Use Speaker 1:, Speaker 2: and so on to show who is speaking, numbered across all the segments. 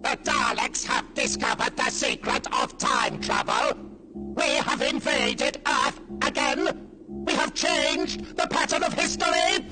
Speaker 1: the Daleks have discovered the secret of time travel. We have invaded Earth again. We have changed the pattern of history.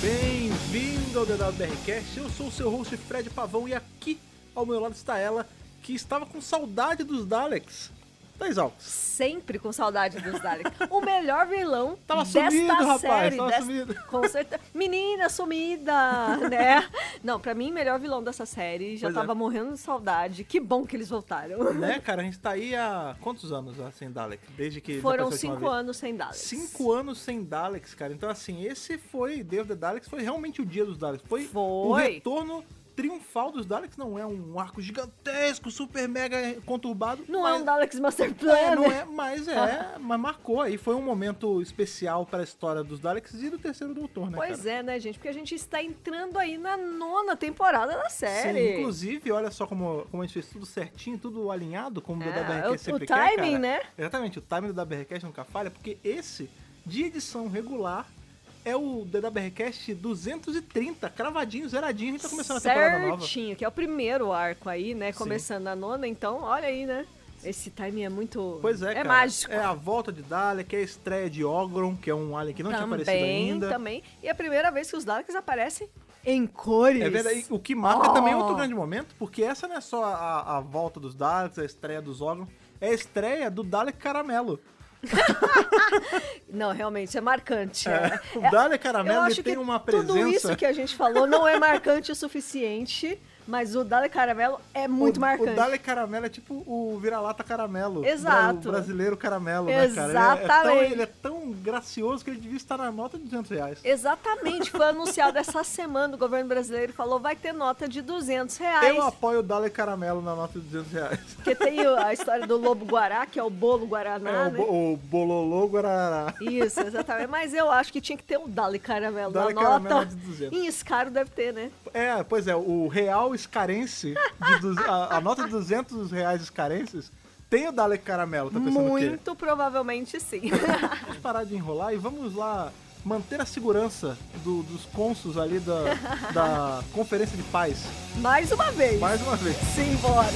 Speaker 2: Bem-vindo ao DWBRCast, eu sou o seu host Fred Pavão e aqui ao meu lado está ela que estava com saudade dos Daleks. Thais Alves.
Speaker 3: Sempre com saudade dos Daleks. O melhor vilão
Speaker 2: Tava
Speaker 3: desta
Speaker 2: sumido, rapaz,
Speaker 3: série.
Speaker 2: tava
Speaker 3: desta-
Speaker 2: sumido.
Speaker 3: Com certeza. Menina sumida, né? Não, pra mim, melhor vilão dessa série. Já
Speaker 2: Pois é.
Speaker 3: tava morrendo de saudade. Que bom que eles voltaram.
Speaker 2: Né, cara, a gente tá aí há quantos anos já sem Dalek? Desde que
Speaker 3: Foram
Speaker 2: desapareceu a última
Speaker 3: cinco
Speaker 2: vez?
Speaker 3: anos sem Daleks.
Speaker 2: Cinco anos sem Daleks, cara. Então, assim, esse foi, Deus the Daleks, foi realmente o dia dos Daleks. Foi,
Speaker 3: Foi.
Speaker 2: o retorno triunfal dos Daleks. Não é um arco gigantesco, super mega conturbado.
Speaker 3: Não
Speaker 2: mas...
Speaker 3: é um Daleks Master
Speaker 2: É,
Speaker 3: Plan,
Speaker 2: não é, mas é,
Speaker 3: Ah.
Speaker 2: mas marcou aí. Foi um momento especial pra história dos Daleks e do Terceiro Doutor, né,
Speaker 3: Pois
Speaker 2: cara?
Speaker 3: é, né, gente? Porque a gente está entrando aí na nona temporada da série.
Speaker 2: Sim, inclusive, olha só como, como a gente fez tudo certinho, tudo alinhado, como o
Speaker 3: É,
Speaker 2: da
Speaker 3: o-
Speaker 2: WRQ
Speaker 3: o
Speaker 2: sempre quer,
Speaker 3: timing,
Speaker 2: cara.
Speaker 3: né?
Speaker 2: Exatamente, o timing do WRCast nunca falha, porque esse, de edição regular, é o DWRcast 230, cravadinho, zeradinho, a gente tá começando a temporada nova.
Speaker 3: Certinho, que é o primeiro arco aí, né? Começando a nona, então olha aí, né? Esse time é muito.
Speaker 2: Pois é,
Speaker 3: é
Speaker 2: cara.
Speaker 3: mágico.
Speaker 2: É a volta de Dalek, é a estreia de Ogron, que é um alien que não tinha
Speaker 3: também,
Speaker 2: aparecido ainda.
Speaker 3: também. E é a primeira vez que os Daleks aparecem em cores.
Speaker 2: É verdade. O que marca
Speaker 3: Oh.
Speaker 2: também é outro grande momento, porque essa não é só a, a volta dos Daleks, a estreia dos órgãos, é a estreia do Dalek Caramelo.
Speaker 3: Não, realmente, é marcante. né?
Speaker 2: O
Speaker 3: É-
Speaker 2: Dalek
Speaker 3: Eu
Speaker 2: Caramelo ele
Speaker 3: acho
Speaker 2: tem
Speaker 3: que
Speaker 2: uma
Speaker 3: tudo
Speaker 2: presença.
Speaker 3: isso que a gente falou não é marcante o suficiente, mas o Dalek Caramelo é muito
Speaker 2: o,
Speaker 3: marcante.
Speaker 2: O Dalek Caramelo é tipo o vira-lata caramelo. né?
Speaker 3: Exato.
Speaker 2: O brasileiro caramelo, né, cara? Ele é- É, tão,
Speaker 3: Exatamente.
Speaker 2: ele é tão gracioso que ele devia estar na nota de 200 reais.
Speaker 3: Exatamente, foi anunciado essa semana, o governo brasileiro falou vai ter nota de 200 reais.
Speaker 2: Eu apoio o Dalek Caramelo na nota de 200 reais.
Speaker 3: Porque tem o- a história do lobo guará, que é o bolo guaraná,
Speaker 2: é, o,
Speaker 3: né?
Speaker 2: bo- o Bololô Guarará.
Speaker 3: Isso, exatamente. Mas eu acho que tinha que ter um Dali Caramelo
Speaker 2: Dali
Speaker 3: na
Speaker 2: Caramelo
Speaker 3: nota.
Speaker 2: de 200.
Speaker 3: Em Escaro deve ter, né?
Speaker 2: É, pois é, o real escarense, de duze- a, a nota de 200 reais escarenses, tem o Dalek Caramelo, tá pensando o quê?
Speaker 3: Muito provavelmente sim.
Speaker 2: Vamos parar de enrolar e vamos lá manter a segurança do- dos cônsuls ali da, da Conferência de Paz,
Speaker 3: Mais uma vez.
Speaker 2: mais uma vez.
Speaker 3: Simbora.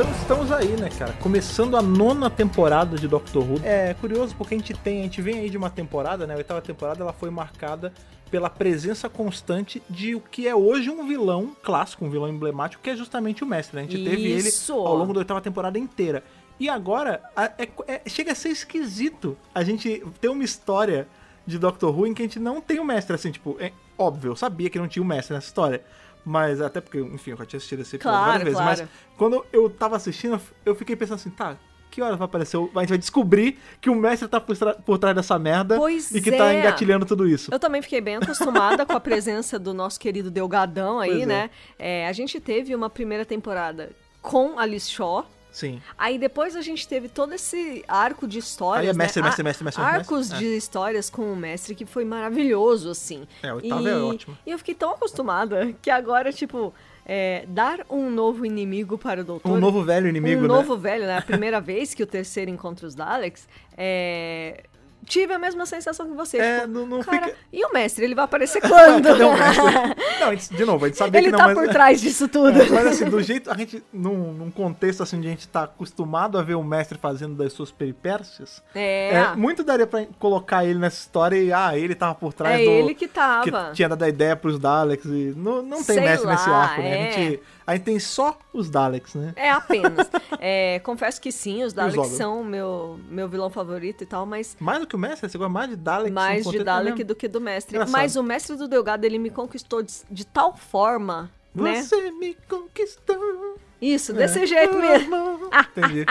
Speaker 2: Então estamos aí, né, cara? Começando a nona temporada de Doctor Who. É curioso porque a gente tem, a gente vem aí de uma temporada, né? A oitava temporada ela foi marcada pela presença constante de o que é hoje um vilão clássico, um vilão emblemático, que é justamente o mestre, né? A gente teve ele
Speaker 3: Isso.
Speaker 2: ao longo da oitava temporada inteira. E agora a- é- é- chega a ser esquisito a gente ter uma história de Doctor Who em que a gente não tem o mestre, assim, tipo, é óbvio, eu sabia que não tinha o mestre nessa história. Mas até porque, enfim, eu já tinha assistido esse episódio
Speaker 3: Claro,
Speaker 2: várias vezes.
Speaker 3: claro.
Speaker 2: Mas quando eu tava assistindo, eu fiquei pensando assim, tá, que hora vai aparecer? o- A gente vai descobrir que o mestre tá por, tra- por trás dessa merda
Speaker 3: Pois
Speaker 2: e que tá
Speaker 3: é.
Speaker 2: engatilhando tudo isso.
Speaker 3: Eu também fiquei bem acostumada com a presença do nosso querido Delgadão aí,
Speaker 2: Pois é.
Speaker 3: né? É, a gente teve uma primeira temporada com Alice Shaw.
Speaker 2: Sim.
Speaker 3: Aí depois a gente teve todo esse arco de histórias.
Speaker 2: Aí é mestre,
Speaker 3: né?
Speaker 2: mestre,
Speaker 3: A-
Speaker 2: mestre, mestre, mestre, É.
Speaker 3: Arcos
Speaker 2: mestre.
Speaker 3: de histórias com o mestre que foi maravilhoso, assim.
Speaker 2: É, a oitava
Speaker 3: e...
Speaker 2: é ótima.
Speaker 3: E eu fiquei tão acostumada que agora, tipo, é, dar um novo inimigo para o doutor.
Speaker 2: Um novo velho inimigo, né?
Speaker 3: Um novo velho, né? A primeira vez que o terceiro encontra os Daleks, é, Tive a mesma sensação que você.
Speaker 2: É,
Speaker 3: tipo,
Speaker 2: não- não
Speaker 3: cara,
Speaker 2: fica-
Speaker 3: E o mestre, ele vai aparecer quando?
Speaker 2: Cadê o mestre? Não, a gente- de novo, a gente sabia
Speaker 3: ele
Speaker 2: que não,
Speaker 3: tá
Speaker 2: mas... é
Speaker 3: por trás disso tudo.
Speaker 2: Mas assim, do jeito, a gente, num, num contexto assim, de a gente tá acostumado a ver o mestre fazendo das suas peripécias,
Speaker 3: É.
Speaker 2: é, muito daria pra colocar ele nessa história e, ah, ele tava por trás
Speaker 3: É
Speaker 2: do...
Speaker 3: ele que tava.
Speaker 2: Que tinha dado a ideia pros Daleks e não, não tem
Speaker 3: Sei
Speaker 2: mestre
Speaker 3: lá,
Speaker 2: nesse arco, né?
Speaker 3: é.
Speaker 2: A, gente, a gente tem só os Daleks, né?
Speaker 3: É apenas. É, confesso que sim, os Daleks
Speaker 2: ogros?
Speaker 3: são meu, meu vilão favorito e tal, mas
Speaker 2: Mais do que o mestre, você gosta mais de Daleks?
Speaker 3: mais
Speaker 2: no
Speaker 3: de
Speaker 2: contexto,
Speaker 3: Dalek
Speaker 2: né?
Speaker 3: do que do mestre.
Speaker 2: Engraçado.
Speaker 3: Mas o mestre do Delgado, ele me conquistou de, de tal forma, né?
Speaker 2: Você me conquistou.
Speaker 3: Isso,
Speaker 2: né?
Speaker 3: desse jeito mesmo.
Speaker 2: Entendi.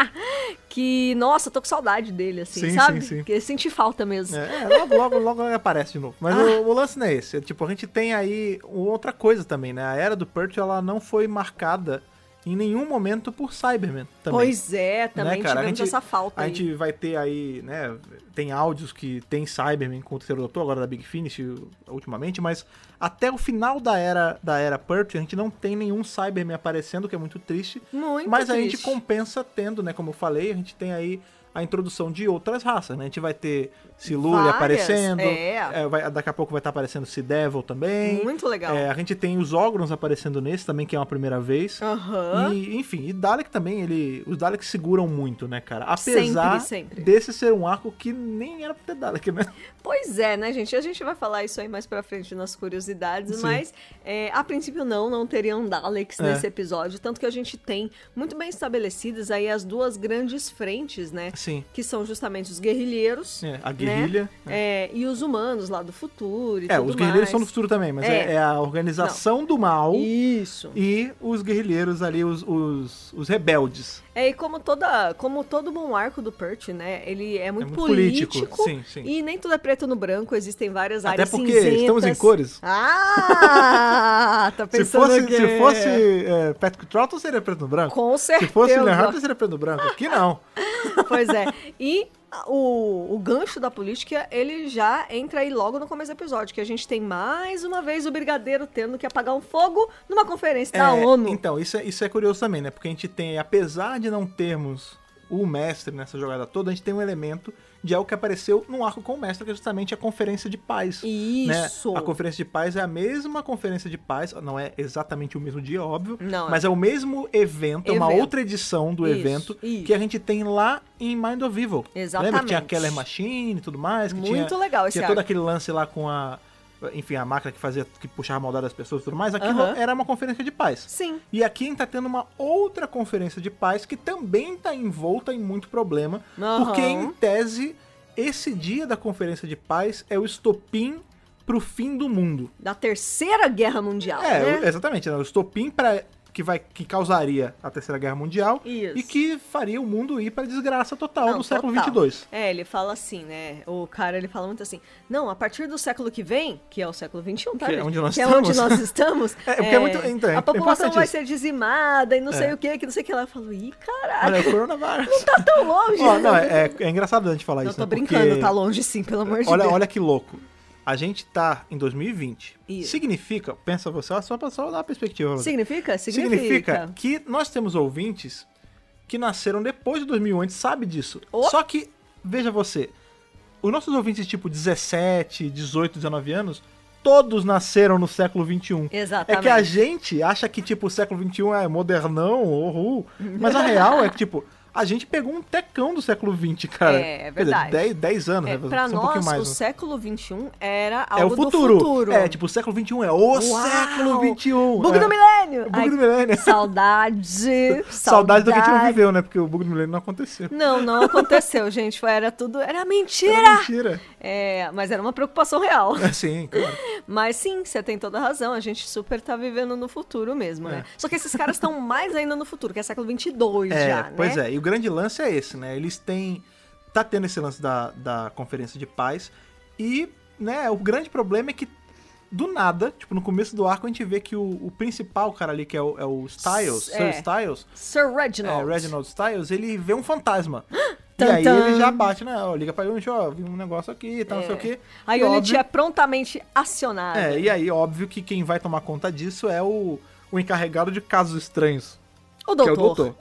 Speaker 3: Que, nossa, tô com saudade dele, assim,
Speaker 2: Sim,
Speaker 3: sabe?
Speaker 2: sim, sim.
Speaker 3: Que eu senti falta mesmo. Ah.
Speaker 2: É, é, logo, logo, logo ele aparece de novo. Mas o, o lance não é esse. É, Tipo, a gente tem aí outra coisa também, né? A era do Perch, ela não foi marcada em nenhum momento por Cyberman também. Né,
Speaker 3: Pois é, também
Speaker 2: cara? A
Speaker 3: tivemos
Speaker 2: gente-
Speaker 3: essa falta
Speaker 2: A
Speaker 3: aí.
Speaker 2: gente vai ter aí, né? Tem áudios que tem Cyberman com o terceiro doutor, agora da Big Finish ultimamente, mas até o final da era, da era Purt, a gente não tem nenhum Cyberman aparecendo, o que é muito triste.
Speaker 3: Muito
Speaker 2: mas a
Speaker 3: triste.
Speaker 2: gente compensa tendo, né? Como eu falei, a gente tem aí a introdução de outras raças, né? A gente vai ter Silúria
Speaker 3: Várias,
Speaker 2: aparecendo,
Speaker 3: é.
Speaker 2: é, vai- daqui a pouco vai estar aparecendo Sea Devil também.
Speaker 3: Muito legal.
Speaker 2: É, a gente tem os Ogrons aparecendo nesse também, que é uma primeira vez.
Speaker 3: Aham.
Speaker 2: E, enfim, e Dalek também, ele. Os Daleks seguram muito, né, cara? Apesar
Speaker 3: sempre.
Speaker 2: desse ser um arco que nem era pra ter Dalek, né?
Speaker 3: Pois é, né, gente? A gente vai falar isso aí mais pra frente nas curiosidades,
Speaker 2: Sim.
Speaker 3: mas é, a princípio não, não teriam Daleks
Speaker 2: É.
Speaker 3: nesse episódio. Tanto que a gente tem muito bem estabelecidas aí as duas grandes frentes, né?
Speaker 2: Sim.
Speaker 3: Que são justamente os guerrilheiros.
Speaker 2: É, Assim, a
Speaker 3: né?
Speaker 2: guerrilha,
Speaker 3: É, e os humanos lá do futuro e
Speaker 2: É,
Speaker 3: tudo
Speaker 2: os guerrilheiros
Speaker 3: mais.
Speaker 2: são do futuro também, mas é,
Speaker 3: É.
Speaker 2: é a organização do mal
Speaker 3: Isso.
Speaker 2: e os guerrilheiros ali, os, os, os rebeldes.
Speaker 3: É, e como, toda, como todo bom arco do Perch, né? Ele é muito,
Speaker 2: muito político, sim, sim.
Speaker 3: E nem tudo é preto no branco, existem várias
Speaker 2: Até
Speaker 3: áreas
Speaker 2: porque
Speaker 3: cinzentas.
Speaker 2: estamos em cores.
Speaker 3: Ah! Tá
Speaker 2: Se
Speaker 3: pensando
Speaker 2: fosse,
Speaker 3: que...
Speaker 2: se fosse é, Patrick Troughton, seria preto no branco.
Speaker 3: Com certeza.
Speaker 2: Se fosse né? William Harper, seria preto no branco. Aqui não.
Speaker 3: Pois é. E o, o gancho da política, ele já entra aí logo no começo do episódio, que a gente tem mais uma vez o brigadeiro tendo que apagar um fogo numa conferência da
Speaker 2: É,
Speaker 3: ONU.
Speaker 2: Então, isso é, isso é curioso também, né? Porque a gente tem, apesar de não termos o mestre nessa jogada toda, a gente tem um elemento de algo que apareceu num arco com o mestre, que é justamente a Conferência de Paz. né?
Speaker 3: Isso.
Speaker 2: A Conferência de Paz é a mesma Conferência de Paz, não é exatamente o mesmo dia, óbvio,
Speaker 3: Não, é.
Speaker 2: mas é o mesmo evento, é uma
Speaker 3: Evento.
Speaker 2: outra edição do
Speaker 3: Isso,
Speaker 2: evento
Speaker 3: isso.
Speaker 2: que a gente tem lá em Mind of Evil. Lembra que tinha a
Speaker 3: Exatamente.
Speaker 2: Keller Machine e tudo mais? Que
Speaker 3: Muito
Speaker 2: tinha,
Speaker 3: legal esse
Speaker 2: Tinha todo
Speaker 3: arco.
Speaker 2: aquele lance lá com a... Enfim, a máquina que fazia, que puxava a maldade das pessoas e tudo mais, aquilo
Speaker 3: Aham.
Speaker 2: era uma conferência de paz.
Speaker 3: Sim.
Speaker 2: E aqui a gente tá tendo uma outra conferência de paz que também tá envolta em muito problema,
Speaker 3: Aham.
Speaker 2: porque em tese esse dia da conferência de paz é o estopim pro fim do mundo.
Speaker 3: Da Terceira Guerra Mundial,
Speaker 2: é,
Speaker 3: né?
Speaker 2: o- exatamente, né? o estopim para que vai que causaria a Terceira Guerra Mundial
Speaker 3: Isso.
Speaker 2: e que faria o mundo ir pra desgraça total
Speaker 3: Não,
Speaker 2: no século
Speaker 3: total.
Speaker 2: 22.
Speaker 3: É, ele fala assim, né? O cara, ele fala muito assim, não, a partir do século que vem, que é o século XXI, tá?
Speaker 2: Que é
Speaker 3: gente?
Speaker 2: onde nós
Speaker 3: que
Speaker 2: estamos.
Speaker 3: É onde nós estamos.
Speaker 2: É, porque é muito- então, é
Speaker 3: a população
Speaker 2: importante
Speaker 3: vai
Speaker 2: isso.
Speaker 3: ser dizimada e não sei
Speaker 2: É.
Speaker 3: o que, que não sei o que lá. Eu falo, ih, caralho,
Speaker 2: Olha, o coronavírus.
Speaker 3: tá tão longe.
Speaker 2: Ó, não, é, é- é engraçado a gente falar
Speaker 3: Não,
Speaker 2: isso.
Speaker 3: tô
Speaker 2: né? Porque-
Speaker 3: brincando, tá longe sim, pelo amor de
Speaker 2: olha,
Speaker 3: Deus.
Speaker 2: olha que louco. A gente tá em 2020.
Speaker 3: Isso.
Speaker 2: Significa, pensa você, ó, só pra só dar uma perspectiva. Roberto.
Speaker 3: Significa?
Speaker 2: Significa é que nós temos ouvintes que nasceram depois de 2001, a gente sabe disso.
Speaker 3: Oh.
Speaker 2: Só que, veja você, os nossos ouvintes tipo 17, 18, 19 anos, todos nasceram no século 21. É
Speaker 3: Exatamente.
Speaker 2: que a gente acha que, tipo, o século XXI é modernão, uhul, mas a real é que, tipo, a gente pegou um tecão do século XX, cara.
Speaker 3: É,
Speaker 2: Quer
Speaker 3: é
Speaker 2: dizer,
Speaker 3: verdade.
Speaker 2: 10, 10 anos,
Speaker 3: É,
Speaker 2: né?
Speaker 3: pra
Speaker 2: Só um pouquinho
Speaker 3: nós,
Speaker 2: mais,
Speaker 3: o
Speaker 2: né?
Speaker 3: século XXI era
Speaker 2: É
Speaker 3: algo
Speaker 2: o futuro.
Speaker 3: do futuro.
Speaker 2: É, tipo, o século XXI é o século XXI.
Speaker 3: Bug
Speaker 2: é.
Speaker 3: do milênio!
Speaker 2: Bug
Speaker 3: Ai,
Speaker 2: do milênio.
Speaker 3: Saudade, saudade.
Speaker 2: Saudade do que a gente não viveu, né? Porque o bug do milênio não aconteceu.
Speaker 3: Não, não aconteceu, gente. Foi, era tudo. Era
Speaker 2: Era
Speaker 3: mentira!
Speaker 2: mentira.
Speaker 3: É, mas era uma preocupação real.
Speaker 2: É, Sim, claro.
Speaker 3: Mas sim, você tem toda a razão. A gente super tá vivendo no futuro mesmo, né? Só que esses caras estão mais ainda no futuro, que é século 22
Speaker 2: É,
Speaker 3: já, né?
Speaker 2: pois é. E o grande lance é esse, né? Eles têm. Tá tendo esse lance da, da Conferência de Paz. E, né, o grande problema é que, do nada, tipo, no começo do arco, a gente vê que o, o principal cara ali, que é o, é o Styles,
Speaker 3: É.
Speaker 2: Sir Styles,
Speaker 3: Sir
Speaker 2: é,
Speaker 3: Reginald.
Speaker 2: Reginald Styles, ele vê um fantasma. E
Speaker 3: Tan,
Speaker 2: aí
Speaker 3: tan.
Speaker 2: ele já bate, né? ó, Liga pra Unity, ó, vi um negócio aqui e tal, não sei o quê.
Speaker 3: A
Speaker 2: E
Speaker 3: Unity
Speaker 2: óbvio-
Speaker 3: é prontamente acionada.
Speaker 2: é, e aí, óbvio que quem vai tomar conta disso é o, o encarregado de casos estranhos.
Speaker 3: o doutor.
Speaker 2: Que é o doutor.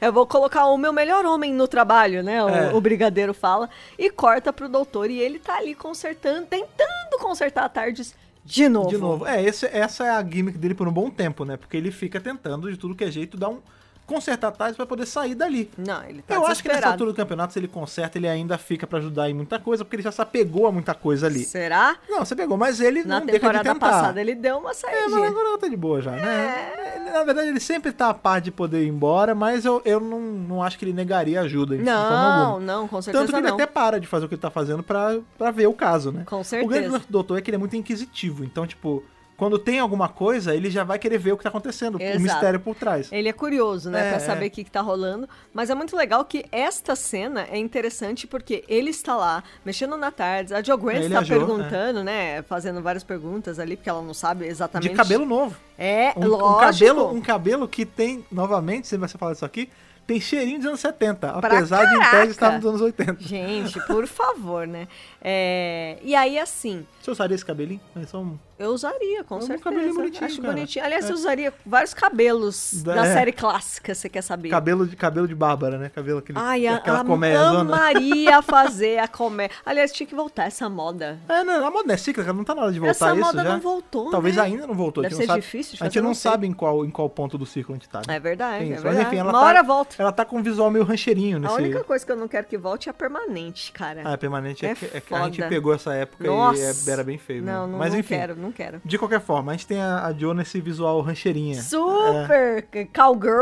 Speaker 3: Eu vou colocar o meu melhor homem no trabalho, né? O,
Speaker 2: É.
Speaker 3: o brigadeiro fala. E corta pro doutor. E ele tá ali consertando, tentando consertar a tardes de novo.
Speaker 2: De novo. É, esse- essa é a gimmick dele por um bom tempo, né? Porque ele fica tentando de tudo que é jeito dar um consertar atrás pra poder sair dali.
Speaker 3: Não, ele tá
Speaker 2: Eu acho que nessa
Speaker 3: desesperado.
Speaker 2: altura do campeonato, se ele conserta, ele ainda fica pra ajudar em muita coisa, porque ele já se apegou a muita coisa ali.
Speaker 3: Será?
Speaker 2: Não, você pegou, mas ele
Speaker 3: Na
Speaker 2: não deixa de
Speaker 3: temporada
Speaker 2: tentar.
Speaker 3: passada ele É. deu uma saída.
Speaker 2: É, mas agora tá de boa já, né? Ele- Na verdade, ele sempre tá a par de poder ir embora, mas eu, eu não, não acho que ele negaria ajuda em forma alguma.
Speaker 3: Não, não, com certeza
Speaker 2: Tanto que ele
Speaker 3: não.
Speaker 2: até para de fazer o que ele tá fazendo pra, pra ver o caso, né?
Speaker 3: Com certeza.
Speaker 2: O grande lance do doutor é que ele é muito inquisitivo. Então, tipo, quando tem alguma coisa, ele já vai querer ver o que tá acontecendo,
Speaker 3: Exato.
Speaker 2: o mistério por trás.
Speaker 3: Ele é curioso, né,
Speaker 2: É,
Speaker 3: pra
Speaker 2: é.
Speaker 3: saber o que, que tá rolando. Mas é muito legal que esta cena é interessante porque ele está lá, mexendo na tarde. A Jo Grant
Speaker 2: Ele é. e
Speaker 3: está
Speaker 2: a Jo,
Speaker 3: perguntando, né, fazendo várias perguntas ali, porque ela não sabe exatamente.
Speaker 2: De cabelo novo.
Speaker 3: É,
Speaker 2: Um, um
Speaker 3: lógico.
Speaker 2: cabelo, um cabelo que tem, novamente, se você falar isso aqui, tem cheirinho dos anos 70.
Speaker 3: Pra
Speaker 2: apesar de em
Speaker 3: caraca.
Speaker 2: tese estar nos anos 80.
Speaker 3: Gente, por favor, né? É, E aí, assim,
Speaker 2: Você usaria esse cabelinho? É só um-
Speaker 3: Eu usaria, com
Speaker 2: É um
Speaker 3: certeza.
Speaker 2: cabelinho bonitinho,
Speaker 3: Acho
Speaker 2: cara. É.
Speaker 3: bonitinho. Aliás, eu usaria vários cabelos
Speaker 2: Da-
Speaker 3: da
Speaker 2: é.
Speaker 3: série clássica, você quer saber?
Speaker 2: Cabelo de, cabelo de Bárbara, né? Cabelo aquele,
Speaker 3: Ai, a,
Speaker 2: aquela
Speaker 3: a,
Speaker 2: colmeia zona.
Speaker 3: amaria fazer a comédia. Aliás, tinha que voltar essa moda.
Speaker 2: É, não, a moda é cíclica, não tá na hora de voltar
Speaker 3: Essa
Speaker 2: isso
Speaker 3: moda
Speaker 2: já.
Speaker 3: não voltou,
Speaker 2: Talvez
Speaker 3: né?
Speaker 2: ainda não voltou. a
Speaker 3: Deve
Speaker 2: gente
Speaker 3: ser
Speaker 2: não sabe,
Speaker 3: difícil,
Speaker 2: A gente
Speaker 3: eu
Speaker 2: não
Speaker 3: não sei.
Speaker 2: sabe em qual, em qual ponto do círculo a gente tá. né?
Speaker 3: É verdade,
Speaker 2: Tem
Speaker 3: é
Speaker 2: isso.
Speaker 3: verdade.
Speaker 2: Mas enfim, ela
Speaker 3: Uma
Speaker 2: tá,
Speaker 3: hora volta.
Speaker 2: Ela tá com um visual meio rancheirinho nesse...
Speaker 3: A única coisa que eu não quero que volte é a permanente, cara.
Speaker 2: Ah, permanente é,
Speaker 3: É
Speaker 2: que, é que a
Speaker 3: foda.
Speaker 2: gente pegou essa época e
Speaker 3: Nossa.
Speaker 2: é- era bem feio.
Speaker 3: não,
Speaker 2: mesmo.
Speaker 3: não,
Speaker 2: Mas
Speaker 3: não
Speaker 2: enfim.
Speaker 3: quero, não quero.
Speaker 2: De qualquer forma, a gente tem a, a Jo nesse visual rancheirinha.
Speaker 3: Super cowgirl,
Speaker 2: É.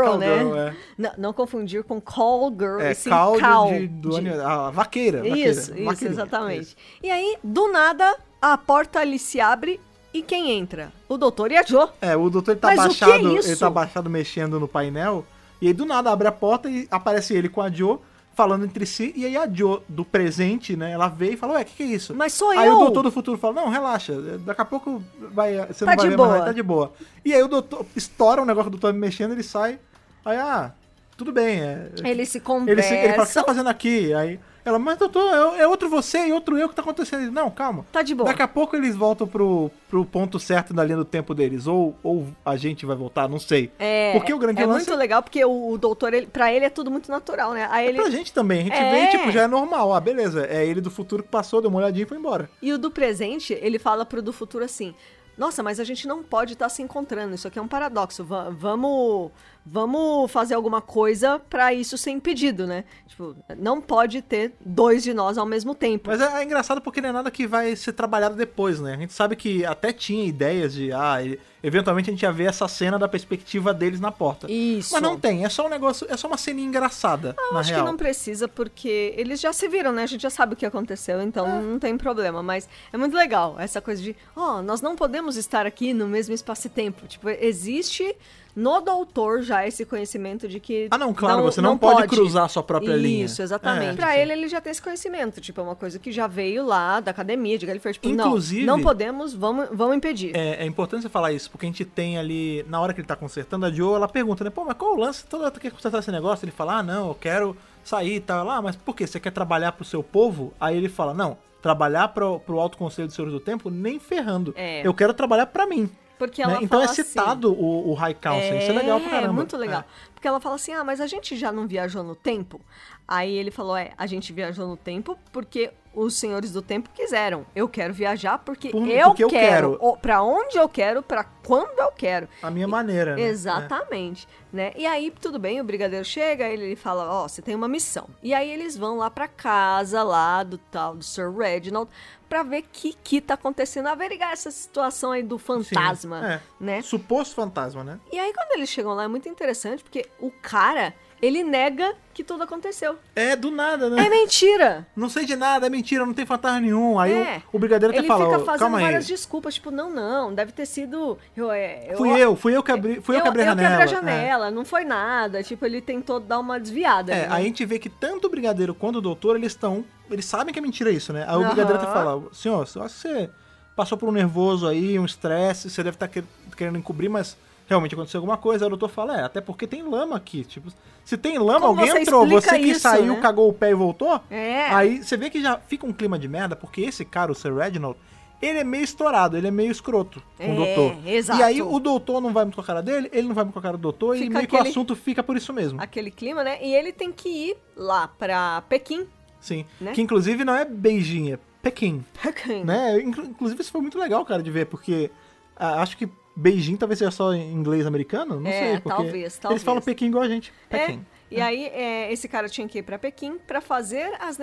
Speaker 2: Cowgirl,
Speaker 3: né?
Speaker 2: é.
Speaker 3: Não, não confundir com call girl,
Speaker 2: É,
Speaker 3: e sim
Speaker 2: caldo
Speaker 3: cow
Speaker 2: de, do
Speaker 3: de-
Speaker 2: animal. A vaqueira. vaqueira,
Speaker 3: Isso, isso,
Speaker 2: vaqueirinha,
Speaker 3: exatamente.
Speaker 2: isso.
Speaker 3: E aí, do nada, a porta ali se abre e quem entra? O doutor e a Jo.
Speaker 2: É, o doutor ele tá
Speaker 3: Mas o que é
Speaker 2: baixado, ele
Speaker 3: isso?
Speaker 2: tá baixado mexendo no painel, e aí do nada abre a porta e aparece ele com a Jo falando entre si, e aí a Jo do presente, né, ela vê e fala, ué, o que, que é isso?
Speaker 3: Mas sou
Speaker 2: aí
Speaker 3: eu!
Speaker 2: o doutor do futuro fala, não, relaxa, daqui a pouco vai, você
Speaker 3: Tá
Speaker 2: não vai
Speaker 3: de
Speaker 2: ver mais
Speaker 3: boa.
Speaker 2: nada, tá de boa. E aí o doutor estoura um negócio do doutor mexendo, ele sai, aí, ah, tudo bem, é...
Speaker 3: Eles se
Speaker 2: Ele, se-
Speaker 3: conversam.
Speaker 2: ele fala, o que você tá fazendo aqui? Aí ela, mas doutor, é, é outro você e outro eu que tá acontecendo. Ele, não, calma.
Speaker 3: Tá de boa.
Speaker 2: Daqui a pouco eles voltam pro, pro ponto certo da linha do tempo deles. Ou, ou a gente vai voltar, não sei.
Speaker 3: É,
Speaker 2: Porque o grande
Speaker 3: é
Speaker 2: lance
Speaker 3: muito legal, porque o, o doutor, ele, pra ele é tudo muito natural, né? Aí
Speaker 2: é
Speaker 3: ele,
Speaker 2: pra gente também. A gente
Speaker 3: É.
Speaker 2: vê e, tipo, já é normal. Ah, beleza. É ele do futuro que passou, deu uma olhadinha e foi embora.
Speaker 3: E o do presente, ele fala pro do futuro assim: Nossa, mas a gente não pode estar se encontrando. Isso aqui é um paradoxo. Va- vamos, vamos fazer alguma coisa pra isso ser impedido, né? Tipo, não pode ter dois de nós ao mesmo tempo.
Speaker 2: Mas é, é engraçado porque não é nada que vai ser trabalhado depois, né? A gente sabe que até tinha ideias de, ah, e- eventualmente a gente ia ver essa cena da perspectiva deles na porta.
Speaker 3: Isso.
Speaker 2: Mas não tem, é só um negócio, é só uma ceninha engraçada,
Speaker 3: Eu
Speaker 2: na
Speaker 3: acho
Speaker 2: real.
Speaker 3: que não precisa, porque eles já se viram, né? A gente já sabe o que aconteceu, então
Speaker 2: É.
Speaker 3: não tem problema. Mas é muito legal essa coisa de, ó, nós não podemos estar aqui no mesmo espaço e tempo. Tipo, existe no doutor já esse conhecimento de que.
Speaker 2: Ah, não, claro, você não pode cruzar a sua própria
Speaker 3: Isso,
Speaker 2: linha.
Speaker 3: Isso, exatamente.
Speaker 2: É,
Speaker 3: pra
Speaker 2: sim.
Speaker 3: ele, ele já tem esse conhecimento. Tipo, é uma coisa que já veio lá da academia, de Galifrey. Tipo,
Speaker 2: Inclusive-
Speaker 3: não, não podemos, vamos, vamos impedir.
Speaker 2: É, é importante você falar isso, porque a gente tem ali, na hora que ele tá consertando, a Jo, ela pergunta, né? Pô, mas qual o lance? Toda hora tu quer consertar esse negócio? Ele fala, ah, não, eu quero sair e tal. Ela, ah, mas por quê? Você quer trabalhar pro seu povo? Aí ele fala, não, trabalhar pro, pro Alto Conselho dos Senhores do Tempo, nem ferrando.
Speaker 3: É.
Speaker 2: Eu quero trabalhar pra mim.
Speaker 3: Porque
Speaker 2: né?
Speaker 3: ela
Speaker 2: Então é
Speaker 3: fala assim-
Speaker 2: citado o, o High Council, isso é legal pra caramba.
Speaker 3: É, muito legal.
Speaker 2: É.
Speaker 3: Porque ela fala assim: ah, mas a gente já não viajou no tempo? Aí ele falou: é, a gente viajou no tempo porque os senhores do tempo quiseram. Eu quero viajar porque,
Speaker 2: Por-
Speaker 3: eu,
Speaker 2: porque eu
Speaker 3: quero.
Speaker 2: quero.
Speaker 3: o- Pra onde eu quero, pra quando eu quero.
Speaker 2: A minha maneira, né?
Speaker 3: Exatamente, né? E aí, tudo bem, o brigadeiro chega, ele fala, ó, você tem uma missão. E aí eles vão lá pra casa, lá do tal, do Sir Reginald, pra ver o que que tá acontecendo, averiguar essa situação aí do
Speaker 2: Sim,
Speaker 3: fantasma,
Speaker 2: é.
Speaker 3: né?
Speaker 2: Suposto fantasma, né?
Speaker 3: E aí, quando eles chegam lá, é muito interessante, porque o cara, ele nega que tudo aconteceu.
Speaker 2: É, do nada, né?
Speaker 3: É mentira!
Speaker 2: Não sei de nada, é mentira, não tem fantasma nenhum. Aí
Speaker 3: É.
Speaker 2: o, o brigadeiro até
Speaker 3: Ele
Speaker 2: fala,
Speaker 3: fica
Speaker 2: "Ô,
Speaker 3: fazendo
Speaker 2: calma aí.
Speaker 3: várias desculpas, tipo, não, não, deve ter sido... Eu, é,
Speaker 2: Fui eu, fui eu que abri, fui eu, que abri a janela. é.
Speaker 3: quebrei a janela, não foi nada. Tipo, ele tentou dar uma desviada.
Speaker 2: É. É,
Speaker 3: né?
Speaker 2: aí a gente vê que tanto o brigadeiro quanto o doutor, eles estão. Eles sabem que é mentira isso, né? Aí o
Speaker 3: Aham.
Speaker 2: brigadeiro até fala, senhor, eu acho que você passou por um nervoso aí, um estresse, você deve estar querendo encobrir, mas realmente aconteceu alguma coisa. Aí o doutor fala, é, até porque tem lama aqui. Tipo, se tem lama,
Speaker 3: Como
Speaker 2: alguém
Speaker 3: você
Speaker 2: entrou,
Speaker 3: explica
Speaker 2: você que
Speaker 3: isso,
Speaker 2: saiu,
Speaker 3: né?
Speaker 2: cagou o pé e voltou.
Speaker 3: É.
Speaker 2: Aí você vê que já fica um clima de merda, porque esse cara, o Sir Reginald, ele é meio estourado, ele é meio escroto com o
Speaker 3: É,
Speaker 2: doutor.
Speaker 3: exato.
Speaker 2: E aí o doutor não vai muito com a cara dele, ele não vai muito com a cara do doutor e
Speaker 3: Fica
Speaker 2: meio que o
Speaker 3: aquele-
Speaker 2: assunto fica por isso mesmo.
Speaker 3: Aquele clima, né? E ele tem que ir lá pra Pequim.
Speaker 2: Sim.
Speaker 3: né?
Speaker 2: Que inclusive não é beijinho, é Pequim.
Speaker 3: Pequim.
Speaker 2: Né? Inclu- Inclusive isso foi muito legal, cara, de ver, porque ah, acho que beijinho talvez seja só em inglês americano, não
Speaker 3: É,
Speaker 2: sei. Porque
Speaker 3: talvez,
Speaker 2: Eles
Speaker 3: talvez.
Speaker 2: falam Pequim igual a gente. Pequim.
Speaker 3: É. E aí, é, esse cara tinha que ir para Pequim para fazer as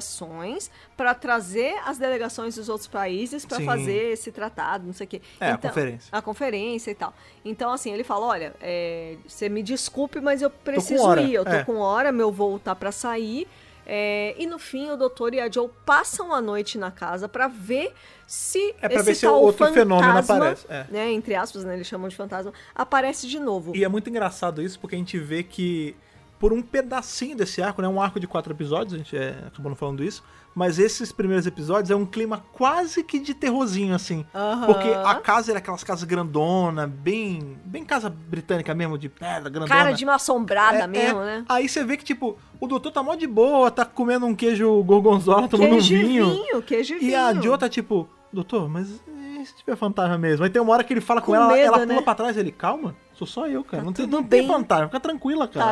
Speaker 3: negociações, para trazer as delegações dos outros países para
Speaker 2: Sim.
Speaker 3: fazer esse tratado, não sei o quê. Então,
Speaker 2: É, a conferência.
Speaker 3: A conferência e tal. Então, assim, ele fala: olha, é, você me desculpe, mas eu preciso
Speaker 2: hora,
Speaker 3: ir, eu tô
Speaker 2: é.
Speaker 3: com hora, meu voo tá para sair. É, e no fim, o doutor e a Joe passam a noite na casa para ver se
Speaker 2: É pra
Speaker 3: esse
Speaker 2: ver se
Speaker 3: tal
Speaker 2: outro
Speaker 3: fantasma,
Speaker 2: fenômeno aparece, é.
Speaker 3: né, entre aspas, né, eles chamam de fantasma, aparece de novo.
Speaker 2: E é muito engraçado isso, porque a gente vê que por um pedacinho desse arco, né? Um arco de quatro episódios, a gente é, acabou não falando isso, mas esses primeiros episódios é um clima quase que de terrorzinho, assim.
Speaker 3: Aham.
Speaker 2: Porque a casa era aquelas casas grandona, bem. bem casa britânica mesmo, de pedra, grandona.
Speaker 3: Cara de uma assombrada
Speaker 2: É,
Speaker 3: mesmo,
Speaker 2: é.
Speaker 3: né?
Speaker 2: Aí você vê que, tipo, o doutor tá mó de boa, tá comendo um queijo gorgonzola, tomando um
Speaker 3: queijo e
Speaker 2: vinho.
Speaker 3: vinho, queijo e
Speaker 2: E a
Speaker 3: vinho.
Speaker 2: Jo tá tipo, doutor, mas eh, e se tiver fantasma mesmo? Aí tem uma hora que ele fala com,
Speaker 3: Com
Speaker 2: ela,
Speaker 3: medo,
Speaker 2: ela pula
Speaker 3: né?
Speaker 2: pra trás ele, calma, sou só eu, cara.
Speaker 3: Tá
Speaker 2: não tem,
Speaker 3: tudo
Speaker 2: não tem
Speaker 3: bem. Tá
Speaker 2: fantasma, fica tranquila, cara.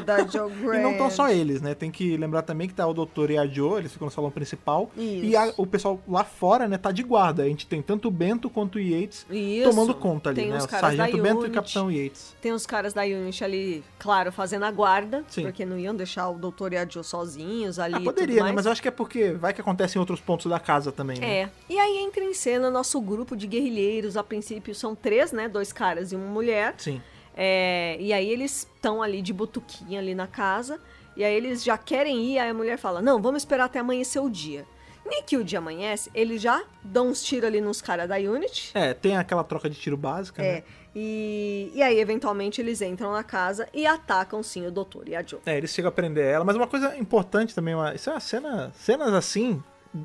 Speaker 3: da Jo
Speaker 2: E
Speaker 3: Grant.
Speaker 2: não estão só eles, né? Tem que lembrar também que tá o doutor e a Jo, eles ficam no salão principal.
Speaker 3: Isso.
Speaker 2: E a- o pessoal lá fora, né, tá de guarda. A gente tem tanto o Bento quanto o Yates
Speaker 3: Isso.
Speaker 2: tomando conta ali,
Speaker 3: Tem
Speaker 2: né?
Speaker 3: os
Speaker 2: O
Speaker 3: caras da
Speaker 2: Sargento Bento e
Speaker 3: Unity.
Speaker 2: o Capitão Yates.
Speaker 3: Tem os caras da Unity ali, claro, fazendo a guarda,
Speaker 2: Sim.
Speaker 3: porque não iam deixar o doutor e a Jo sozinhos ali.
Speaker 2: Ah,
Speaker 3: e tudo
Speaker 2: poderia, né?
Speaker 3: mais.
Speaker 2: Mas eu acho que é porque vai que acontece em outros pontos da casa também, né?
Speaker 3: É. E aí entra em cena nosso grupo de guerrilheiros. A princípio são três, né? Dois caras e uma mulher.
Speaker 2: Sim.
Speaker 3: É, e aí eles estão ali de butuquinha ali na casa. E aí eles já querem ir, aí a mulher fala: Não, vamos esperar até amanhecer o dia. Nem que o dia amanhece, eles já dão uns tiros ali nos caras da Unity.
Speaker 2: É, tem aquela troca de tiro básica, né?
Speaker 3: É. E, e aí, eventualmente, eles entram na casa e atacam sim o doutor e a Jo.
Speaker 2: É, eles chegam a prender ela. Mas uma coisa importante também, uma- isso é uma cena. Cenas assim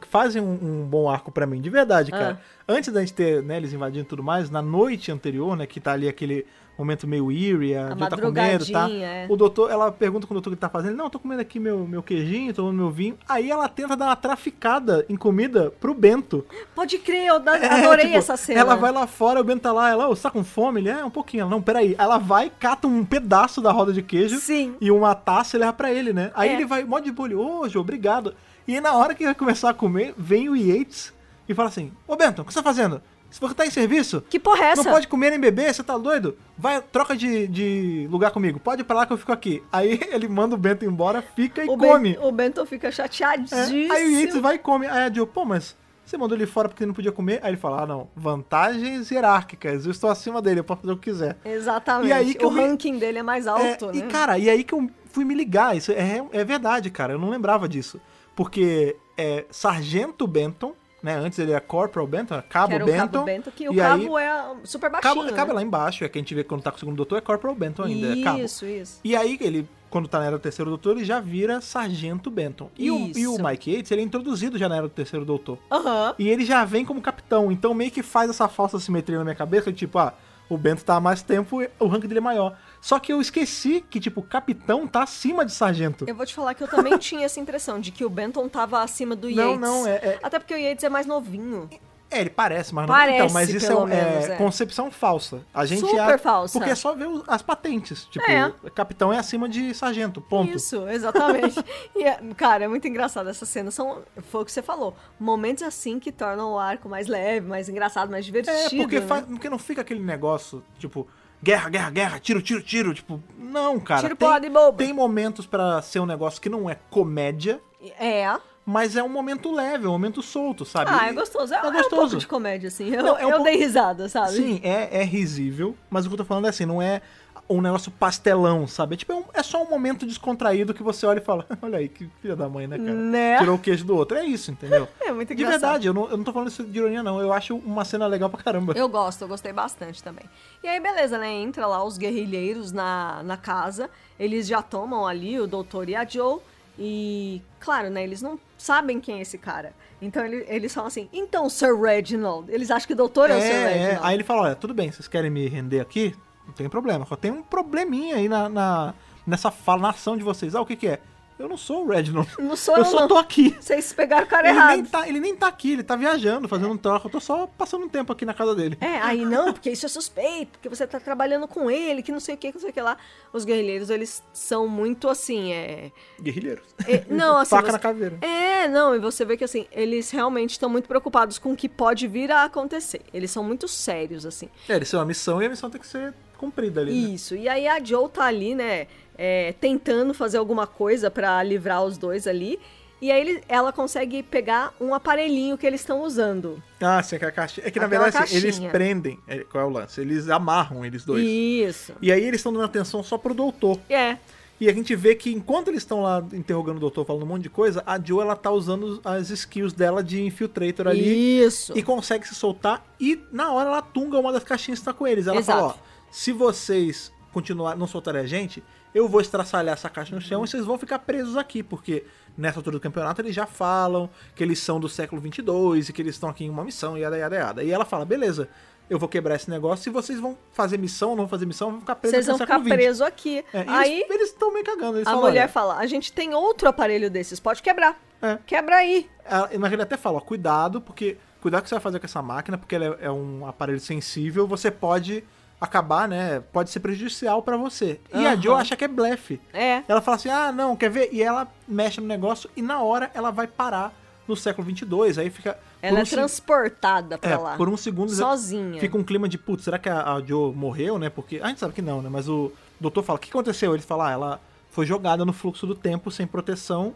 Speaker 2: fazem um, um bom arco pra mim, de verdade,
Speaker 3: Ah.
Speaker 2: cara. Antes da gente ter, né, eles invadindo e tudo mais, na noite anterior, né, que tá ali aquele momento meio eerie, a,
Speaker 3: A
Speaker 2: gente tá comendo, tá?
Speaker 3: madrugadinha, é.
Speaker 2: O doutor, ela pergunta com o doutor o que tá fazendo, ele, não, eu tô comendo aqui meu, meu queijinho, tomando meu vinho. Aí ela tenta dar uma traficada em comida pro Bento.
Speaker 3: Pode crer, eu da-
Speaker 2: É,
Speaker 3: adorei
Speaker 2: tipo,
Speaker 3: essa cena.
Speaker 2: Ela vai lá fora, o Bento tá lá, ela, ô, você tá com fome? Ele, é, um pouquinho. Ela, não, peraí. Ela vai, cata um pedaço da roda de queijo
Speaker 3: Sim.
Speaker 2: e uma taça e leva pra ele, né? Aí
Speaker 3: É.
Speaker 2: ele vai, mó de bolho, ô, Jô, obrigado. E aí, na hora que ele vai começar a comer, vem o Yates e fala assim, ô, Bento, o que você tá fazendo? Se você tá em serviço...
Speaker 3: Que porra é essa?
Speaker 2: Não pode comer nem beber, você tá doido? Vai, troca de, de lugar comigo. Pode ir pra lá que eu fico aqui. Aí ele manda o Bento embora, fica e
Speaker 3: o,
Speaker 2: come.
Speaker 3: Ben, o Bento fica
Speaker 2: É,
Speaker 3: chateadíssimo.
Speaker 2: Aí o Yates vai e come. Aí a Jill, pô, mas você mandou ele fora porque ele não podia comer? Aí ele fala, ah, não, vantagens hierárquicas, eu estou acima dele, eu posso fazer o que quiser.
Speaker 3: Exatamente.
Speaker 2: E aí que
Speaker 3: o
Speaker 2: eu me-
Speaker 3: ranking dele é mais alto,
Speaker 2: É,
Speaker 3: né?
Speaker 2: E, cara, e aí que eu fui me ligar, isso é, é verdade, cara, eu não lembrava disso. Porque é Sargento Benton, né, antes ele era Corporal Benton, era Cabo
Speaker 3: que era o
Speaker 2: Benton.
Speaker 3: Cabo Bento, que o
Speaker 2: e aí-
Speaker 3: cabo é super baixinho,
Speaker 2: Cabo,
Speaker 3: né?
Speaker 2: Cabo é lá embaixo, é que a gente vê quando tá com o segundo doutor, é Corporal Benton ainda, é Cabo.
Speaker 3: Isso, isso.
Speaker 2: E aí, ele, quando tá na era do terceiro doutor, ele já vira Sargento Benton. E, o, e o
Speaker 3: Isso.
Speaker 2: Mike Yates, ele é introduzido já na era do terceiro doutor.
Speaker 3: Aham.
Speaker 2: E ele já vem como capitão, então meio que faz essa falsa simetria na minha cabeça, de tipo, ah, o Bento tá há mais tempo, e o rank dele é maior. Só que eu esqueci que, tipo, o capitão tá acima de sargento.
Speaker 3: Eu vou te falar que eu também tinha essa impressão de que o Benton tava acima do
Speaker 2: Não,
Speaker 3: Yates.
Speaker 2: não, é- é-
Speaker 3: Até porque o Yates é mais novinho.
Speaker 2: É, ele parece, mas
Speaker 3: Parece,
Speaker 2: não. Então, mas isso é,
Speaker 3: pelo
Speaker 2: um- é
Speaker 3: menos, é.
Speaker 2: concepção falsa. A gente
Speaker 3: Super
Speaker 2: a-
Speaker 3: falsa.
Speaker 2: Porque é só ver o- as patentes. Tipo,
Speaker 3: É.
Speaker 2: capitão é acima de sargento, ponto.
Speaker 3: Isso, exatamente. e, é- cara, é muito engraçado essa cena. São, foi o que você falou. Momentos assim que tornam o arco mais leve, mais engraçado, mais divertido.
Speaker 2: É, porque,
Speaker 3: né?
Speaker 2: fa- porque não fica aquele negócio, tipo, guerra, guerra, guerra, tiro, tiro, tiro. Tipo, não, cara.
Speaker 3: Tiro,
Speaker 2: tem,
Speaker 3: porrada e bomba.
Speaker 2: tem momentos pra ser um negócio que não é comédia,
Speaker 3: É.
Speaker 2: mas é um momento leve, é um momento solto, sabe?
Speaker 3: Ah,
Speaker 2: E-
Speaker 3: é gostoso. É, é um pouco
Speaker 2: gostoso.
Speaker 3: de comédia, assim. Eu,
Speaker 2: Não, é um
Speaker 3: eu
Speaker 2: pouco-
Speaker 3: dei risada, sabe?
Speaker 2: Sim, é, é risível, mas o que eu tô falando é assim, não é um negócio pastelão, sabe? É, tipo, é, um- é só um momento descontraído que você olha e fala, olha aí, que filha da mãe, né, cara?
Speaker 3: Né?
Speaker 2: Tirou o queijo do outro. É isso, entendeu?
Speaker 3: É muito
Speaker 2: De
Speaker 3: engraçado.
Speaker 2: verdade, eu não, eu não tô falando isso de ironia, não. Eu acho uma cena legal pra caramba.
Speaker 3: Eu gosto, eu gostei bastante também. E aí, beleza, né? Entra lá os guerrilheiros na, na casa, eles já tomam ali o doutor e a Joe, e, claro, né? Eles não sabem quem é esse cara. Então ele- eles falam assim: então, Sir Reginald. Eles acham que o doutor é, o Sir
Speaker 2: É, é.
Speaker 3: Reginald.
Speaker 2: Aí ele fala, olha, tudo bem, vocês querem me render aqui? Não tem problema. Só tem um probleminha aí na, na- nessa fala, na ação de vocês. Ah, o que que é? Eu não sou o Reginald.
Speaker 3: Não sou
Speaker 2: eu
Speaker 3: eu,
Speaker 2: só
Speaker 3: não.
Speaker 2: tô aqui.
Speaker 3: Vocês pegaram o cara
Speaker 2: Ele
Speaker 3: errado.
Speaker 2: nem, tá, ele nem tá aqui, ele tá viajando, fazendo um troco. Eu tô só passando um tempo aqui na casa dele.
Speaker 3: É, aí não, porque isso é suspeito, porque você tá trabalhando com ele, que não sei o que, que não sei o que lá. Os guerrilheiros, eles são muito assim, é.
Speaker 2: Guerrilheiros.
Speaker 3: é- não, assim.
Speaker 2: Faca
Speaker 3: você-
Speaker 2: na caveira.
Speaker 3: É, não, e você vê que assim, eles realmente estão muito preocupados com o que pode vir a acontecer. Eles são muito sérios, assim.
Speaker 2: É, eles têm uma missão e a missão tem que ser cumprida ali. né?
Speaker 3: Isso. E aí a Joe tá ali, né? é, tentando fazer alguma coisa pra livrar os dois ali. E aí ele- ela consegue pegar um aparelhinho que eles estão usando.
Speaker 2: Ah, sim, aquela caixa. É que na
Speaker 3: Aquela
Speaker 2: verdade assim, eles
Speaker 3: caixinha.
Speaker 2: prendem. é, Qual é o lance? Eles amarram eles dois. E,
Speaker 3: Isso.
Speaker 2: aí eles estão dando atenção só pro doutor.
Speaker 3: É.
Speaker 2: E a gente vê que enquanto eles estão lá interrogando o doutor, falando um monte de coisa, a Joe ela tá usando as skills dela de infiltrator ali.
Speaker 3: Isso.
Speaker 2: E consegue se soltar e na hora ela tunga uma das caixinhas que tá com eles. Ela
Speaker 3: Exato.
Speaker 2: fala, ó, se vocês continuar não soltarem a gente, eu vou estraçalhar essa caixa no chão e vocês vão ficar presos aqui, porque nessa altura do campeonato eles já falam que eles são do século 22 e que eles estão aqui em uma missão e yada, yada, yada. E ela fala, beleza, eu vou quebrar esse negócio e vocês vão fazer missão, não vão fazer missão, vão ficar presos
Speaker 3: Vocês
Speaker 2: aqui
Speaker 3: vão
Speaker 2: no
Speaker 3: ficar
Speaker 2: século 20.
Speaker 3: presos aqui.
Speaker 2: É, e
Speaker 3: aí
Speaker 2: eles- eles estão meio cagando. Eles
Speaker 3: a
Speaker 2: falam,
Speaker 3: mulher
Speaker 2: "Olha,
Speaker 3: fala: a gente tem outro aparelho desses, pode quebrar.
Speaker 2: É.
Speaker 3: Quebra aí.
Speaker 2: Ah, Mas ele até fala, ó, cuidado, porque cuidado com o que você vai fazer com essa máquina, porque ela é, é um aparelho sensível, você pode acabar, né? Pode ser prejudicial pra você. E a
Speaker 3: Aham.
Speaker 2: Joe acha que é blefe.
Speaker 3: É.
Speaker 2: Ela fala assim: ah, não, quer ver? E ela mexe no negócio e na hora ela vai parar no século 22, aí fica. por
Speaker 3: Ela é
Speaker 2: um se-
Speaker 3: transportada pra
Speaker 2: é,
Speaker 3: lá.
Speaker 2: por um segundo já
Speaker 3: Sozinha.
Speaker 2: fica um clima de, putz, será que a, a Joe morreu, né? Porque a gente sabe que não, né? Mas o doutor fala, o que aconteceu? Ele fala, ah, ela foi jogada no fluxo do tempo sem proteção.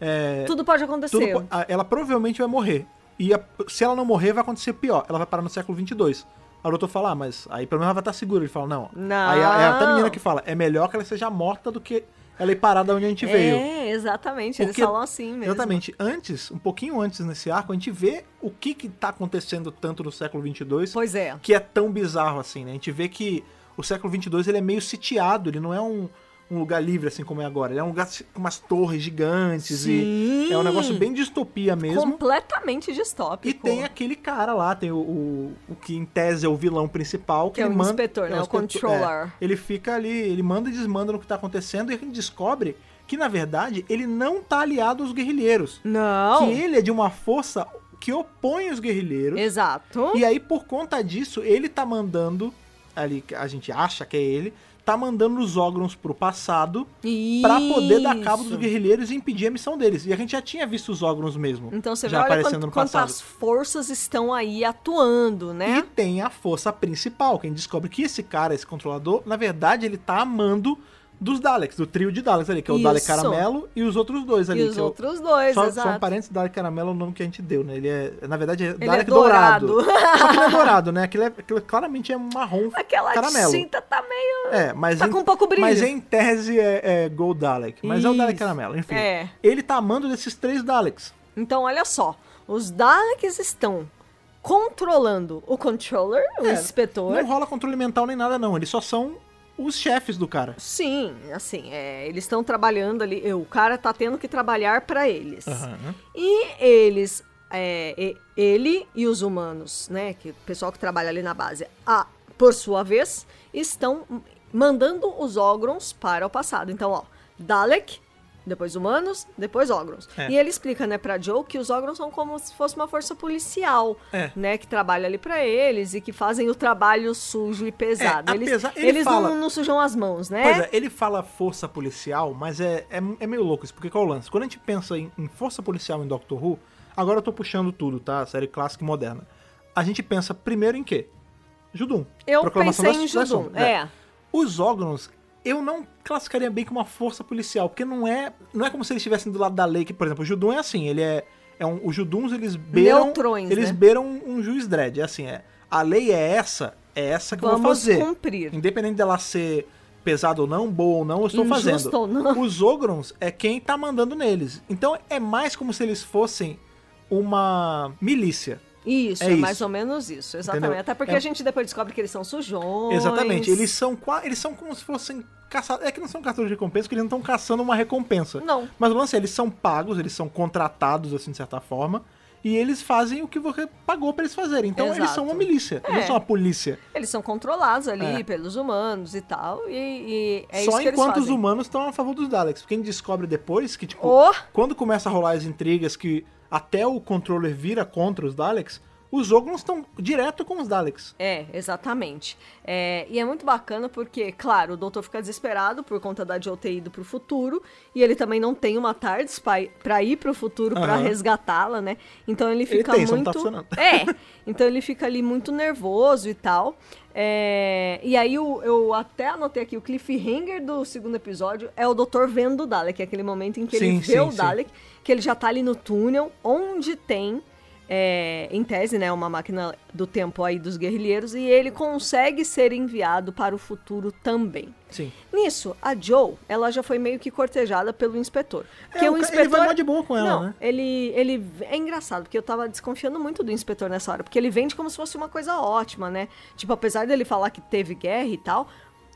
Speaker 2: É,
Speaker 3: Tudo pode
Speaker 2: tudo
Speaker 3: acontecer.
Speaker 2: po- ah, ela provavelmente vai morrer. E a- se ela não morrer, vai acontecer pior. Ela vai parar no século 22. Aí o doutor fala, ah, mas aí pelo menos ela vai estar segura. Ele fala, não.
Speaker 3: Não.
Speaker 2: Aí a- é até a menina que fala, é melhor que ela seja morta do que ela ir parada onde a gente veio.
Speaker 3: É, exatamente. Eles
Speaker 2: Porque-
Speaker 3: falam assim mesmo.
Speaker 2: Exatamente. Antes, um pouquinho antes nesse arco, a gente vê o que que tá acontecendo tanto no século 22
Speaker 3: Pois é.
Speaker 2: que é tão bizarro assim, né? A gente vê que o século 22 ele é meio sitiado, ele não é um, um lugar livre assim como é agora. Ele é um lugar ci- com umas torres gigantes e
Speaker 3: Sim!
Speaker 2: é um negócio bem distopia mesmo.
Speaker 3: Completamente distópico.
Speaker 2: E tem aquele cara lá, tem o, o, o que em tese é o vilão principal. Que,
Speaker 3: Que é
Speaker 2: ele
Speaker 3: o
Speaker 2: manda,
Speaker 3: inspetor, né? O controller.
Speaker 2: é. ele fica ali, ele manda e desmanda no que tá acontecendo e a gente descobre que, na verdade, ele não tá aliado aos guerrilheiros.
Speaker 3: Não.
Speaker 2: Que ele é de uma força que opõe os guerrilheiros.
Speaker 3: Exato.
Speaker 2: E aí, por conta disso, ele tá mandando, ali a gente acha que é ele, tá mandando os órgãos pro passado pra poder dar cabo dos
Speaker 3: Isso.
Speaker 2: guerrilheiros e impedir a missão deles. E a gente já tinha visto os órgãos mesmo.
Speaker 3: Então você vê,
Speaker 2: já
Speaker 3: olha
Speaker 2: aparecendo
Speaker 3: quanto,
Speaker 2: no passado.
Speaker 3: quantas forças estão aí atuando,
Speaker 2: E
Speaker 3: né?
Speaker 2: tem a força principal, que a gente descobre que esse cara, esse controlador, na verdade, ele tá amando dos Daleks, do trio de Daleks ali, que é o
Speaker 3: Isso.
Speaker 2: Dalek Caramelo e os outros dois
Speaker 3: E,
Speaker 2: ali.
Speaker 3: os
Speaker 2: que é o-
Speaker 3: outros dois,
Speaker 2: só,
Speaker 3: exato.
Speaker 2: só um parênteses, Dalek Caramelo é o nome que a gente deu, né? Ele é, na verdade, é
Speaker 3: é
Speaker 2: Dalek
Speaker 3: dourado.
Speaker 2: Só que não é dourado, né? Aquilo, é- aquilo claramente é marrom
Speaker 3: Aquela
Speaker 2: caramelo.
Speaker 3: tinta tá meio...
Speaker 2: É, mas
Speaker 3: Tá
Speaker 2: em-
Speaker 3: com um pouco brilho.
Speaker 2: Mas em tese é, é Gold Dalek. Mas é o Dalek
Speaker 3: Isso.
Speaker 2: Caramelo, enfim.
Speaker 3: É.
Speaker 2: Ele tá amando desses três Daleks.
Speaker 3: Então, olha só. Os Daleks estão controlando o controller, o
Speaker 2: É,
Speaker 3: inspetor.
Speaker 2: Não rola controle mental nem nada, não. Eles só são os chefes do cara.
Speaker 3: Sim, assim, é, eles estão trabalhando ali. O cara tá tendo que trabalhar pra eles.
Speaker 2: Aham. né?
Speaker 3: E eles, é, e- ele e os humanos, né? Que o pessoal que trabalha ali na base, a, por sua vez, estão mandando os Ogrons para o passado. Então, ó, Dalek, depois humanos, depois Ogrons.
Speaker 2: É.
Speaker 3: E ele explica, né, pra Joe que os Ogrons são como se fosse uma força policial,
Speaker 2: É.
Speaker 3: né? Que trabalha ali pra eles e que fazem o trabalho sujo e pesado.
Speaker 2: É,
Speaker 3: eles
Speaker 2: apesar- ele
Speaker 3: eles
Speaker 2: fala-
Speaker 3: não, não sujam as mãos, né?
Speaker 2: Pois é, ele fala força policial, mas é, é, é meio louco isso, porque qual é o lance? Quando a gente pensa em, em força policial em Doctor Who, agora eu tô puxando tudo, tá? Série clássica e moderna. A gente pensa primeiro em quê? Judum.
Speaker 3: Eu
Speaker 2: Proclamação
Speaker 3: pensei em
Speaker 2: da- da
Speaker 3: Judum,
Speaker 2: Sombra, né?
Speaker 3: é.
Speaker 2: Os Ogrons, eu não classificaria bem como uma força policial, porque não é, não é como se eles estivessem do lado da lei, que, por exemplo, o Judum é assim, ele é... é um, os Juduns, eles beiram...
Speaker 3: Neutrões,
Speaker 2: eles
Speaker 3: né?
Speaker 2: beiram um, um juiz dread, é assim, é... A lei é essa, é essa que eu vou
Speaker 3: Vamos
Speaker 2: fazer.
Speaker 3: cumprir.
Speaker 2: Independente dela ser pesada ou não, boa ou não, eu estou
Speaker 3: Injusta
Speaker 2: fazendo.
Speaker 3: ou não.
Speaker 2: Os Ogrons é quem tá mandando neles. Então é mais como se eles fossem uma milícia.
Speaker 3: Isso,
Speaker 2: É
Speaker 3: é,
Speaker 2: isso.
Speaker 3: mais ou menos isso, exatamente.
Speaker 2: Entendeu?
Speaker 3: Até porque
Speaker 2: É-
Speaker 3: a gente depois descobre que eles são sujões.
Speaker 2: Exatamente. Eles são qua- eles são como se fossem caçados. É que não são caçadores de recompensa, porque eles não estão caçando uma recompensa.
Speaker 3: Não.
Speaker 2: Mas o lance é, eles são pagos, eles são contratados, assim, de certa forma. E eles fazem o que você pagou pra eles fazerem. Então eles
Speaker 3: Exato.
Speaker 2: são uma milícia, eles não
Speaker 3: É.
Speaker 2: são uma polícia.
Speaker 3: Eles são controlados ali
Speaker 2: É.
Speaker 3: pelos humanos e tal. E, e é
Speaker 2: Só
Speaker 3: isso que eles
Speaker 2: enquanto os
Speaker 3: fazem.
Speaker 2: humanos estão a favor dos Daleks. Porque a gente descobre depois que, tipo,
Speaker 3: Oh!
Speaker 2: quando começa a rolar as intrigas que até o controller vira contra os Daleks, os Ogrons estão direto com os Daleks.
Speaker 3: É, exatamente. É, e é muito bacana porque, claro, o doutor fica desesperado por conta da Jill ter ido pro futuro. E ele também não tem uma TARDIS pra, ir- pra ir pro futuro pra
Speaker 2: Aham.
Speaker 3: resgatá-la, né? Então ele fica
Speaker 2: tem,
Speaker 3: muito.
Speaker 2: só não tá funcionando.
Speaker 3: É, então ele fica ali muito nervoso e tal. É, e aí eu, eu até anotei aqui, o cliffhanger do segundo episódio é o doutor vendo o Dalek, é aquele momento em que
Speaker 2: Sim,
Speaker 3: ele vê
Speaker 2: sim,
Speaker 3: o
Speaker 2: sim.
Speaker 3: Dalek, que ele já tá ali no túnel, onde tem, é, em tese, né, uma máquina do tempo aí dos guerrilheiros, e ele consegue ser enviado para o futuro também.
Speaker 2: Sim.
Speaker 3: Nisso, a Joe, ela já foi meio que cortejada pelo inspetor. Porque
Speaker 2: É, o
Speaker 3: o
Speaker 2: ca- ele
Speaker 3: inspetor...
Speaker 2: vai mó de boa com ela,
Speaker 3: Não,
Speaker 2: né?
Speaker 3: Ele, ele... É engraçado, porque eu tava desconfiando muito do inspetor nessa hora. Porque ele vende como se fosse uma coisa ótima, né? Tipo, apesar dele falar que teve guerra e tal,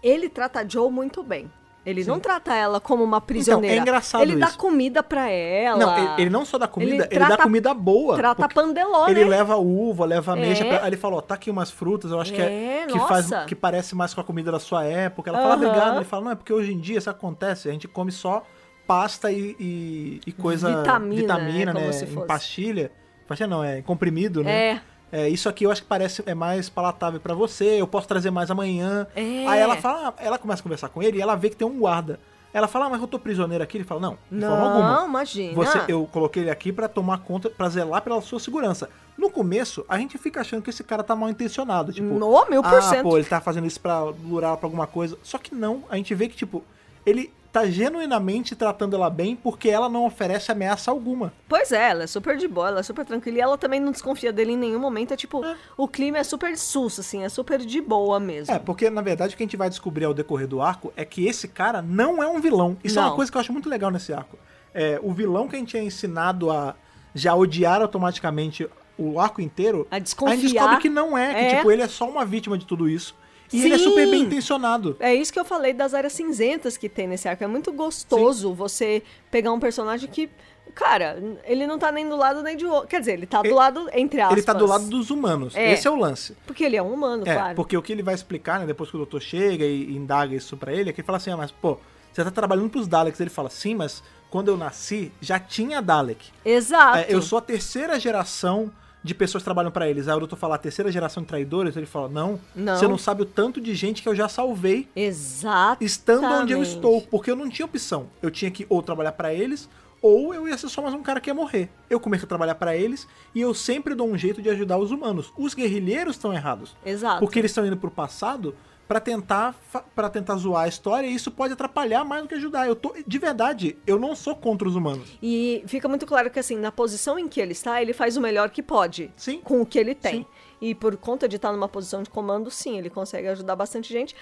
Speaker 3: ele trata a Joe muito bem. Ele não trata ela como uma prisioneira.
Speaker 2: Então, é engraçado
Speaker 3: Ele dá
Speaker 2: isso.
Speaker 3: comida pra ela.
Speaker 2: Não, ele, ele não só dá comida, ele, dá
Speaker 3: trata-
Speaker 2: comida boa.
Speaker 3: Trata
Speaker 2: porque
Speaker 3: pandeló,
Speaker 2: Ele
Speaker 3: né?
Speaker 2: leva uva, leva ameixa.
Speaker 3: É.
Speaker 2: pra- Aí ele fala, ó, tá aqui umas frutas, eu acho que é.
Speaker 3: É,
Speaker 2: Que, faz,
Speaker 3: nossa.
Speaker 2: que parece mais com a comida da sua época. Ela fala,
Speaker 3: Aham.
Speaker 2: obrigado. Ele fala, não, é porque hoje em dia isso acontece, a gente come só pasta e, e, e coisa.
Speaker 3: Vitamina, né, como
Speaker 2: né?
Speaker 3: se
Speaker 2: em
Speaker 3: fosse.
Speaker 2: pastilha. Faixa não, é comprimido, né?
Speaker 3: É.
Speaker 2: É, isso aqui eu acho que parece é mais palatável pra você, eu posso trazer mais amanhã.
Speaker 3: É.
Speaker 2: Aí ela fala, ela começa a conversar com ele e ela vê que tem um guarda. Ela fala, ah, mas eu tô prisioneira aqui. Ele fala, não, de forma
Speaker 3: Não,
Speaker 2: alguma.
Speaker 3: imagina.
Speaker 2: Você, eu tipo, coloquei ele aqui pra tomar conta, pra zelar pela sua segurança. No começo, a gente fica achando que esse cara tá mal intencionado. Tipo,
Speaker 3: No, mil por
Speaker 2: ah,
Speaker 3: cento.
Speaker 2: pô, ele tá fazendo isso pra lurar pra alguma coisa. Só que não, a gente vê que, tipo, ele tá genuinamente tratando ela bem porque ela não oferece ameaça alguma.
Speaker 3: Pois é, ela é super de boa, ela é super tranquila. E ela também não desconfia dele em nenhum momento. É tipo, o clima é super susso, assim, é super de boa mesmo.
Speaker 2: É, porque na verdade o que a gente vai descobrir ao decorrer do arco é que esse cara não é um vilão. Isso é uma
Speaker 3: Não.
Speaker 2: coisa que eu acho muito legal nesse arco. É, o vilão que a gente é ensinado a já odiar automaticamente o arco inteiro,
Speaker 3: A
Speaker 2: gente
Speaker 3: desconfiar.
Speaker 2: descobre que não é, que
Speaker 3: É.
Speaker 2: tipo, ele é só uma vítima de tudo isso. E ele é super
Speaker 3: Sim!
Speaker 2: bem intencionado.
Speaker 3: É isso que eu falei das áreas cinzentas que tem nesse arco. É muito gostoso você pegar um personagem que, cara, ele não tá nem do lado nem de outro. Quer dizer, ele tá do
Speaker 2: Ele-
Speaker 3: lado, entre aspas.
Speaker 2: Ele tá do lado dos humanos.
Speaker 3: É.
Speaker 2: Esse é o lance.
Speaker 3: Porque ele é um humano,
Speaker 2: É,
Speaker 3: claro.
Speaker 2: porque o que ele vai explicar, né, depois que o doutor chega e e indaga isso pra ele, é que ele fala assim, ah, mas pô, você tá trabalhando pros Daleks. Ele fala, sim, mas quando eu nasci, já tinha Dalek.
Speaker 3: Exato.
Speaker 2: É, eu sou a terceira geração de pessoas que trabalham pra eles. Aí o doutor fala, a terceira geração de traidores? Ele fala, não,
Speaker 3: Não.
Speaker 2: você não sabe o tanto de gente que eu já salvei
Speaker 3: Exato.
Speaker 2: estando onde eu estou, porque eu não tinha opção. Eu tinha que ou trabalhar pra eles, ou eu ia ser só mais um cara que ia morrer. Eu comecei a trabalhar pra eles e eu sempre dou um jeito de ajudar os humanos. Os guerrilheiros estão errados.
Speaker 3: Exato.
Speaker 2: Porque eles estão indo pro passado pra tentar fa- para tentar zoar a história e isso pode atrapalhar mais do que ajudar. Eu tô de verdade, eu não sou contra os humanos.
Speaker 3: E fica muito claro que, assim, na posição em que ele está, ele faz o melhor que pode.
Speaker 2: Sim.
Speaker 3: Com o que ele tem.
Speaker 2: Sim.
Speaker 3: E por conta de estar numa posição de comando, sim, ele consegue ajudar bastante gente.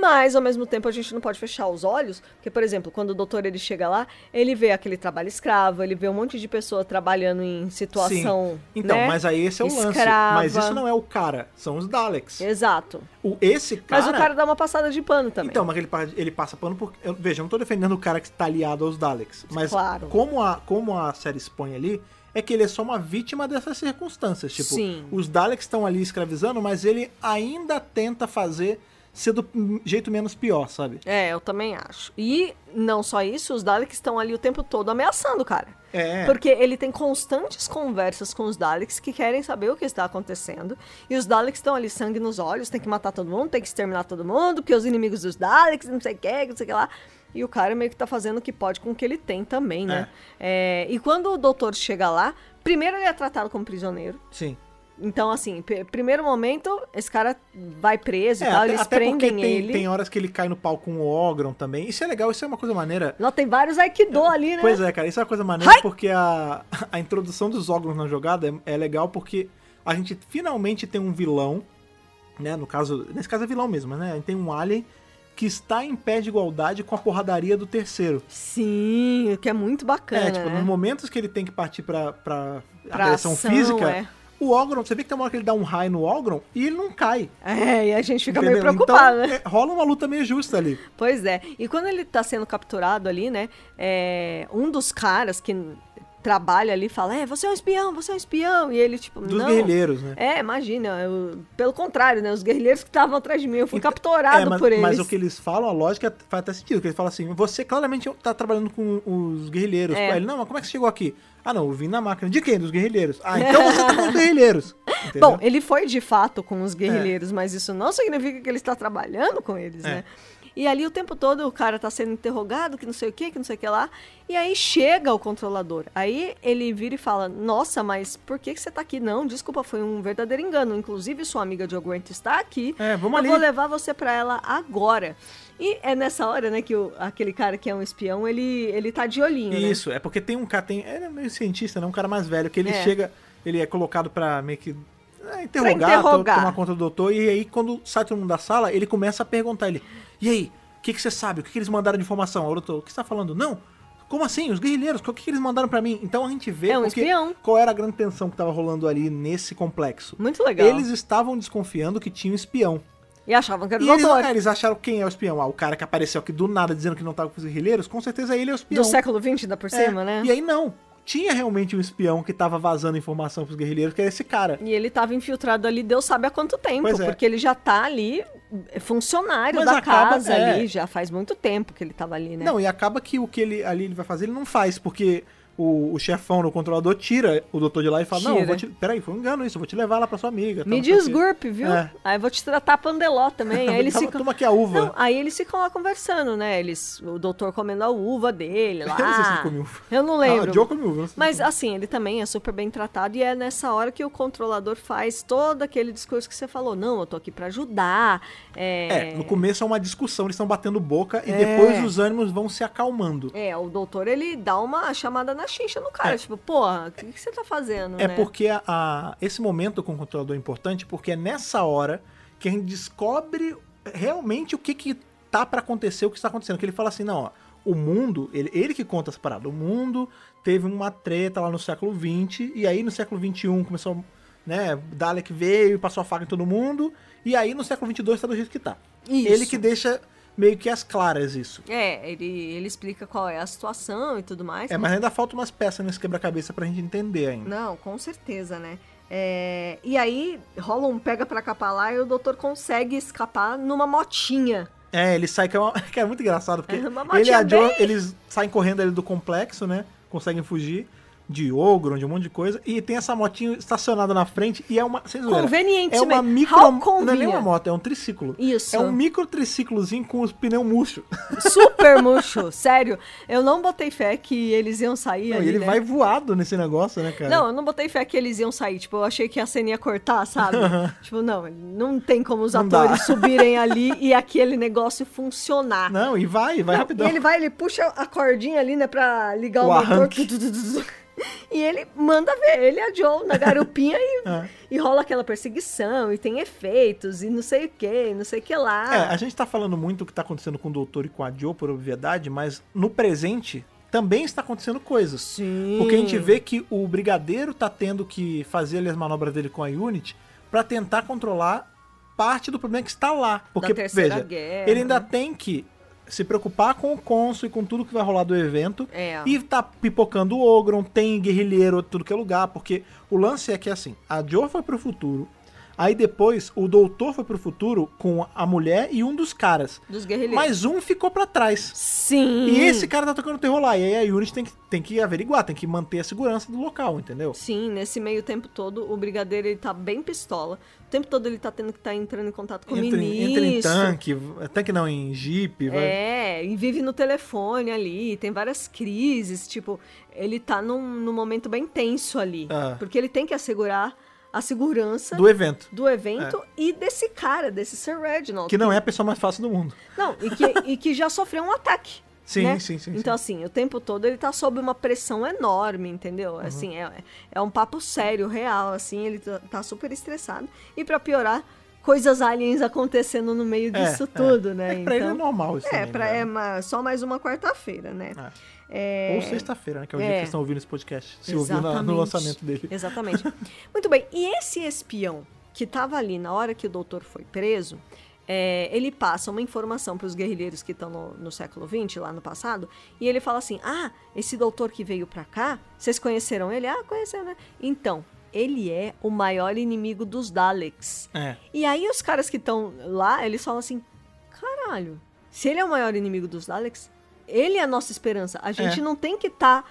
Speaker 3: Mas, ao mesmo tempo, a gente não pode fechar os olhos. Porque, por exemplo, quando o doutor ele chega lá, ele vê aquele trabalho escravo, ele vê um monte de pessoa trabalhando em situação.
Speaker 2: Sim. Então,
Speaker 3: né,
Speaker 2: mas aí esse é o
Speaker 3: escrava.
Speaker 2: lance. Mas isso não é o cara, são os Daleks.
Speaker 3: Exato.
Speaker 2: O, esse cara.
Speaker 3: Mas o cara dá uma passada de pano também.
Speaker 2: Então, mas ele, pa- ele passa pano porque. Eu, veja, eu não tô defendendo o cara que tá aliado aos Daleks. Mas
Speaker 3: Claro.
Speaker 2: como, a, como a série expõe ali, é que ele é só uma vítima dessas circunstâncias. Tipo,
Speaker 3: Sim.
Speaker 2: os Daleks estão ali escravizando, mas ele ainda tenta fazer ser do jeito menos pior, sabe?
Speaker 3: É, eu também acho. E não só isso, os Daleks estão ali o tempo todo ameaçando o cara.
Speaker 2: É.
Speaker 3: Porque ele tem constantes conversas com os Daleks que querem saber o que está acontecendo. E os Daleks estão ali, sangue nos olhos, tem que matar todo mundo, tem que exterminar todo mundo, porque os inimigos dos Daleks, não sei o que, não sei o que lá. E o cara meio que tá fazendo o que pode com o que ele tem também, né? É, e quando o doutor chega lá, primeiro ele é tratado como prisioneiro.
Speaker 2: Sim.
Speaker 3: Então, assim, pe- primeiro momento, esse cara vai preso e
Speaker 2: É,
Speaker 3: tal,
Speaker 2: até,
Speaker 3: eles
Speaker 2: até porque
Speaker 3: prendem
Speaker 2: tem,
Speaker 3: ele.
Speaker 2: tem horas que ele cai no pau com o Ogron também. Isso é legal, isso é uma coisa maneira.
Speaker 3: Lá tem vários Aikido ali, né?
Speaker 2: Pois é, cara, isso é uma coisa maneira
Speaker 3: Ai!
Speaker 2: porque a, a introdução dos órgãos na jogada é, é legal porque a gente finalmente tem um vilão, né? No caso, nesse caso é vilão mesmo, né? A gente tem um alien que está em pé de igualdade com a porradaria do terceiro.
Speaker 3: Sim, o que é muito bacana.
Speaker 2: é, tipo,
Speaker 3: né?
Speaker 2: nos momentos que ele tem que partir pra, pra,
Speaker 3: Pra
Speaker 2: agressão
Speaker 3: ação,
Speaker 2: física,
Speaker 3: é.
Speaker 2: o Ogron, você vê que tem uma hora que ele dá um raio no Ogron e ele não cai.
Speaker 3: É, e a gente fica meio
Speaker 2: entendeu?
Speaker 3: preocupado, né?
Speaker 2: então, é, rola uma luta meio justa ali.
Speaker 3: Pois é. E quando ele tá sendo capturado ali, né? é, um dos caras que trabalha ali fala: É, você é um espião, você é um espião. E ele, tipo,
Speaker 2: Dos
Speaker 3: não.
Speaker 2: guerrilheiros, né?
Speaker 3: É, imagina. eu- pelo contrário, né? Os guerrilheiros que estavam atrás de mim, eu fui
Speaker 2: Então,
Speaker 3: capturado
Speaker 2: é, mas,
Speaker 3: por eles.
Speaker 2: Mas o que eles falam, a lógica faz até sentido. Porque ele fala assim: você claramente tá trabalhando com os guerrilheiros.
Speaker 3: É.
Speaker 2: Aí ele, não, mas como é que você chegou aqui? Ah, não, eu vim na máquina. De quem? Dos guerrilheiros. Ah, então você tá com os guerrilheiros. Entendeu? É.
Speaker 3: Bom, ele foi de fato com os guerrilheiros, mas isso não significa que ele está trabalhando com eles,
Speaker 2: É.
Speaker 3: né? E ali o tempo todo o cara tá sendo interrogado, que não sei o que, que não sei o que lá. E aí chega o controlador. Aí ele vira e fala: Nossa, mas por que, que você tá aqui? Não, desculpa, foi um verdadeiro engano. Inclusive, sua amiga de Aguento está aqui.
Speaker 2: É, vamos
Speaker 3: Eu
Speaker 2: ali."
Speaker 3: vou levar você pra ela agora. E é nessa hora, né, que o- aquele cara que é um espião, ele, ele tá de olhinho, né?
Speaker 2: Isso, é porque tem um cara, tem, ele é meio cientista, né? Um cara mais velho, que ele
Speaker 3: É.
Speaker 2: chega, ele é colocado pra meio que é, interrogar, to-
Speaker 3: interrogar.
Speaker 2: tomar conta do doutor, e aí quando sai todo mundo da sala, ele começa a perguntar ele, e aí, o que, que você sabe? O que, que eles mandaram de informação? Aí O doutor, o que você tá falando? Não, como assim? Os guerrilheiros, o que, que eles mandaram pra mim? Então a gente vê
Speaker 3: É um
Speaker 2: o que-
Speaker 3: espião.
Speaker 2: qual era a grande tensão que tava rolando ali nesse complexo.
Speaker 3: Muito legal.
Speaker 2: Eles estavam desconfiando que tinha um espião.
Speaker 3: E achavam que era um o
Speaker 2: E eles,
Speaker 3: doutor.
Speaker 2: é, eles acharam quem é o espião? Ah, o cara que apareceu aqui do nada dizendo que não tava com os guerrilheiros, com certeza ele é o
Speaker 3: Do
Speaker 2: espião.
Speaker 3: século XX, ainda por
Speaker 2: É,
Speaker 3: cima, né?
Speaker 2: E aí não. Tinha realmente um espião que tava vazando informação pros guerrilheiros, que era esse cara.
Speaker 3: E ele tava infiltrado ali, Deus sabe há quanto tempo,
Speaker 2: Pois é.
Speaker 3: porque ele já tá ali, é funcionário
Speaker 2: Mas
Speaker 3: da
Speaker 2: acaba-
Speaker 3: casa
Speaker 2: é. então,
Speaker 3: ali, já faz muito tempo que ele tava ali, né?
Speaker 2: Não, e acaba que o que ele ali ele vai fazer, ele não faz, porque o, o chefão no controlador tira o doutor de lá e fala: Não, eu vou te,
Speaker 3: Tira.
Speaker 2: peraí, foi um engano isso, eu vou te levar lá pra sua amiga. tal,
Speaker 3: Me
Speaker 2: não sei o quê."
Speaker 3: desgurpe, viu?
Speaker 2: tá É.
Speaker 3: Aí eu vou te tratar pandeló também. Aí eles
Speaker 2: Toma-
Speaker 3: ficam...
Speaker 2: toma aqui a uva.
Speaker 3: Não, aí eles ficam lá conversando, né? Eles, o doutor comendo a uva dele lá.
Speaker 2: Eu não sei se ele come uva.
Speaker 3: Eu Ah, não lembro.
Speaker 2: Ah, Joe come uva, não sei se
Speaker 3: Mas assim, ele também é super bem tratado e é nessa hora que o controlador faz todo aquele discurso que você falou. Não, eu tô aqui pra ajudar. É,
Speaker 2: É, no começo é uma discussão, eles estão batendo boca e
Speaker 3: É.
Speaker 2: depois os ânimos vão se acalmando.
Speaker 3: É, o doutor ele dá uma chamada na xincha no cara. Tipo, porra, o que, que você tá fazendo?
Speaker 2: É
Speaker 3: né?
Speaker 2: porque a- a- esse momento com o controlador é importante, porque é nessa hora que a gente descobre realmente o que que tá pra acontecer, o que está acontecendo. Que ele fala assim, não, ó, o mundo, ele, ele que conta essa parada, o mundo teve uma treta lá no século XX, e aí no século XXI começou, né, Dalek veio e passou a faca em todo mundo, e aí no século XXII tá do jeito que tá.
Speaker 3: Isso.
Speaker 2: Ele que deixa meio que as claras isso.
Speaker 3: É, ele, ele explica qual é a situação e tudo mais.
Speaker 2: É, mas ainda falta umas peças nesse quebra-cabeça pra gente entender ainda.
Speaker 3: Não, com certeza, né? É, e aí rola um pega pra capar lá e o doutor consegue escapar numa motinha.
Speaker 2: É, ele sai que é, uma, que é muito engraçado, porque
Speaker 3: É uma
Speaker 2: ele e a
Speaker 3: motinha
Speaker 2: Jo,
Speaker 3: bem-
Speaker 2: eles saem correndo ali do complexo, né? Conseguem fugir de ogro, de um monte de coisa. E tem essa motinha estacionada na frente e é uma... Sem zoeira, É
Speaker 3: Convenientemente.
Speaker 2: uma micro... Não
Speaker 3: How
Speaker 2: é nem uma
Speaker 3: convenient.
Speaker 2: moto, é um triciclo.
Speaker 3: Isso.
Speaker 2: É um micro triciclozinho com os pneus murchos.
Speaker 3: Super murcho, sério. Eu não botei fé que eles iam sair.
Speaker 2: Não,
Speaker 3: ali,
Speaker 2: E ele
Speaker 3: né?
Speaker 2: vai voado nesse negócio, né, cara?
Speaker 3: Não, eu não botei fé que eles iam sair. Tipo, eu achei que a cena ia cortar, sabe? tipo, não, não tem como os
Speaker 2: Não dá.
Speaker 3: atores subirem ali e aquele negócio funcionar.
Speaker 2: Não, e vai, vai
Speaker 3: Não,
Speaker 2: rapidão.
Speaker 3: E ele vai, ele puxa a cordinha ali, né, pra ligar o,
Speaker 2: O
Speaker 3: motor.
Speaker 2: arranque.
Speaker 3: E ele manda ver ele e a Joe na garupinha e,
Speaker 2: É.
Speaker 3: e rola aquela perseguição, e tem efeitos, e não sei o que, e não sei o que lá.
Speaker 2: É, a gente tá falando muito o que tá acontecendo com o Doutor e com a Joe, por obviedade, mas no presente também está acontecendo coisas.
Speaker 3: Sim.
Speaker 2: Porque a gente vê que o Brigadeiro tá tendo que fazer ali as manobras dele com a Unity pra tentar controlar parte do problema que está lá. Porque,
Speaker 3: Terceira
Speaker 2: veja,
Speaker 3: Guerra. né?
Speaker 2: ele ainda tem que se preocupar com o Consul e com tudo que vai rolar do evento.
Speaker 3: É.
Speaker 2: E tá pipocando o Ogron, tem guerrilheiro tudo que é lugar, porque o lance é que assim, a Jo foi pro futuro, aí depois o doutor foi pro futuro com a mulher e um dos caras.
Speaker 3: Dos guerrilheiros.
Speaker 2: Mas um ficou pra trás.
Speaker 3: Sim.
Speaker 2: E esse cara tá tocando terror lá. E aí a Unity tem que, tem que averiguar, tem que manter a segurança do local, entendeu?
Speaker 3: Sim, nesse meio tempo todo, o Brigadeiro ele tá bem pistola. O tempo todo ele tá tendo que estar entrando em contato com
Speaker 2: Entra,
Speaker 3: o
Speaker 2: em-
Speaker 3: ministro.
Speaker 2: entra em tanque, tanque não, em jeep, vai.
Speaker 3: É, e vive no telefone ali, tem várias crises, tipo, ele tá num, num momento bem tenso ali.
Speaker 2: Ah.
Speaker 3: Porque ele tem que assegurar a segurança do,
Speaker 2: do evento.
Speaker 3: evento e desse cara, desse Sir Reginald.
Speaker 2: Que não é a pessoa mais fácil do mundo.
Speaker 3: Não, e que, e que já sofreu um ataque.
Speaker 2: Sim,
Speaker 3: né?
Speaker 2: sim, sim,
Speaker 3: Então, assim, o tempo todo ele tá sob uma pressão enorme, entendeu?
Speaker 2: Uhum.
Speaker 3: Assim, é, é um papo sério, real, assim, ele tá, tá super estressado. E pra piorar, coisas aliens acontecendo no meio
Speaker 2: É,
Speaker 3: disso
Speaker 2: é.
Speaker 3: tudo, né?
Speaker 2: É, pra ele é normal isso
Speaker 3: É,
Speaker 2: também,
Speaker 3: pra,
Speaker 2: né?
Speaker 3: é ma- só mais uma quarta-feira, né? É.
Speaker 2: Ou sexta-feira, né? Que é o dia
Speaker 3: É.
Speaker 2: que vocês estão ouvindo esse podcast. Se ouviu na- no
Speaker 3: Exatamente.
Speaker 2: lançamento dele.
Speaker 3: Exatamente. Muito bem, e esse espião que estava ali na hora que o doutor foi preso, é, ele passa uma informação para os guerrilheiros que estão no, no século XX, lá no passado, e ele fala assim: Ah, esse doutor que veio para cá, vocês conheceram ele? Ah, conheceram, né? Então, ele é o maior inimigo dos Daleks.
Speaker 2: É.
Speaker 3: E aí os caras que estão lá, eles falam assim: caralho, se ele é o maior inimigo dos Daleks, ele é a nossa esperança. A gente
Speaker 2: É.
Speaker 3: não tem que estar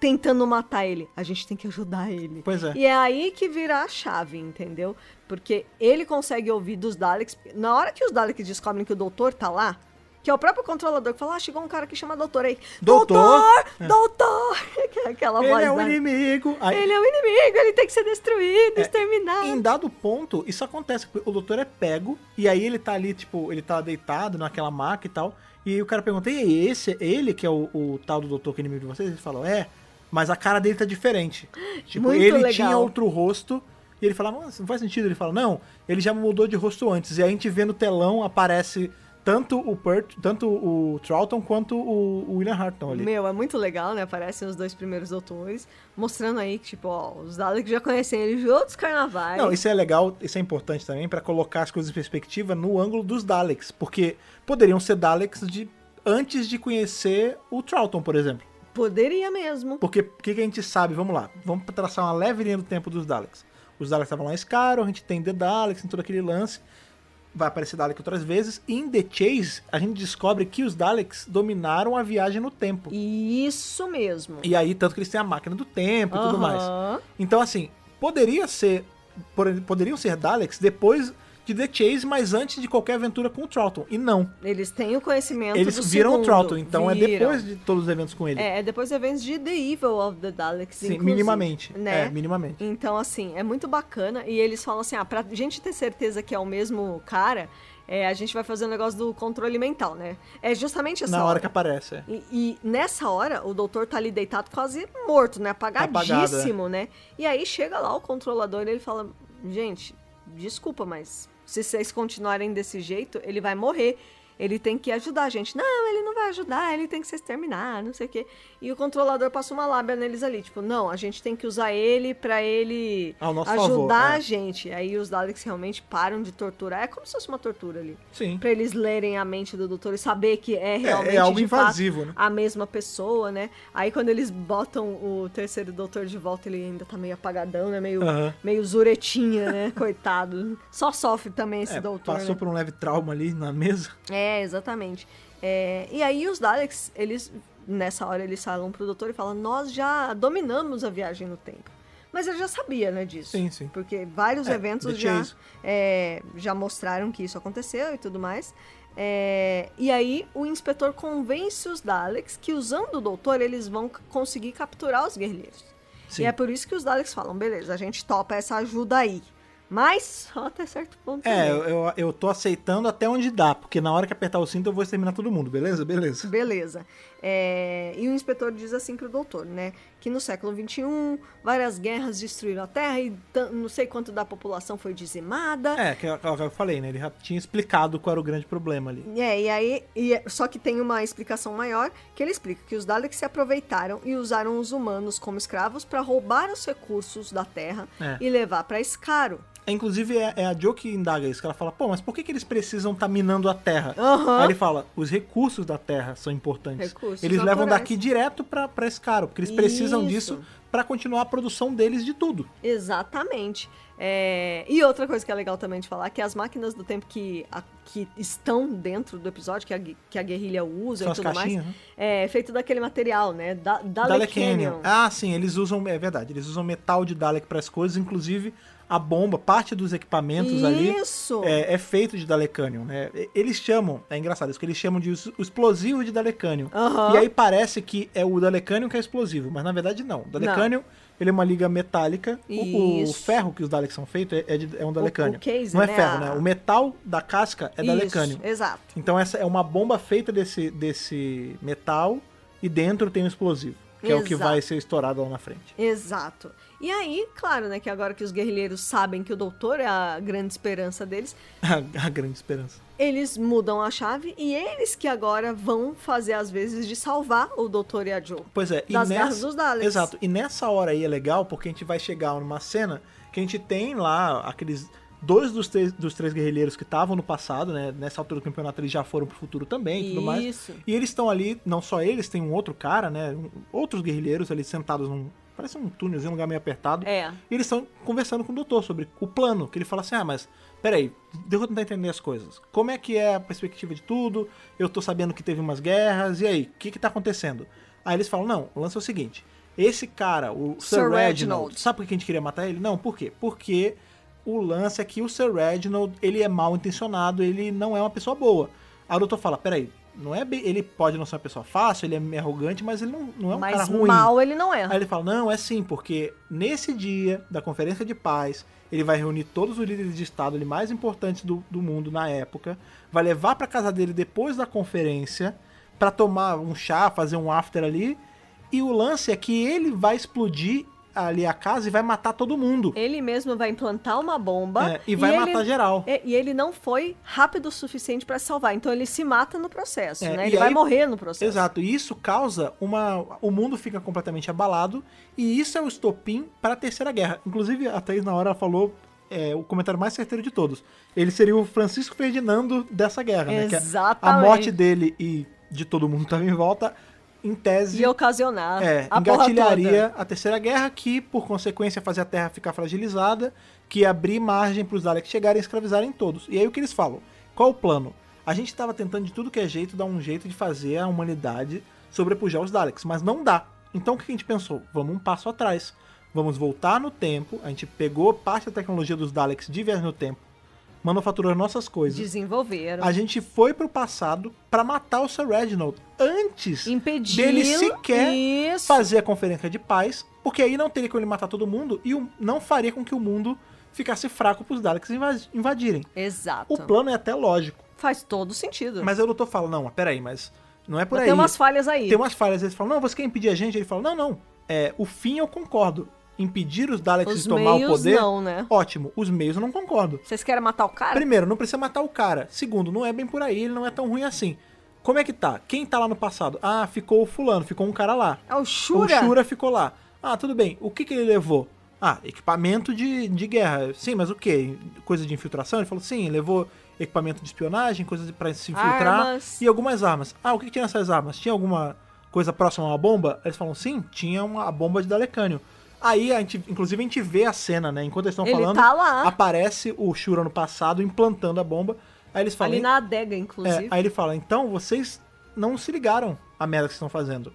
Speaker 3: tentando matar ele, a gente tem que ajudar ele.
Speaker 2: Pois é.
Speaker 3: E é aí que vira a chave, entendeu? Porque ele consegue ouvir dos Daleks. Na hora que os Daleks descobrem que o doutor tá lá, que é o próprio controlador que fala: ah, chegou um cara que chama doutor aí.
Speaker 2: Doutor? É.
Speaker 3: Doutor! doutor! Que é Aquela
Speaker 2: Ele
Speaker 3: voz.
Speaker 2: é o
Speaker 3: da-
Speaker 2: inimigo. É. Aí,
Speaker 3: Ele é o inimigo, ele tem que ser destruído, exterminado.
Speaker 2: Em dado ponto, isso acontece. porque O doutor é pego, e aí ele tá ali, tipo, ele tá deitado naquela maca e tal. E aí o cara pergunta: e aí, esse, é ele que é o, o tal do doutor que é inimigo de vocês? Ele fala: é, mas a cara dele tá diferente. Tipo,
Speaker 3: Muito
Speaker 2: ele
Speaker 3: legal.
Speaker 2: tinha outro rosto. E ele fala, mas não faz sentido. Ele fala, não, ele já mudou de rosto antes. E aí a gente vê no telão, aparece tanto o Pert, tanto o Troughton quanto o, o William Hartnell ali.
Speaker 3: Meu, é muito legal, né? Aparecem os dois primeiros doutores, mostrando aí que, tipo, ó, os Daleks já conhecem ele de outros carnavais.
Speaker 2: Não, isso é legal, isso é importante também pra colocar as coisas em perspectiva no ângulo dos Daleks, porque poderiam ser Daleks de antes de conhecer o Troughton, por exemplo.
Speaker 3: Poderia mesmo.
Speaker 2: Porque o que, que a gente sabe? Vamos lá, vamos traçar uma leve linha do tempo dos Daleks. Os Daleks estavam lá em Skyrim, a gente tem The Daleks, em todo aquele lance. vai aparecer Dalek outras vezes. E em The Chase, a gente descobre que os Daleks dominaram a viagem no tempo.
Speaker 3: Isso mesmo.
Speaker 2: E aí, tanto que eles têm a máquina do tempo e tudo mais.
Speaker 3: Aham.
Speaker 2: Então, assim, poderia ser. por- Poderiam ser Daleks depois de The Chase, mas antes de qualquer aventura com o Troughton. E não.
Speaker 3: Eles têm o conhecimento
Speaker 2: Eles
Speaker 3: do
Speaker 2: viram o
Speaker 3: segundo.
Speaker 2: Troughton, então
Speaker 3: Viram.
Speaker 2: é depois de todos os eventos com ele.
Speaker 3: É, é depois de eventos de The Evil of the Daleks,
Speaker 2: Sim,
Speaker 3: inclusive,
Speaker 2: minimamente.
Speaker 3: Né?
Speaker 2: É, minimamente.
Speaker 3: Então, assim, é muito bacana. E eles falam assim, ah, pra gente ter certeza que é o mesmo cara, é, a gente vai fazer um negócio do controle mental, né? É justamente essa
Speaker 2: Na hora que aparece. é.
Speaker 3: E, e nessa hora, o doutor tá ali deitado quase morto, né?
Speaker 2: Tá
Speaker 3: Apagadíssimo,
Speaker 2: é.
Speaker 3: né? E aí chega lá o controlador e ele fala: Gente, desculpa, mas se vocês continuarem desse jeito, ele vai morrer. Ele tem que ajudar a gente. Não, ele não vai ajudar, ele tem que se exterminar, não sei o quê. E o controlador passa uma lábia neles ali, tipo, não, a gente tem que usar ele pra ele
Speaker 2: Ao nosso
Speaker 3: ajudar
Speaker 2: favor,
Speaker 3: a
Speaker 2: é.
Speaker 3: gente. Aí os Daleks realmente param de torturar. É como se fosse uma tortura ali.
Speaker 2: Sim.
Speaker 3: Pra eles lerem a mente do doutor e saber que é realmente
Speaker 2: é algo
Speaker 3: de fato,
Speaker 2: invasivo, né?
Speaker 3: a mesma pessoa, né? Aí quando eles botam o terceiro doutor de volta, ele ainda tá meio apagadão, né? Meio,
Speaker 2: Aham.
Speaker 3: meio zuretinha, né? Coitado. Só sofre também esse
Speaker 2: É,
Speaker 3: doutor.
Speaker 2: passou
Speaker 3: né?
Speaker 2: por um leve trauma ali na mesa.
Speaker 3: É, exatamente. É, e aí os Daleks, eles nessa hora eles falam pro doutor e falam: "Nós já dominamos a viagem no tempo". Mas ele já sabia, né, disso.
Speaker 2: Sim, sim.
Speaker 3: Porque vários
Speaker 2: É,
Speaker 3: eventos
Speaker 2: The
Speaker 3: já
Speaker 2: Chase.
Speaker 3: é, já mostraram que isso aconteceu e tudo mais. É, e aí o inspetor convence os Daleks que usando o doutor eles vão c- conseguir capturar os guerrilheiros.
Speaker 2: Sim.
Speaker 3: E é por isso que os Daleks falam: "Beleza, a gente topa essa ajuda aí". Mas só até certo ponto.
Speaker 2: É,
Speaker 3: mesmo.
Speaker 2: eu, eu- eu tô aceitando até onde dá, porque na hora que apertar o cinto eu vou exterminar todo mundo, beleza? Beleza.
Speaker 3: Beleza. É, e o inspetor diz assim pro doutor, né? Que no século XXI, várias guerras destruíram a Terra e tan- não sei quanto da população foi dizimada.
Speaker 2: É, que é o que eu falei, né? Ele já tinha explicado qual era o grande problema ali.
Speaker 3: É, e aí, e é- só que tem uma explicação maior que ele explica que os Daleks se aproveitaram e usaram os humanos como escravos para roubar os recursos da Terra
Speaker 2: É.
Speaker 3: e levar para Escaro.
Speaker 2: É, Inclusive, é, é a Jo que indaga isso, que ela fala, pô, mas por que, que eles precisam estar minando a Terra?
Speaker 3: Aham.
Speaker 2: Aí ele fala, os recursos da Terra são importantes.
Speaker 3: Recursos
Speaker 2: eles levam
Speaker 3: naturais.
Speaker 2: daqui direto pra, pra esse cara, porque eles precisam
Speaker 3: Isso.
Speaker 2: disso pra continuar a produção deles de tudo.
Speaker 3: Exatamente. É, E outra coisa que é legal também de falar, que as máquinas do tempo que, a- que estão dentro do episódio, que a, gui- que a guerrilha usa
Speaker 2: São
Speaker 3: e
Speaker 2: as
Speaker 3: tudo mais,
Speaker 2: caixinhas, né?
Speaker 3: é feito daquele material, né? Da,
Speaker 2: Dalekanion.
Speaker 3: Dalekanion.
Speaker 2: Ah, sim, eles usam, é verdade, eles usam metal de Dalek para as coisas, inclusive a bomba, parte dos equipamentos ali
Speaker 3: Isso!
Speaker 2: é, é feito de Dalekanion, né? E- Eles chamam, é engraçado isso, que eles chamam de os- o explosivo de Dalekanion.
Speaker 3: Aham.
Speaker 2: E aí parece que é o Dalekanion que é explosivo, mas na verdade não. O Dalekanion, ele é uma liga metálica. O, o
Speaker 3: Isso.
Speaker 2: ferro que os Daleks são feitos é, é de- é um Dalekanion.
Speaker 3: o case,
Speaker 2: não é
Speaker 3: né?
Speaker 2: ferro,
Speaker 3: A-
Speaker 2: né? O metal da casca é
Speaker 3: Isso,
Speaker 2: Dalekanion.
Speaker 3: Exato.
Speaker 2: Então essa é uma bomba feita desse, desse metal e dentro tem um explosivo, que é o que
Speaker 3: Exato.
Speaker 2: vai ser estourado lá na frente.
Speaker 3: Exato. E aí, claro, né, que agora que os guerrilheiros sabem que o doutor é a grande esperança deles,
Speaker 2: A, a grande esperança.
Speaker 3: eles mudam a chave e eles que agora vão fazer as vezes de salvar o doutor e a Joe.
Speaker 2: Pois é,
Speaker 3: Das garras dos Daleks.
Speaker 2: Exato. E nessa hora aí é legal porque a gente vai chegar numa cena que a gente tem lá aqueles dois dos três, dos três guerrilheiros que estavam no passado, né? Nessa altura do campeonato eles já foram pro futuro também e tudo mais.
Speaker 3: Isso.
Speaker 2: E eles estão ali, não só eles, tem um outro cara, né? um- outros guerrilheiros ali sentados num. Parece um túnelzinho, um lugar meio apertado.
Speaker 3: É.
Speaker 2: E eles estão conversando com o doutor sobre o plano, que ele fala assim, ah, mas peraí, deixa eu tentar entender as coisas. Como é que é a perspectiva de tudo? Eu tô sabendo que teve umas guerras, e aí, o que que tá acontecendo? Aí eles falam, não, o lance é o seguinte, esse cara, o Sir,
Speaker 3: Sir
Speaker 2: Reginald,
Speaker 3: Reginald.
Speaker 2: sabe por que a gente queria matar ele? Não, por quê? Porque o lance é que o Sir Reginald, ele é mal intencionado, ele não é uma pessoa boa. Aí o doutor fala, peraí, não é bem- ele pode não ser uma pessoa fácil, ele é meio arrogante, mas ele não, não é um cara
Speaker 3: Mas
Speaker 2: ruim.
Speaker 3: mal ele não
Speaker 2: Aí
Speaker 3: é.
Speaker 2: ele fala: não, é sim, porque nesse dia da Conferência de Paz, ele vai reunir todos os líderes de Estado ali mais importantes do, do mundo na época, vai levar pra casa dele depois da conferência pra tomar um chá, fazer um after ali. E o lance é que ele vai explodir ali a casa e vai matar todo mundo.
Speaker 3: Ele mesmo vai implantar uma bomba
Speaker 2: É, e vai
Speaker 3: ele-
Speaker 2: matar geral.
Speaker 3: É, E, ele não foi rápido o suficiente pra salvar, então ele se mata no processo,
Speaker 2: É,
Speaker 3: né?
Speaker 2: e
Speaker 3: Ele vai
Speaker 2: aí-
Speaker 3: morrer no processo.
Speaker 2: Exato, e isso causa uma. O mundo fica completamente abalado, e isso é o estopim para a Terceira Guerra. Inclusive, a Thaís na hora falou é, o comentário mais certeiro de todos. Ele seria o Francisco Ferdinando dessa guerra, né? Que a- a
Speaker 3: Exatamente.
Speaker 2: morte dele e de todo mundo que estava em volta em tese,
Speaker 3: Ia ocasionar
Speaker 2: é,
Speaker 3: a porra
Speaker 2: engatilharia
Speaker 3: toda.
Speaker 2: a Terceira Guerra, que, por consequência, fazia a Terra ficar fragilizada, que ia abrir margem para os Daleks chegarem e escravizarem todos. E aí o que eles falam? Qual o plano? A gente estava tentando de tudo que é jeito dar um jeito de fazer a humanidade sobrepujar os Daleks, mas não dá. Então o que a gente pensou? Vamos um passo atrás. Vamos voltar no tempo. A gente pegou parte da tecnologia dos Daleks de viagem no tempo, manufaturou nossas coisas.
Speaker 3: Desenvolveram.
Speaker 2: A gente foi pro passado pra matar o Sir Reginald antes
Speaker 3: Impediu
Speaker 2: dele sequer
Speaker 3: isso.
Speaker 2: fazer a conferência de paz, porque aí não teria como ele matar todo mundo e o- não faria com que o mundo ficasse fraco pros Daleks invas- invadirem.
Speaker 3: Exato.
Speaker 2: O plano é até lógico,
Speaker 3: Faz todo sentido.
Speaker 2: mas eu tô falando, não, mas peraí, mas não é por
Speaker 3: Mas
Speaker 2: aí.
Speaker 3: tem umas falhas aí.
Speaker 2: Tem umas falhas, eles falam, não, você quer impedir a gente? Ele fala, não, não, é, o fim eu concordo. Impedir os Daleks
Speaker 3: Os
Speaker 2: de tomar o
Speaker 3: meios
Speaker 2: poder,
Speaker 3: não, né?
Speaker 2: ótimo. Os meios eu não concordo.
Speaker 3: Vocês querem matar o cara?
Speaker 2: Primeiro, não precisa matar o cara. Segundo, não é bem por aí, ele não é tão ruim assim. Como é que tá? Quem tá lá no passado? Ah, ficou o fulano, ficou um cara lá.
Speaker 3: É o Shura.
Speaker 2: O Então, Shura ficou lá. Ah, tudo bem. O que, que ele levou? Ah, equipamento de, de guerra. Sim, mas o quê? Coisa de infiltração? Ele falou, sim, ele levou equipamento de espionagem, coisas para se infiltrar
Speaker 3: Armas.
Speaker 2: e algumas armas. Ah, o que, que tinha nessas armas? Tinha alguma coisa próxima a uma bomba? Eles falam, sim, tinha uma a bomba de Dalecânio. Aí, a gente, inclusive, a gente vê a cena, né? Enquanto eles estão
Speaker 3: Ele
Speaker 2: falando,
Speaker 3: tá lá.
Speaker 2: aparece o Shura no passado implantando a bomba. Aí eles falam,
Speaker 3: Ali na adega,
Speaker 2: é,
Speaker 3: inclusive.
Speaker 2: aí ele fala, então vocês não se ligaram à merda que vocês estão fazendo.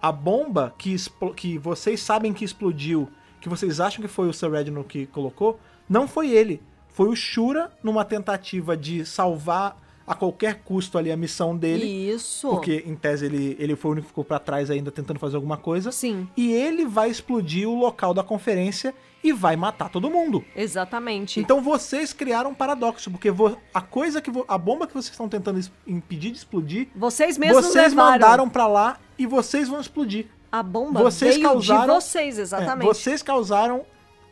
Speaker 2: A bomba que, explo- que vocês sabem que explodiu, que vocês acham que foi o Sir Reginald que colocou, não foi ele. Foi o Shura numa tentativa de salvar a qualquer custo ali a missão dele.
Speaker 3: Isso.
Speaker 2: Porque, em tese, ele, ele foi o único que ficou pra trás ainda tentando fazer alguma coisa.
Speaker 3: Sim.
Speaker 2: E ele vai explodir o local da conferência e vai matar todo mundo.
Speaker 3: Exatamente.
Speaker 2: Então vocês criaram um paradoxo, porque vo- a coisa que vo- a bomba que vocês estão tentando es- impedir de explodir,
Speaker 3: vocês mesmos
Speaker 2: vocês
Speaker 3: levaram
Speaker 2: mandaram pra lá e vocês vão explodir.
Speaker 3: a bomba
Speaker 2: vocês
Speaker 3: veio de
Speaker 2: causaram-
Speaker 3: vocês, exatamente.
Speaker 2: É, vocês causaram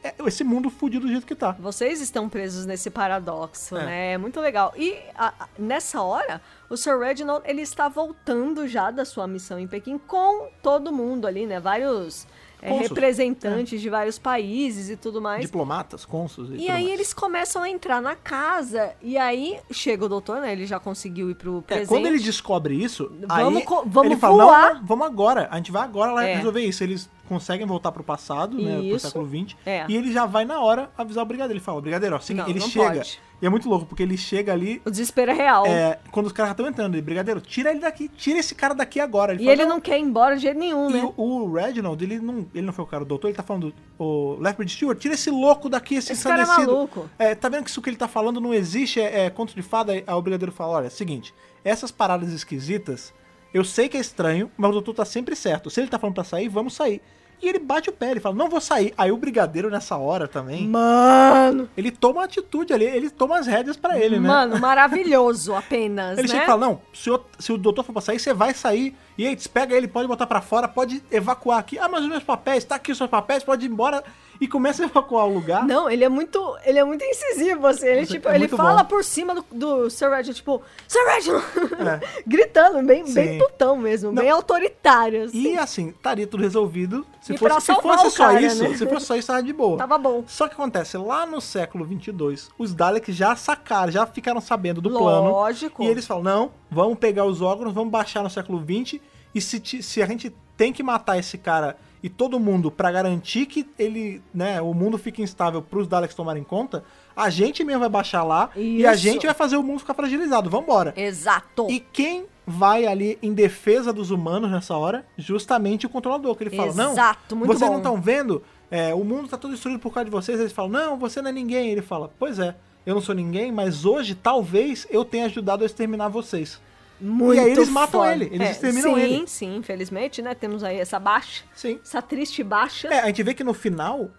Speaker 2: é, esse mundo fudido do jeito que tá.
Speaker 3: Vocês estão presos nesse paradoxo,
Speaker 2: É.
Speaker 3: né? É muito legal. E a- a- nessa hora, o Sir Reginald, ele está voltando já da sua missão em Pequim com todo mundo ali, né? Vários é,
Speaker 2: Cônsules.
Speaker 3: representantes de vários países e tudo mais.
Speaker 2: Diplomatas, cônsuls É. e,
Speaker 3: E
Speaker 2: tudo
Speaker 3: aí
Speaker 2: mais.
Speaker 3: eles começam a entrar na casa, e aí chega o doutor, né? Ele já conseguiu ir pro
Speaker 2: É,
Speaker 3: presente.
Speaker 2: quando ele descobre isso,
Speaker 3: Vamos
Speaker 2: aí
Speaker 3: co- vamos
Speaker 2: ele fala,
Speaker 3: voar."
Speaker 2: não, não, vamos agora, a gente vai agora lá
Speaker 3: É.
Speaker 2: resolver isso. Eles conseguem voltar pro passado, né, pro
Speaker 3: Isso.
Speaker 2: século XX,
Speaker 3: É.
Speaker 2: e ele já vai na hora avisar o brigadeiro. Ele fala, brigadeiro, ó, seguinte,
Speaker 3: Não,
Speaker 2: ele
Speaker 3: não
Speaker 2: chega,
Speaker 3: pode.
Speaker 2: e é muito louco, porque ele chega ali,
Speaker 3: O desespero é real.
Speaker 2: É, quando os caras estão entrando, ele, brigadeiro, tira ele daqui, tira esse cara daqui agora.
Speaker 3: e
Speaker 2: fala,
Speaker 3: ele não quer ir embora de jeito nenhum,
Speaker 2: E
Speaker 3: né?
Speaker 2: o, o Reginald, ele não, ele não foi o cara do doutor, ele tá falando, o Leopard Stewart, tira esse louco daqui, esse,
Speaker 3: Esse cara é
Speaker 2: ensandecido."
Speaker 3: maluco.
Speaker 2: É, tá vendo que isso que ele tá falando não existe, é, é conto de fada? Aí o brigadeiro fala, olha, é o seguinte, essas paradas esquisitas, eu sei que é estranho, mas o doutor tá sempre certo. Se ele tá falando pra sair, vamos sair. E ele bate o pé, ele fala, não vou sair. Aí o brigadeiro nessa hora também,
Speaker 3: Mano!
Speaker 2: ele toma uma atitude ali, ele toma as rédeas pra ele, né?
Speaker 3: Mano, maravilhoso apenas,
Speaker 2: Ele
Speaker 3: né?
Speaker 2: chega e fala, não, se o, se o doutor for pra sair, você vai sair. E aí, pega ele, pode botar pra fora, pode evacuar aqui. Ah, mas os meus papéis, tá aqui os seus papéis, pode ir embora. E começa a evacuar o lugar.
Speaker 3: Não, ele é muito, ele é muito incisivo, assim. Ele,
Speaker 2: Nossa,
Speaker 3: tipo,
Speaker 2: é
Speaker 3: ele
Speaker 2: muito
Speaker 3: fala
Speaker 2: bom.
Speaker 3: por cima do, do Sir Reginald, tipo, Sir Reginald! Gritando, bem, bem
Speaker 2: É. Sim.
Speaker 3: putão mesmo, bem autoritário, assim.
Speaker 2: E assim, estaria tudo resolvido. Se
Speaker 3: E
Speaker 2: fosse,
Speaker 3: pra
Speaker 2: se
Speaker 3: salvar
Speaker 2: fosse
Speaker 3: o
Speaker 2: só
Speaker 3: cara,
Speaker 2: isso,
Speaker 3: né?
Speaker 2: se fosse só isso, tava de boa.
Speaker 3: Tava bom.
Speaker 2: Só que acontece, lá no século 22, os Daleks já sacaram, já ficaram sabendo do
Speaker 3: Lógico.
Speaker 2: plano. E eles falam, não, vamos pegar os órgãos, vamos baixar no século 20 e se, ti- se a gente tem que matar esse cara e todo mundo pra garantir que ele, né, o mundo fique instável pros Daleks tomarem conta, a gente mesmo vai baixar lá e a
Speaker 3: Isso.
Speaker 2: gente vai fazer o mundo ficar fragilizado. Vambora.
Speaker 3: Exato.
Speaker 2: E quem vai ali em defesa dos humanos nessa hora? Justamente o controlador, que ele fala, não,
Speaker 3: Exato, muito
Speaker 2: vocês
Speaker 3: bom.
Speaker 2: não estão vendo? É, o mundo tá todo destruído por causa de vocês. Eles falam, não, você não é ninguém. Ele fala, pois é, eu não sou ninguém, mas hoje talvez eu tenha ajudado a exterminar vocês.
Speaker 3: Muito
Speaker 2: e aí eles matam
Speaker 3: foda.
Speaker 2: ele, eles
Speaker 3: É,
Speaker 2: exterminam
Speaker 3: sim,
Speaker 2: ele.
Speaker 3: Sim, infelizmente, né? Temos aí essa baixa,
Speaker 2: Sim.
Speaker 3: essa triste baixa.
Speaker 2: É, a gente vê que no final,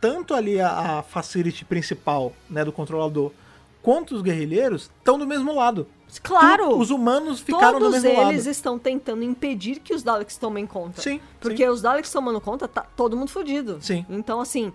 Speaker 2: tanto ali a, a facility principal, né, do controlador, quanto os guerrilheiros estão do mesmo lado.
Speaker 3: Claro!
Speaker 2: Tu- os humanos ficaram do
Speaker 3: Todos
Speaker 2: mesmo lado.
Speaker 3: eles estão tentando impedir que os Daleks tomem conta.
Speaker 2: Sim,
Speaker 3: Porque os Daleks tomando conta, tá todo mundo fudido.
Speaker 2: Sim.
Speaker 3: Então, assim,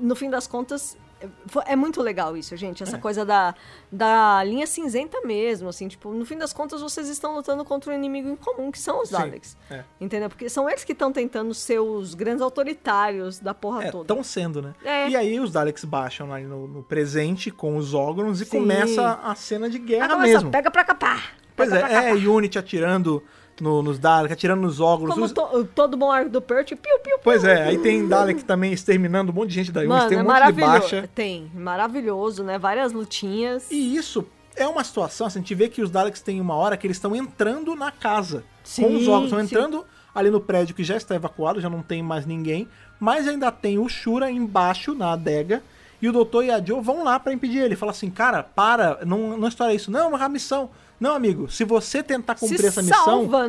Speaker 3: no fim das contas, é- fo- é muito legal isso, gente.
Speaker 2: É.
Speaker 3: Essa coisa da, da linha cinzenta mesmo, assim. Tipo, no fim das contas, vocês estão lutando contra um inimigo em comum, que são os
Speaker 2: Sim,
Speaker 3: Daleks.
Speaker 2: é.
Speaker 3: Entendeu? Porque são eles que estão tentando ser os grandes autoritários da porra
Speaker 2: É,
Speaker 3: toda.
Speaker 2: estão sendo, né?
Speaker 3: É.
Speaker 2: E aí os Daleks baixam ali no, no presente com os Ogrons e
Speaker 3: Sim.
Speaker 2: começa a cena de guerra
Speaker 3: Agora,
Speaker 2: mesmo.
Speaker 3: Então, pega pra capar!
Speaker 2: Pois
Speaker 3: pega pra
Speaker 2: é,
Speaker 3: capar.
Speaker 2: é Unity atirando, no- nos Daleks, atirando nos ogros.
Speaker 3: Como
Speaker 2: os-
Speaker 3: to- todo bom arco do Perch, piu, piu,
Speaker 2: Pois é, aí tem Dalek também exterminando um monte de gente da Yunis,
Speaker 3: Mano,
Speaker 2: tem um
Speaker 3: é
Speaker 2: monte de
Speaker 3: maravilhoso.
Speaker 2: baixa.
Speaker 3: Tem, maravilhoso, né? Várias lutinhas.
Speaker 2: E isso é uma situação, assim, a gente vê que os Daleks tem uma hora que eles estão entrando na casa.
Speaker 3: Sim,
Speaker 2: com os órgãos, estão
Speaker 3: sim.
Speaker 2: entrando ali no prédio que já está evacuado, já não tem mais ninguém. Mas ainda tem o Shura embaixo, na adega. E o doutor e a Joe vão lá pra impedir ele. Fala assim, cara, para, não, não estoura isso. Não, é uma missão. Não, amigo, se você tentar cumprir essa
Speaker 3: salva,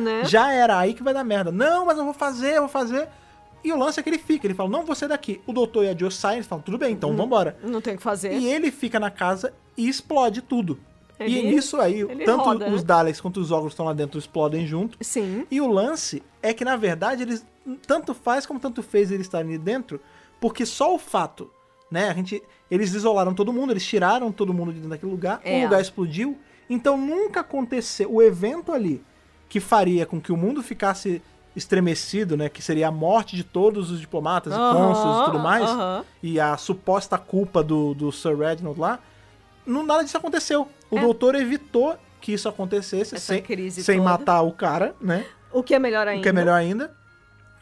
Speaker 2: missão,
Speaker 3: né?
Speaker 2: já era aí que vai dar merda. Não, mas eu vou fazer, eu vou fazer. E o lance é que ele fica, ele fala, não, você daqui. O doutor e a Joe saem, eles falam, tudo bem,
Speaker 3: Uhum.
Speaker 2: então vambora.
Speaker 3: Não tem o que fazer.
Speaker 2: E ele fica na casa e explode tudo. e
Speaker 3: Ele-
Speaker 2: nisso aí,
Speaker 3: ele
Speaker 2: tanto
Speaker 3: roda, né?
Speaker 2: os Daleks quanto os Ogros estão lá dentro explodem junto.
Speaker 3: Sim.
Speaker 2: E o lance é que, na verdade, eles tanto faz como tanto fez eles estarem ali dentro, porque só o fato, né? A gente, eles isolaram todo mundo, eles tiraram todo mundo de dentro daquele lugar,
Speaker 3: É.
Speaker 2: o lugar explodiu. Então nunca aconteceu o evento ali que faria com que o mundo ficasse estremecido, né? Que seria a morte de todos os diplomatas e
Speaker 3: Aham,
Speaker 2: cônsules e tudo mais,
Speaker 3: aham.
Speaker 2: e a suposta culpa do, do Sir Reginald lá, não nada disso aconteceu. O doutor evitou que isso acontecesse
Speaker 3: É. Essa
Speaker 2: sem,
Speaker 3: crise
Speaker 2: sem
Speaker 3: toda.
Speaker 2: matar o cara, né?
Speaker 3: O que é melhor ainda.
Speaker 2: O que é melhor ainda.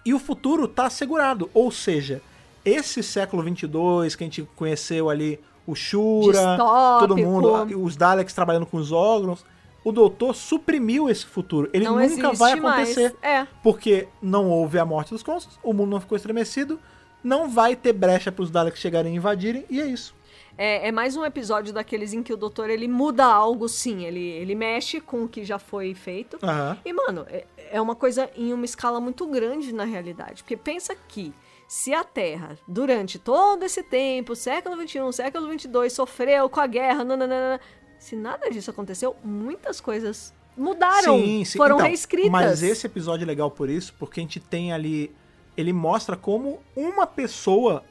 Speaker 2: E o futuro tá segurado. Ou seja, esse século 22 que a gente conheceu ali, o Shura,
Speaker 3: Distópico.
Speaker 2: todo mundo, a- os Daleks trabalhando com os Ogrons, o Doutor suprimiu esse futuro. Ele
Speaker 3: Não
Speaker 2: nunca
Speaker 3: existe
Speaker 2: vai acontecer.
Speaker 3: mais. É.
Speaker 2: Porque não houve a morte dos Consuls, o mundo não ficou estremecido, não vai ter brecha pros Daleks chegarem e invadirem, e é isso.
Speaker 3: É, é mais um episódio daqueles em que o doutor ele muda algo, sim. Ele, ele mexe com o que já foi feito.
Speaker 2: Aham.
Speaker 3: E, mano, é, é uma coisa em uma escala muito grande na realidade. Porque pensa que se a Terra, durante todo esse tempo, século XXI, século XXII, sofreu com a guerra, nananana, se nada disso aconteceu, muitas coisas mudaram, foram
Speaker 2: Então,
Speaker 3: reescritas.
Speaker 2: Mas esse episódio é legal por isso, porque a gente tem ali. Ele mostra como uma pessoa.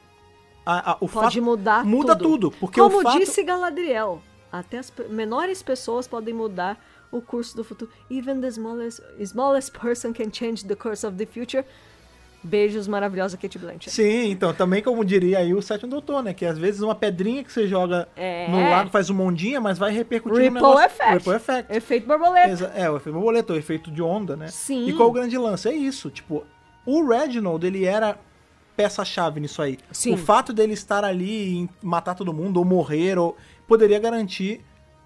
Speaker 2: a- a- o
Speaker 3: Pode
Speaker 2: fato,
Speaker 3: mudar
Speaker 2: Muda
Speaker 3: tudo.
Speaker 2: tudo. porque
Speaker 3: Como
Speaker 2: o fato,
Speaker 3: disse Galadriel, até as pe- menores pessoas podem mudar o curso do futuro. Even the smallest, smallest person can change the course of the future. Beijos maravilhosa Kate Blanchett.
Speaker 2: Sim, então, também como diria aí o sétimo doutor, né? Que às vezes uma pedrinha que você joga
Speaker 3: É.
Speaker 2: no lago faz um ondinha, mas vai repercutir no
Speaker 3: Ripple
Speaker 2: negócio.
Speaker 3: effect.
Speaker 2: Ripple effect.
Speaker 3: Efeito borboleta.
Speaker 2: Exa- É, o efeito borboleta, o efeito de onda, né?
Speaker 3: Sim.
Speaker 2: E qual o grande lance? É isso, tipo, o Reginald, ele era peça-chave nisso aí.
Speaker 3: Sim.
Speaker 2: O fato dele estar ali e matar todo mundo, ou morrer, ou poderia garantir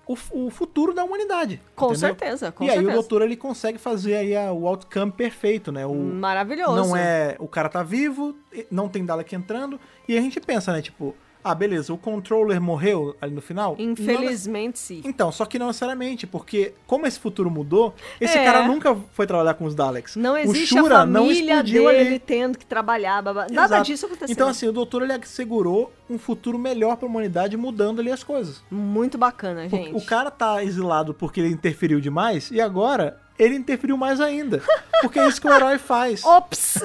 Speaker 2: o, f- o futuro da humanidade.
Speaker 3: Com
Speaker 2: entendeu?
Speaker 3: certeza, com
Speaker 2: E aí
Speaker 3: certeza.
Speaker 2: o doutor, ele consegue fazer aí a- o outcome perfeito, né? O,
Speaker 3: Maravilhoso.
Speaker 2: não é. O cara tá vivo, e- não tem Dalek entrando. E a gente pensa, né? Tipo, ah, beleza, o controller morreu ali no final. Não nece-
Speaker 3: Infelizmente, sim.
Speaker 2: Então, só que não necessariamente, porque como esse futuro mudou, esse
Speaker 3: É.
Speaker 2: cara nunca foi trabalhar com os Daleks.
Speaker 3: Não existe
Speaker 2: o é- Shura
Speaker 3: a família
Speaker 2: não explodiu
Speaker 3: dele
Speaker 2: ali.
Speaker 3: tendo que trabalhar. babá. Nada
Speaker 2: Exato.
Speaker 3: disso aconteceu.
Speaker 2: Então, assim, o doutor ele assegurou um futuro melhor pra humanidade mudando ali as coisas.
Speaker 3: Muito bacana,
Speaker 2: Por-
Speaker 3: gente.
Speaker 2: O cara tá exilado porque ele interferiu demais e agora ele interferiu mais ainda. Porque é isso que o herói faz.
Speaker 3: Ops!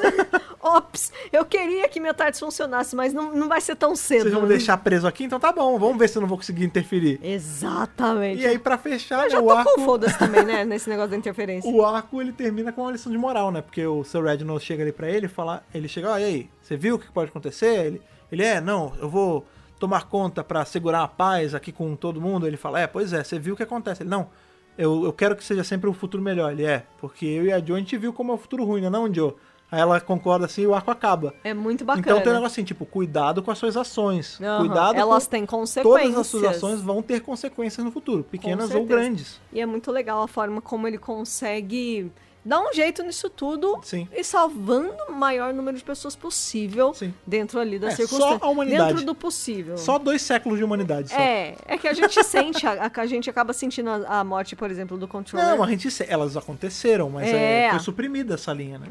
Speaker 3: Ops! Eu queria que minha tarde funcionasse, mas não, não vai ser tão cedo.
Speaker 2: Vocês vão me
Speaker 3: né?
Speaker 2: deixar preso aqui? Então tá bom, vamos ver se eu não vou conseguir interferir.
Speaker 3: Exatamente.
Speaker 2: E aí, pra fechar,
Speaker 3: Eu
Speaker 2: né,
Speaker 3: já
Speaker 2: o
Speaker 3: tô
Speaker 2: arco.
Speaker 3: com foda-se também, né? Nesse negócio da interferência.
Speaker 2: O arco ele termina com uma lição de moral, né? Porque o Sir Reginald chega ali pra ele e fala, ele chega, ó, e aí, você viu o que pode acontecer? Ele, ele é, não, eu vou tomar conta pra segurar a paz aqui com todo mundo. Ele fala, é, pois é, você viu o que acontece. Ele, não, eu, eu quero que seja sempre um futuro melhor. Ele, é, porque eu e a Jo, a gente viu como é o futuro ruim, né não, Joe? Aí ela concorda assim e o arco acaba.
Speaker 3: É muito bacana.
Speaker 2: Então tem um negócio assim, tipo, cuidado com as suas ações.
Speaker 3: Aham,
Speaker 2: Cuidado
Speaker 3: Elas
Speaker 2: com...
Speaker 3: têm consequências.
Speaker 2: Todas as suas ações vão ter consequências no futuro, pequenas ou
Speaker 3: certeza.
Speaker 2: grandes.
Speaker 3: E é muito legal a forma como ele consegue dar um jeito nisso tudo
Speaker 2: Sim.
Speaker 3: e salvando o maior número de pessoas possível
Speaker 2: Sim.
Speaker 3: dentro ali da
Speaker 2: É, só
Speaker 3: circunstância.
Speaker 2: a humanidade.
Speaker 3: Dentro do possível.
Speaker 2: Só dois séculos de humanidade. Só.
Speaker 3: É, é que a gente sente, a, a- a gente acaba sentindo a, a morte, por exemplo, do controller.
Speaker 2: Não, a gente, se- elas aconteceram, mas é.
Speaker 3: É.
Speaker 2: foi suprimida essa linha, né?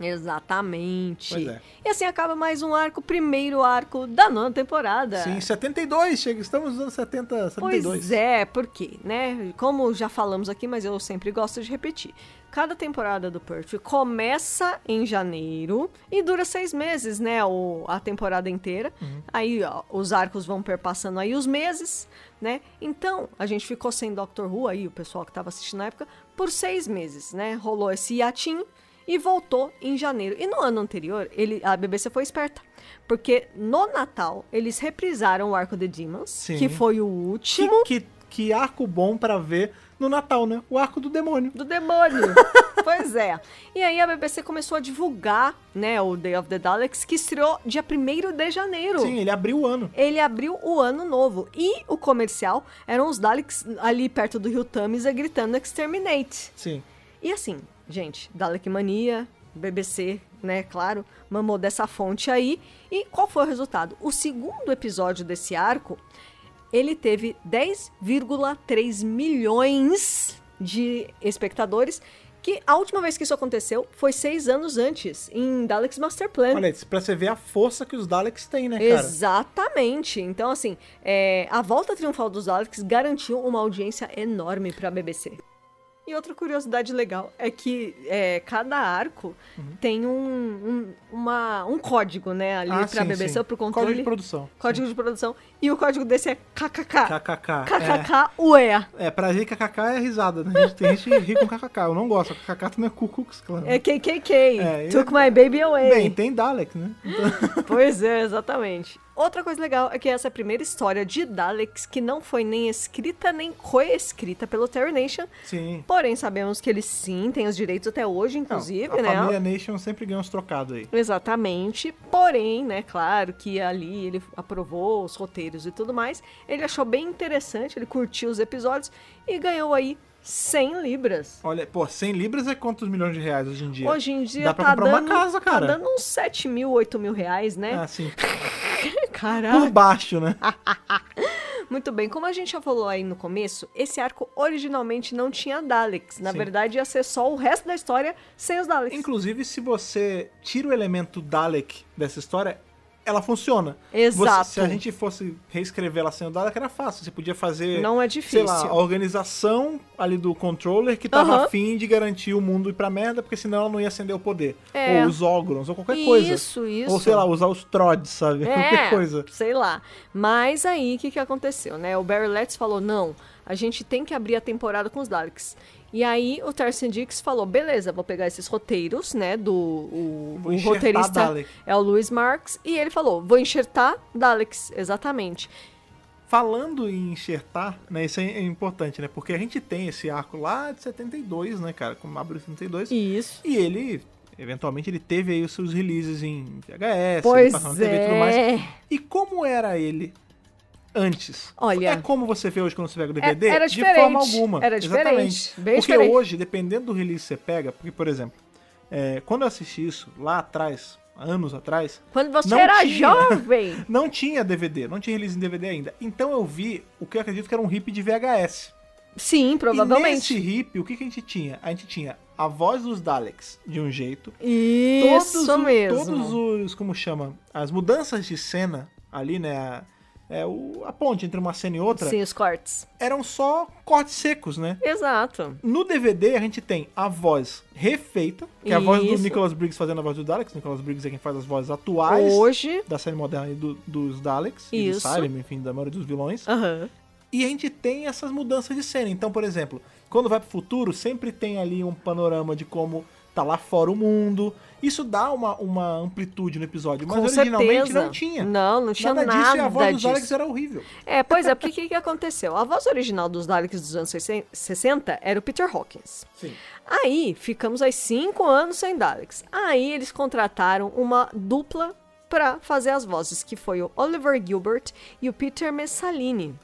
Speaker 3: Exatamente.
Speaker 2: Pois é.
Speaker 3: E assim acaba mais um arco, primeiro arco da nona temporada.
Speaker 2: Sim, 72, chega, estamos nos anos 70, 72.
Speaker 3: é. Pois é, porque, né? Como já falamos aqui, mas eu sempre gosto de repetir. Cada temporada do Perth começa em janeiro e dura seis meses, né? O, a temporada inteira. Aí ó, os arcos vão perpassando aí os meses, né? Então, a gente ficou sem Doctor Who aí, o pessoal que tava assistindo na época, por seis meses, né? Rolou esse hiatinho e voltou em janeiro. E no ano anterior, ele, a BBC foi esperta. Porque no Natal, eles reprisaram o arco de Demons,
Speaker 2: Sim.
Speaker 3: que foi o
Speaker 2: Que,
Speaker 3: último
Speaker 2: que, que arco bom pra ver no Natal, né? O arco do demônio.
Speaker 3: do demônio. Pois é. E aí a BBC começou a divulgar, né, o Day of the Daleks, que estreou dia 1 de janeiro.
Speaker 2: Sim, ele abriu o ano.
Speaker 3: Ele abriu o ano novo. E o comercial eram os Daleks ali perto do rio Tamisa gritando Exterminate.
Speaker 2: Sim.
Speaker 3: E assim, gente, Dalek Mania, BBC, né, claro, mamou dessa fonte aí. E qual foi o resultado? O segundo episódio desse arco, ele teve 10,3 milhões de espectadores. Que a última vez que isso aconteceu foi seis anos antes, em Daleks Master Plan.
Speaker 2: Olha, isso pra você ver a força que os Daleks têm, né, cara?
Speaker 3: Exatamente. Então, assim, é, a volta triunfal dos Daleks garantiu uma audiência enorme pra BBC. E outra curiosidade legal é que é, cada arco
Speaker 2: Uhum.
Speaker 3: tem um, um, uma- um código, né? Ali
Speaker 2: Ah,
Speaker 3: pra
Speaker 2: sim,
Speaker 3: BBC,
Speaker 2: sim.
Speaker 3: pro controle.
Speaker 2: Código de produção.
Speaker 3: Código de produção. E o código desse é KKK.
Speaker 2: KKK. É.
Speaker 3: KKK-UEA.
Speaker 2: É, pra gente KKK é risada, né? A gente, tem gente que ri com KKK. Eu não gosto. KKK também é Ku Klux Klan.
Speaker 3: É, KKK.
Speaker 2: É, e-
Speaker 3: Took my baby away.
Speaker 2: Bem, tem Dalek, né?
Speaker 3: Pois é, exatamente. Outra coisa legal é que essa é a primeira história de Daleks que não foi nem escrita nem coescrita pelo Terry Nation.
Speaker 2: Sim.
Speaker 3: Porém, sabemos que ele sim tem os direitos até hoje, inclusive,
Speaker 2: a
Speaker 3: né?
Speaker 2: família Nation sempre ganha uns trocados aí.
Speaker 3: Exatamente. Porém, né, claro que ali ele aprovou os roteiros e tudo mais. Ele achou bem interessante, ele curtiu os episódios e ganhou aí 100 libras.
Speaker 2: Olha, pô, 100 libras é quantos milhões de reais hoje em dia?
Speaker 3: Hoje em dia
Speaker 2: Dá pra
Speaker 3: tá,
Speaker 2: comprar
Speaker 3: dando,
Speaker 2: uma casa,
Speaker 3: tá
Speaker 2: cara.
Speaker 3: dando uns 7 mil, 8 mil reais, né?
Speaker 2: Ah, sim. Por
Speaker 3: Caraca!
Speaker 2: baixo, né?
Speaker 3: Ah. Muito bem, como a gente já falou aí no começo, esse arco originalmente não tinha Daleks. Na
Speaker 2: Sim.
Speaker 3: verdade, ia ser só o resto da história sem os Daleks.
Speaker 2: Inclusive, se você tira o elemento Dalek dessa história, ela funciona.
Speaker 3: Exato.
Speaker 2: Você- se a gente fosse reescrever ela sem o Dalek, era fácil. Você podia fazer.
Speaker 3: Não é difícil.
Speaker 2: Sei lá, a organização ali do controller que tava
Speaker 3: Aham.
Speaker 2: afim de garantir o mundo ir pra merda, porque senão ela não ia acender o poder.
Speaker 3: É.
Speaker 2: Ou os Ogrons, ou qualquer coisa.
Speaker 3: Isso, isso.
Speaker 2: Ou sei lá, usar os Trods, sabe?
Speaker 3: É,
Speaker 2: Qualquer coisa.
Speaker 3: sei lá. Mas aí, o que, que aconteceu, né? O Barry Letts falou, não, a gente tem que abrir a temporada com os Daleks. E aí, o Tarsem Dix falou, beleza, vou pegar esses roteiros, né, do... O,
Speaker 2: Vou
Speaker 3: o
Speaker 2: enxertar
Speaker 3: roteirista
Speaker 2: Dalek.
Speaker 3: é o Louis Marx, e ele falou, vou enxertar Daleks, exatamente.
Speaker 2: Falando em enxertar, né? Isso é é importante, né? Porque a gente tem esse arco lá de 72, né, cara? Como abriu 72.
Speaker 3: Isso.
Speaker 2: E ele, eventualmente, ele teve aí os seus releases em VHS,
Speaker 3: Pois
Speaker 2: passando na TV e tudo mais.
Speaker 3: é.
Speaker 2: E como era ele antes?
Speaker 3: Olha.
Speaker 2: É como você vê hoje quando você pega o DVD?
Speaker 3: É- era
Speaker 2: de
Speaker 3: diferente,
Speaker 2: forma alguma.
Speaker 3: era diferente,
Speaker 2: Exatamente.
Speaker 3: bem
Speaker 2: porque
Speaker 3: diferente.
Speaker 2: hoje, dependendo do release que você pega, porque, por exemplo, é, quando eu assisti isso lá atrás, anos atrás,
Speaker 3: Quando você
Speaker 2: Não
Speaker 3: era
Speaker 2: tinha.
Speaker 3: jovem.
Speaker 2: não tinha DVD, não tinha release em DVD ainda. Então eu vi o que eu acredito que era um hip de VHS.
Speaker 3: Sim, provavelmente.
Speaker 2: E nesse hip, o que, que a gente tinha? A gente tinha a voz dos Daleks de um jeito,
Speaker 3: Isso
Speaker 2: todos, o-
Speaker 3: mesmo.
Speaker 2: Todos os, como chama, as mudanças de cena ali, né? a- é, o, a ponte entre uma cena e outra
Speaker 3: Sim, os cortes.
Speaker 2: eram só cortes secos, né?
Speaker 3: Exato.
Speaker 2: No DVD a gente tem a voz refeita, que é a voz do
Speaker 3: Isso.
Speaker 2: Nicholas Briggs fazendo a voz do Daleks. Nicholas Briggs é quem faz as vozes atuais
Speaker 3: Hoje...
Speaker 2: da série moderna e do- dos Daleks e do
Speaker 3: Isso.
Speaker 2: Salem, enfim, da maioria dos vilões.
Speaker 3: Aham.
Speaker 2: E a gente tem essas mudanças de cena. Então, por exemplo, quando vai pro futuro, sempre tem ali um panorama de como tá lá fora o mundo. Isso dá uma, uma amplitude no episódio, mas
Speaker 3: Com
Speaker 2: originalmente
Speaker 3: certeza.
Speaker 2: não tinha.
Speaker 3: Não, não tinha nada,
Speaker 2: disso e a voz dos
Speaker 3: disso.
Speaker 2: Alex era horrível.
Speaker 3: É, pois é, porque o que, que aconteceu? A voz original dos Daleks dos anos 60 era o Peter Hawkins.
Speaker 2: Sim.
Speaker 3: Aí ficamos aí cinco anos sem Daleks. Aí eles contrataram uma dupla pra fazer as vozes, que foi o Oliver Gilbert e o Peter Messalini.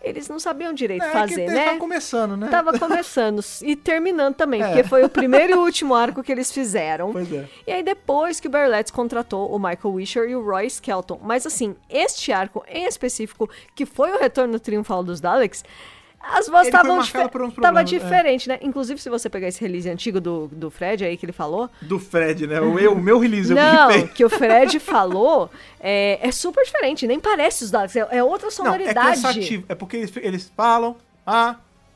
Speaker 3: Eles não sabiam direito
Speaker 2: É
Speaker 3: fazer,
Speaker 2: que
Speaker 3: né?
Speaker 2: tá começando, né?
Speaker 3: Tava começando e terminando também,
Speaker 2: É.
Speaker 3: porque foi o primeiro e último arco que eles fizeram.
Speaker 2: Pois é.
Speaker 3: E aí depois que o Berlitz contratou o Michael Wisher e o Roy Skelton. Mas assim, este arco em específico, que foi o retorno triunfal dos Daleks, as vozes
Speaker 2: Ele foi
Speaker 3: estavam
Speaker 2: marcado
Speaker 3: dife-
Speaker 2: por uns
Speaker 3: tava
Speaker 2: problemas, é.
Speaker 3: diferente, né? Inclusive, se você pegar esse release antigo do, do Fred aí que ele falou,
Speaker 2: Do Fred, né? O, eu, o meu release, eu
Speaker 3: não,
Speaker 2: gripei.
Speaker 3: que o Fred falou é, é super diferente, nem parece os Daleks, é, é outra
Speaker 2: Não, é
Speaker 3: sonoridade.
Speaker 2: cansativo. É porque eles, eles falam, ah,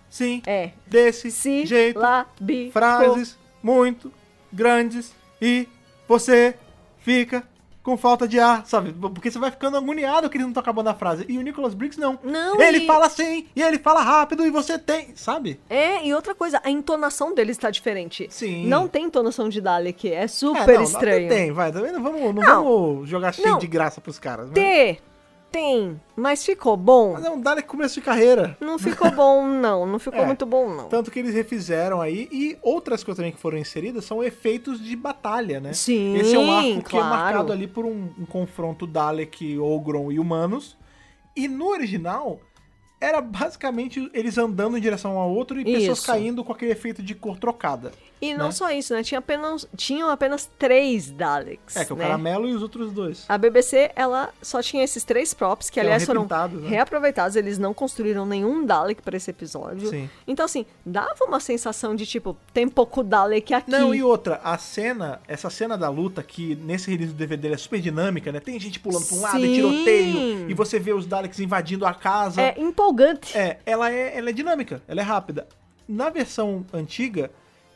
Speaker 2: sim,
Speaker 3: É.
Speaker 2: desse
Speaker 3: Se
Speaker 2: jeito.
Speaker 3: lá, bi,
Speaker 2: frases muito grandes e você fica com falta de ar, sabe? Porque você vai ficando agoniado que eles não estão acabando a frase. E o Nicholas Briggs não.
Speaker 3: Não,
Speaker 2: ele
Speaker 3: e-
Speaker 2: fala assim, e ele fala rápido, e você tem, sabe?
Speaker 3: É, e outra coisa, a entonação deles tá diferente.
Speaker 2: Sim.
Speaker 3: Não tem entonação de Dalek, é super
Speaker 2: não,
Speaker 3: estranho.
Speaker 2: né? Tem, vai, também não tá vamos, não
Speaker 3: Não.
Speaker 2: vamos jogar cheio
Speaker 3: Não.
Speaker 2: de graça pros caras. né?
Speaker 3: T, Tem, mas ficou bom.
Speaker 2: Mas é um Dalek começo de carreira.
Speaker 3: Não ficou bom, não. Não ficou
Speaker 2: É.
Speaker 3: muito bom, não.
Speaker 2: Tanto que eles refizeram aí. E outras coisas também que foram inseridas são efeitos de batalha, né?
Speaker 3: Sim,
Speaker 2: Esse é um arco que é
Speaker 3: claro.
Speaker 2: marcado ali por um, um confronto Dalek, Ogron e humanos. E no original, era basicamente eles andando em direção ao outro e pessoas
Speaker 3: Isso.
Speaker 2: caindo com aquele efeito de cor trocada.
Speaker 3: E não
Speaker 2: né?
Speaker 3: só isso, né? Tinha apenas, tinham apenas três Daleks.
Speaker 2: É, que é o
Speaker 3: né? Ah,
Speaker 2: caramelo e os outros dois.
Speaker 3: A BBC, ela só tinha esses três props, que
Speaker 2: Eram
Speaker 3: aliás foram
Speaker 2: repintados, né?
Speaker 3: reaproveitados, eles não construíram nenhum Dalek pra esse episódio.
Speaker 2: Sim.
Speaker 3: Então, assim, dava uma sensação de tipo, tem pouco Dalek aqui.
Speaker 2: Não, e outra, a cena, essa cena da luta, que nesse release do DVD ela é super dinâmica, né? Tem gente pulando pra um lado e
Speaker 3: Sim.
Speaker 2: tiroteio, e você vê os Daleks invadindo a casa.
Speaker 3: É empolgante.
Speaker 2: É, ela é, ela é dinâmica, ela é rápida. Na versão antiga,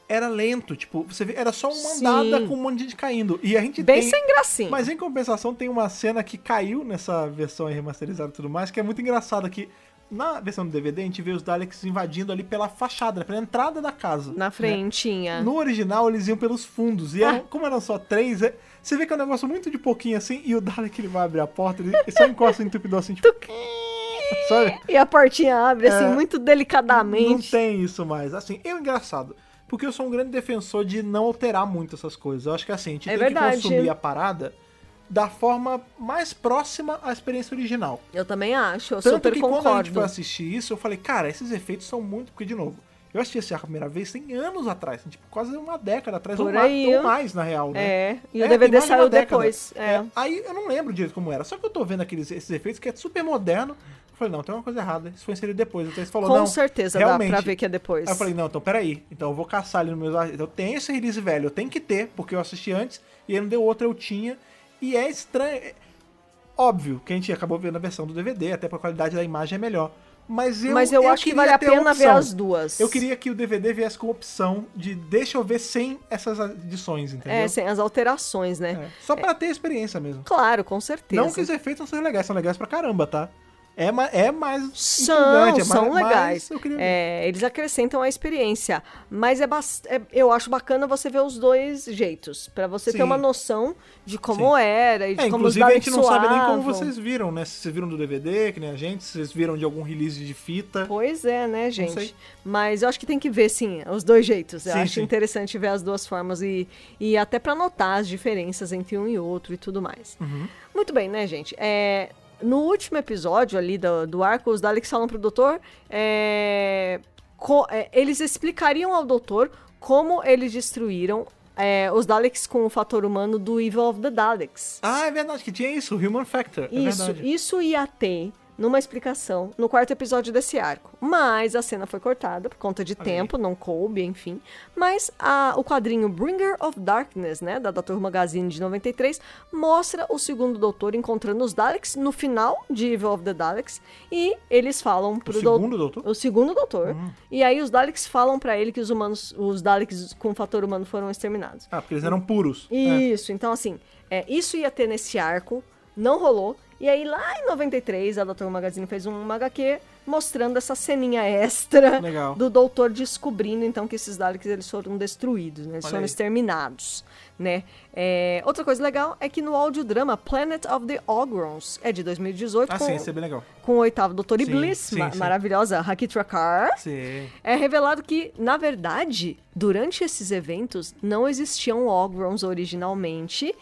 Speaker 2: era lento, tipo, você vê, era só uma
Speaker 3: Sim.
Speaker 2: andada com um monte de gente caindo. E a gente
Speaker 3: Bem
Speaker 2: tem...
Speaker 3: sem gracinha.
Speaker 2: Mas em compensação tem uma cena que caiu nessa versão aí remasterizada e tudo mais, que é muito engraçada, que na versão do DVD a gente vê os Daleks invadindo ali pela fachada, pela entrada da casa.
Speaker 3: Na Ah.
Speaker 2: né?
Speaker 3: frentinha.
Speaker 2: No original eles iam pelos fundos. E eram- como eram só três, é- você vê que é um negócio muito de pouquinho assim, e o Dalek ele vai abrir a porta, ele ele só encosta no entupidor assim, tipo. Sabe?
Speaker 3: E a portinha abre, assim,
Speaker 2: É.
Speaker 3: muito
Speaker 2: Não
Speaker 3: delicadamente.
Speaker 2: tem isso mais. Assim, eu engraçado. Porque eu sou um grande defensor de não alterar muito essas coisas. Eu acho que assim, a gente
Speaker 3: É
Speaker 2: tem
Speaker 3: verdade.
Speaker 2: que consumir a parada da forma mais próxima à experiência original.
Speaker 3: Eu também acho, eu
Speaker 2: Tanto
Speaker 3: super
Speaker 2: que
Speaker 3: concordo.
Speaker 2: quando a gente assim, foi assistir isso, eu falei, cara, esses efeitos são muito. Porque, de novo, eu assisti esse arco a primeira vez tem anos atrás, tipo, quase uma década atrás,
Speaker 3: Por
Speaker 2: ou, ma-
Speaker 3: aí,
Speaker 2: ou
Speaker 3: ó.
Speaker 2: mais, na real, né?
Speaker 3: É, e o
Speaker 2: tem
Speaker 3: DVD
Speaker 2: mais de uma
Speaker 3: saiu
Speaker 2: década.
Speaker 3: depois, é.
Speaker 2: Aí eu não lembro direito como era, só que eu tô vendo aqueles, esses efeitos que é super moderno. Eu falei, não, tem uma coisa errada, isso foi inserido depois. Então eles falaram,
Speaker 3: Com
Speaker 2: não,
Speaker 3: certeza dá
Speaker 2: realmente.
Speaker 3: pra ver que é depois.
Speaker 2: Aí eu falei, não, então peraí, então eu vou caçar ali no meus arquivos. Eu tenho esse release velho, eu tenho que ter, porque eu assisti antes, e aí não deu outro, eu tinha. E é estranho. é- Óbvio que a gente acabou vendo a versão do DVD, até porque a qualidade da imagem é melhor. Mas eu,
Speaker 3: Mas eu acho que
Speaker 2: queria
Speaker 3: vale a
Speaker 2: ter
Speaker 3: pena ver
Speaker 2: opção.
Speaker 3: as duas.
Speaker 2: Eu queria que o DVD viesse com opção de deixa eu ver sem essas edições, entendeu?
Speaker 3: É, sem as alterações, né?
Speaker 2: É, Só pra ter experiência mesmo.
Speaker 3: Claro, com certeza.
Speaker 2: Não que os efeitos não sejam legais, são legais pra caramba, tá? É, ma- é mais.
Speaker 3: São,
Speaker 2: empolgante, é mais,
Speaker 3: são
Speaker 2: mas
Speaker 3: legais.
Speaker 2: eu queria ver.
Speaker 3: É, eles acrescentam a experiência. Mas é bas- é- eu acho bacana você ver os dois jeitos. Pra você
Speaker 2: Sim.
Speaker 3: ter uma noção de como era e de
Speaker 2: É,
Speaker 3: como os
Speaker 2: inclusive a gente não
Speaker 3: Daleks
Speaker 2: sabe nem como
Speaker 3: soavam.
Speaker 2: vocês viram, né? Se vocês viram do DVD, que nem a gente, se vocês viram de algum release de fita.
Speaker 3: Pois é, né,
Speaker 2: sei.
Speaker 3: gente? Mas eu acho que tem que ver, sim, os dois jeitos. Eu
Speaker 2: Sim,
Speaker 3: acho
Speaker 2: sim.
Speaker 3: interessante ver as duas formas e, e até pra notar as diferenças entre um e outro e tudo mais.
Speaker 2: Uhum.
Speaker 3: Muito bem, né, gente? É, no último episódio ali do, do arco, os Daleks falam pro doutor. é, co- é, eles explicariam ao doutor como eles destruíram é, os Daleks com o fator humano do Evil of the Daleks.
Speaker 2: Ah, é verdade, que tinha isso, o Human Factor. É
Speaker 3: Isso,
Speaker 2: verdade.
Speaker 3: isso ia ter numa explicação no quarto episódio desse arco. Mas a cena foi cortada por conta de
Speaker 2: Olha aí.
Speaker 3: tempo, não coube, enfim. Mas a- o quadrinho Bringer of Darkness, né, da Dr. Who Magazine de 93, mostra o segundo doutor encontrando os Daleks no final de Evil of the Daleks e eles falam pro doutor
Speaker 2: segundo doutor? Hum.
Speaker 3: o segundo doutor. E aí os Daleks falam pra ele que os humanos, os Daleks com fator humano foram exterminados.
Speaker 2: Ah, porque eles eram puros. né?
Speaker 3: Isso, então assim, é, isso ia ter nesse arco, não rolou. E aí lá em 93, a Dr. Magazine fez um HQ mostrando essa ceninha extra
Speaker 2: Legal.
Speaker 3: do doutor descobrindo então que esses Daleks eles foram destruídos, né? Eles
Speaker 2: Olha
Speaker 3: foram
Speaker 2: aí.
Speaker 3: exterminados, né? É, outra coisa legal é que no audiodrama Planet of the Ogrons, é de 2018,
Speaker 2: Ah,
Speaker 3: com,
Speaker 2: sim, isso é bem legal.
Speaker 3: com o oitavo Doutor
Speaker 2: Sim,
Speaker 3: Iblis,
Speaker 2: sim,
Speaker 3: ma-
Speaker 2: sim.
Speaker 3: maravilhosa Hakitra Carr.
Speaker 2: Sim.
Speaker 3: É revelado que, na verdade, durante esses eventos não existiam Ogrons originalmente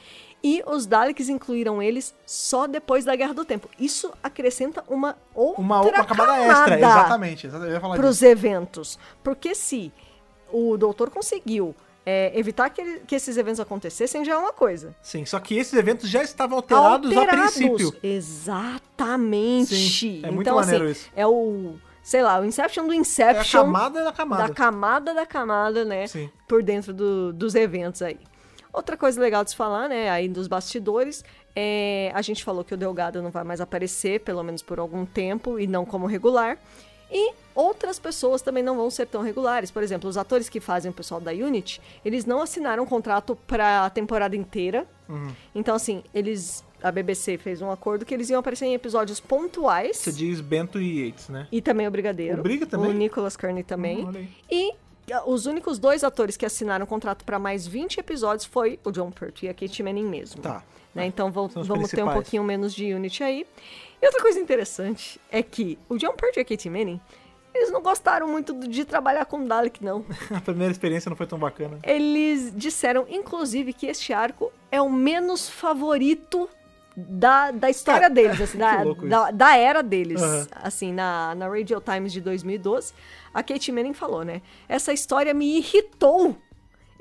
Speaker 3: e os Daleks incluíram eles só depois da Guerra do Tempo. Isso acrescenta uma outra
Speaker 2: Uma, uma camada extra, exatamente. exatamente, Eu ia falar
Speaker 3: para
Speaker 2: disso.
Speaker 3: os eventos, porque se o Doutor conseguiu é, evitar que, ele- que esses eventos acontecessem já é uma coisa.
Speaker 2: Sim, só que esses eventos já estavam alterados, a princípio.
Speaker 3: Exatamente.
Speaker 2: Sim, é muito
Speaker 3: então,
Speaker 2: maneiro
Speaker 3: assim,
Speaker 2: isso.
Speaker 3: é o, sei lá, o Inception do
Speaker 2: É a
Speaker 3: Inception
Speaker 2: camada da camada.
Speaker 3: da camada da camada, né?
Speaker 2: Sim.
Speaker 3: Por dentro do- dos eventos aí. Outra coisa legal de se falar, né? Aí dos bastidores, é, a gente falou que o Delgado não vai mais aparecer, pelo menos por algum tempo, e não como regular. E outras pessoas também não vão ser tão regulares. Por exemplo, os atores que fazem o pessoal da Unity, eles não assinaram um contrato pra temporada inteira.
Speaker 2: Uhum.
Speaker 3: Então, assim, eles. A BBC fez um acordo que eles iam aparecer em episódios pontuais.
Speaker 2: Você diz Bento e Yates, né?
Speaker 3: E também o Brigadeiro.
Speaker 2: O Briga também?
Speaker 3: O Nicolas Kearney também.
Speaker 2: Hum, olha aí.
Speaker 3: e ah, Os únicos dois atores que assinaram contrato para mais 20 episódios foi o John Pertwee e a Kate Manning mesmo.
Speaker 2: Tá.
Speaker 3: Né? Então vou-
Speaker 2: São os
Speaker 3: vamos ter um
Speaker 2: principais.
Speaker 3: pouquinho menos de Unity aí. E outra coisa interessante é que o John Pertwee e a Kate Manning, eles não gostaram muito do- de trabalhar com o Dalek, não.
Speaker 2: A primeira experiência não foi tão bacana.
Speaker 3: Eles disseram, inclusive, que este arco é o menos favorito da, da história
Speaker 2: Cara,
Speaker 3: deles, assim, da,
Speaker 2: Ah, que louco
Speaker 3: da, da era deles.
Speaker 2: Aham.
Speaker 3: Assim, na, na Radio Times de 2012, a Kate Manning falou, né? Essa história me irritou.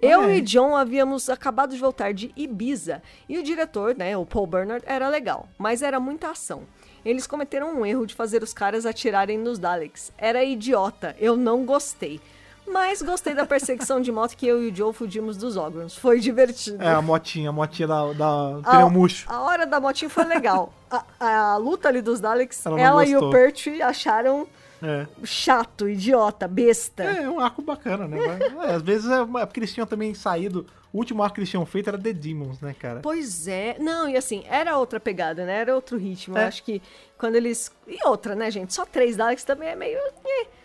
Speaker 3: Eu
Speaker 2: é.
Speaker 3: e John havíamos acabado de voltar de Ibiza e o diretor, né, o Paul Bernard, era legal, mas era muita ação. Eles cometeram um erro de fazer os caras atirarem nos Daleks. Era idiota, eu não gostei. Mas gostei da perseguição de moto que eu e o Joe fugimos dos Ogrons. Foi divertido.
Speaker 2: É, Ah, a motinha, a motinha da, da do
Speaker 3: A-
Speaker 2: pneu murcho.
Speaker 3: A hora da motinha foi legal. a, a luta ali dos Daleks,
Speaker 2: Ela
Speaker 3: ela,
Speaker 2: não
Speaker 3: e o
Speaker 2: gostou.
Speaker 3: Pertwee acharam
Speaker 2: É.
Speaker 3: chato, idiota, besta.
Speaker 2: É, é um arco bacana, né? Mas, é, às vezes é, uma- é porque eles tinham também saído. O último arco que eles tinham feito era The Demons, né, cara?
Speaker 3: Pois é. Não, e assim, era outra pegada, né? Era outro ritmo.
Speaker 2: É.
Speaker 3: Eu acho que quando eles. E outra, né, gente? Só três Daleks também é meio.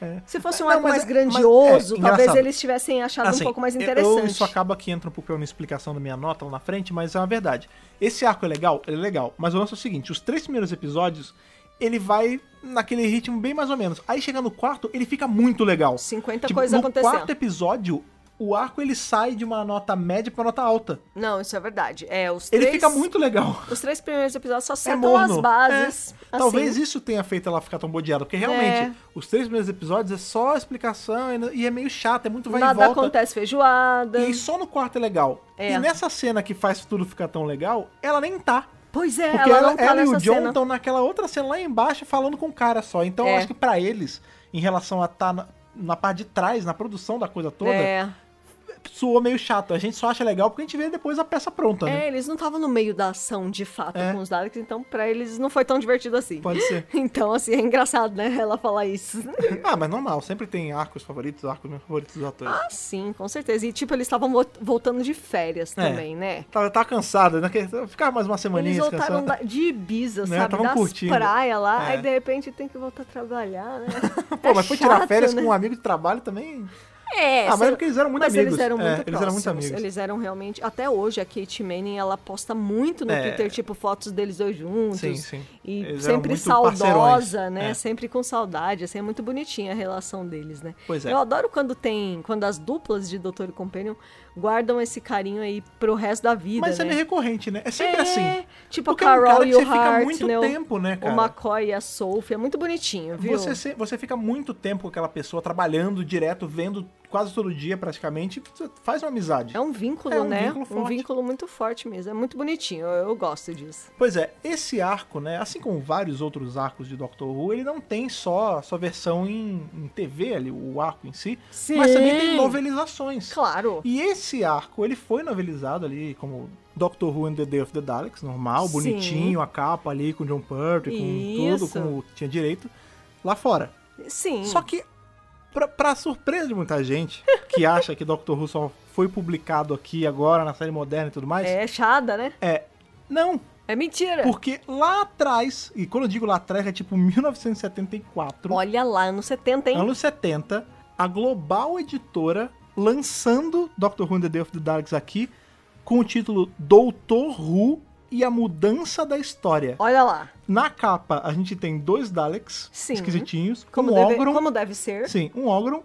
Speaker 3: eh. Se fosse um
Speaker 2: Não,
Speaker 3: arco
Speaker 2: mas
Speaker 3: mais
Speaker 2: é- mas
Speaker 3: grandioso,
Speaker 2: é,
Speaker 3: talvez
Speaker 2: engraçado. Assim,
Speaker 3: eles tivessem achado um pouco mais
Speaker 2: eu-
Speaker 3: interessante.
Speaker 2: Eu, isso acaba que entra um pouco na explicação da minha nota lá na frente, mas é uma verdade. Esse arco é legal? Ele é legal. Mas o lance é o seguinte: os três primeiros episódios, ele vai naquele ritmo bem mais ou menos. Aí chega no quarto, ele fica muito legal. Tipo,
Speaker 3: 50 coisas
Speaker 2: no
Speaker 3: acontecendo.
Speaker 2: quarto episódio, o arco ele sai de uma nota média pra nota alta.
Speaker 3: Não, isso é verdade. É, os
Speaker 2: Ele
Speaker 3: três,
Speaker 2: fica muito legal.
Speaker 3: Os três primeiros episódios só
Speaker 2: É
Speaker 3: setam
Speaker 2: morno.
Speaker 3: as bases.
Speaker 2: É.
Speaker 3: assim.
Speaker 2: Talvez isso tenha feito ela ficar tão bodeada, porque realmente,
Speaker 3: É.
Speaker 2: os três primeiros episódios é só explicação e n- e é meio chato, é muito vai
Speaker 3: Nada
Speaker 2: e volta.
Speaker 3: acontece feijoada.
Speaker 2: E aí só no quarto é legal.
Speaker 3: É.
Speaker 2: E nessa cena que faz tudo ficar tão legal, ela nem tá.
Speaker 3: Pois é,
Speaker 2: Porque
Speaker 3: ela,
Speaker 2: ela,
Speaker 3: não tá
Speaker 2: ela e o
Speaker 3: nessa
Speaker 2: John
Speaker 3: cena.
Speaker 2: estão naquela outra cena lá embaixo falando com o cara só. Então eu
Speaker 3: É.
Speaker 2: acho que pra eles, em relação a estar na, na parte de trás, na produção da coisa toda,
Speaker 3: É.
Speaker 2: soou meio chato. A gente só acha legal porque a gente vê depois a peça pronta, né?
Speaker 3: É, eles não estavam no meio da ação de fato
Speaker 2: É.
Speaker 3: com os Daleks, então pra eles não foi tão divertido assim.
Speaker 2: Pode ser.
Speaker 3: Então, assim, é engraçado, né? Ela falar isso.
Speaker 2: Ah, mas normal, sempre tem arcos favoritos, arcos meus favoritos dos atores.
Speaker 3: Ah, sim, com certeza. E, tipo, eles estavam vo- voltando de férias também, né?
Speaker 2: Tá, tá cansado, né? Que- Ficar mais uma semaninha
Speaker 3: Eles voltaram
Speaker 2: descansando.
Speaker 3: da- de Ibiza,
Speaker 2: Né,
Speaker 3: sabe?
Speaker 2: tavam
Speaker 3: Das
Speaker 2: curtindo.
Speaker 3: praias lá,
Speaker 2: É.
Speaker 3: aí de repente tem que voltar a trabalhar, né?
Speaker 2: Pô, mas foi tirar férias
Speaker 3: né?
Speaker 2: com um amigo de trabalho também.
Speaker 3: É,
Speaker 2: Ah, mas
Speaker 3: sei-
Speaker 2: porque eles eram muito
Speaker 3: mas
Speaker 2: amigos.
Speaker 3: Eles eram
Speaker 2: É, eles
Speaker 3: muito
Speaker 2: eram muito
Speaker 3: próximos,
Speaker 2: amigos.
Speaker 3: Eles eram realmente. Até hoje a Kate Manning ela posta muito no
Speaker 2: É.
Speaker 3: Twitter, tipo, fotos deles dois juntos.
Speaker 2: Sim, sim.
Speaker 3: E
Speaker 2: Eles eram
Speaker 3: sempre
Speaker 2: muito
Speaker 3: saudosa,
Speaker 2: parceirões,
Speaker 3: né?
Speaker 2: é.
Speaker 3: Sempre com saudade. Assim, é muito bonitinha a relação deles, né?
Speaker 2: Pois é.
Speaker 3: Eu adoro quando tem. Quando as duplas de Doutor e Companion guardam esse carinho aí pro resto da vida.
Speaker 2: Mas isso é
Speaker 3: né?
Speaker 2: meio recorrente, né? É sempre assim.
Speaker 3: Tipo
Speaker 2: Porque
Speaker 3: a
Speaker 2: é um
Speaker 3: Carol
Speaker 2: cara que
Speaker 3: e o
Speaker 2: você fica
Speaker 3: Hart,
Speaker 2: muito
Speaker 3: né? O-
Speaker 2: tempo, né, cara?
Speaker 3: O McCoy e a Sophie. É muito bonitinho, viu?
Speaker 2: Você, se- você fica muito tempo com aquela pessoa, trabalhando direto, vendo quase todo dia praticamente, você faz uma amizade.
Speaker 3: É um vínculo,
Speaker 2: É um
Speaker 3: né?
Speaker 2: vínculo
Speaker 3: um
Speaker 2: forte.
Speaker 3: vínculo muito forte mesmo. É muito bonitinho. Eu, eu gosto disso.
Speaker 2: Pois é, esse arco, né, assim como vários outros arcos de Doctor Who, ele não tem só a sua versão em, em TV ali, o arco em si,
Speaker 3: Sim.
Speaker 2: mas também tem novelizações.
Speaker 3: Claro.
Speaker 2: E esse arco, ele foi novelizado ali como Doctor Who and the Day of the Daleks, normal,
Speaker 3: Sim.
Speaker 2: bonitinho, a capa ali com John Pertwee, com tudo,
Speaker 3: Isso. Hum.
Speaker 2: como tinha direito, lá fora.
Speaker 3: Sim.
Speaker 2: Só que, pra, pra surpresa de muita gente, que acha que Doctor Who só foi publicado aqui agora na série moderna e tudo mais,
Speaker 3: É chada, né?
Speaker 2: é não,
Speaker 3: É mentira.
Speaker 2: porque lá atrás, e quando eu digo lá atrás, é tipo 1974,
Speaker 3: Olha lá, anos 70, hein?
Speaker 2: anos 70, a Global Editora lançando Doctor Who and the Day of the Daleks aqui com o título Doutor Who e a Mudança da História.
Speaker 3: Olha lá.
Speaker 2: Na capa, a gente tem dois Daleks
Speaker 3: Sim.
Speaker 2: esquisitinhos,
Speaker 3: Como,
Speaker 2: um
Speaker 3: deve,
Speaker 2: Ogron,
Speaker 3: como deve ser.
Speaker 2: sim, um Ogron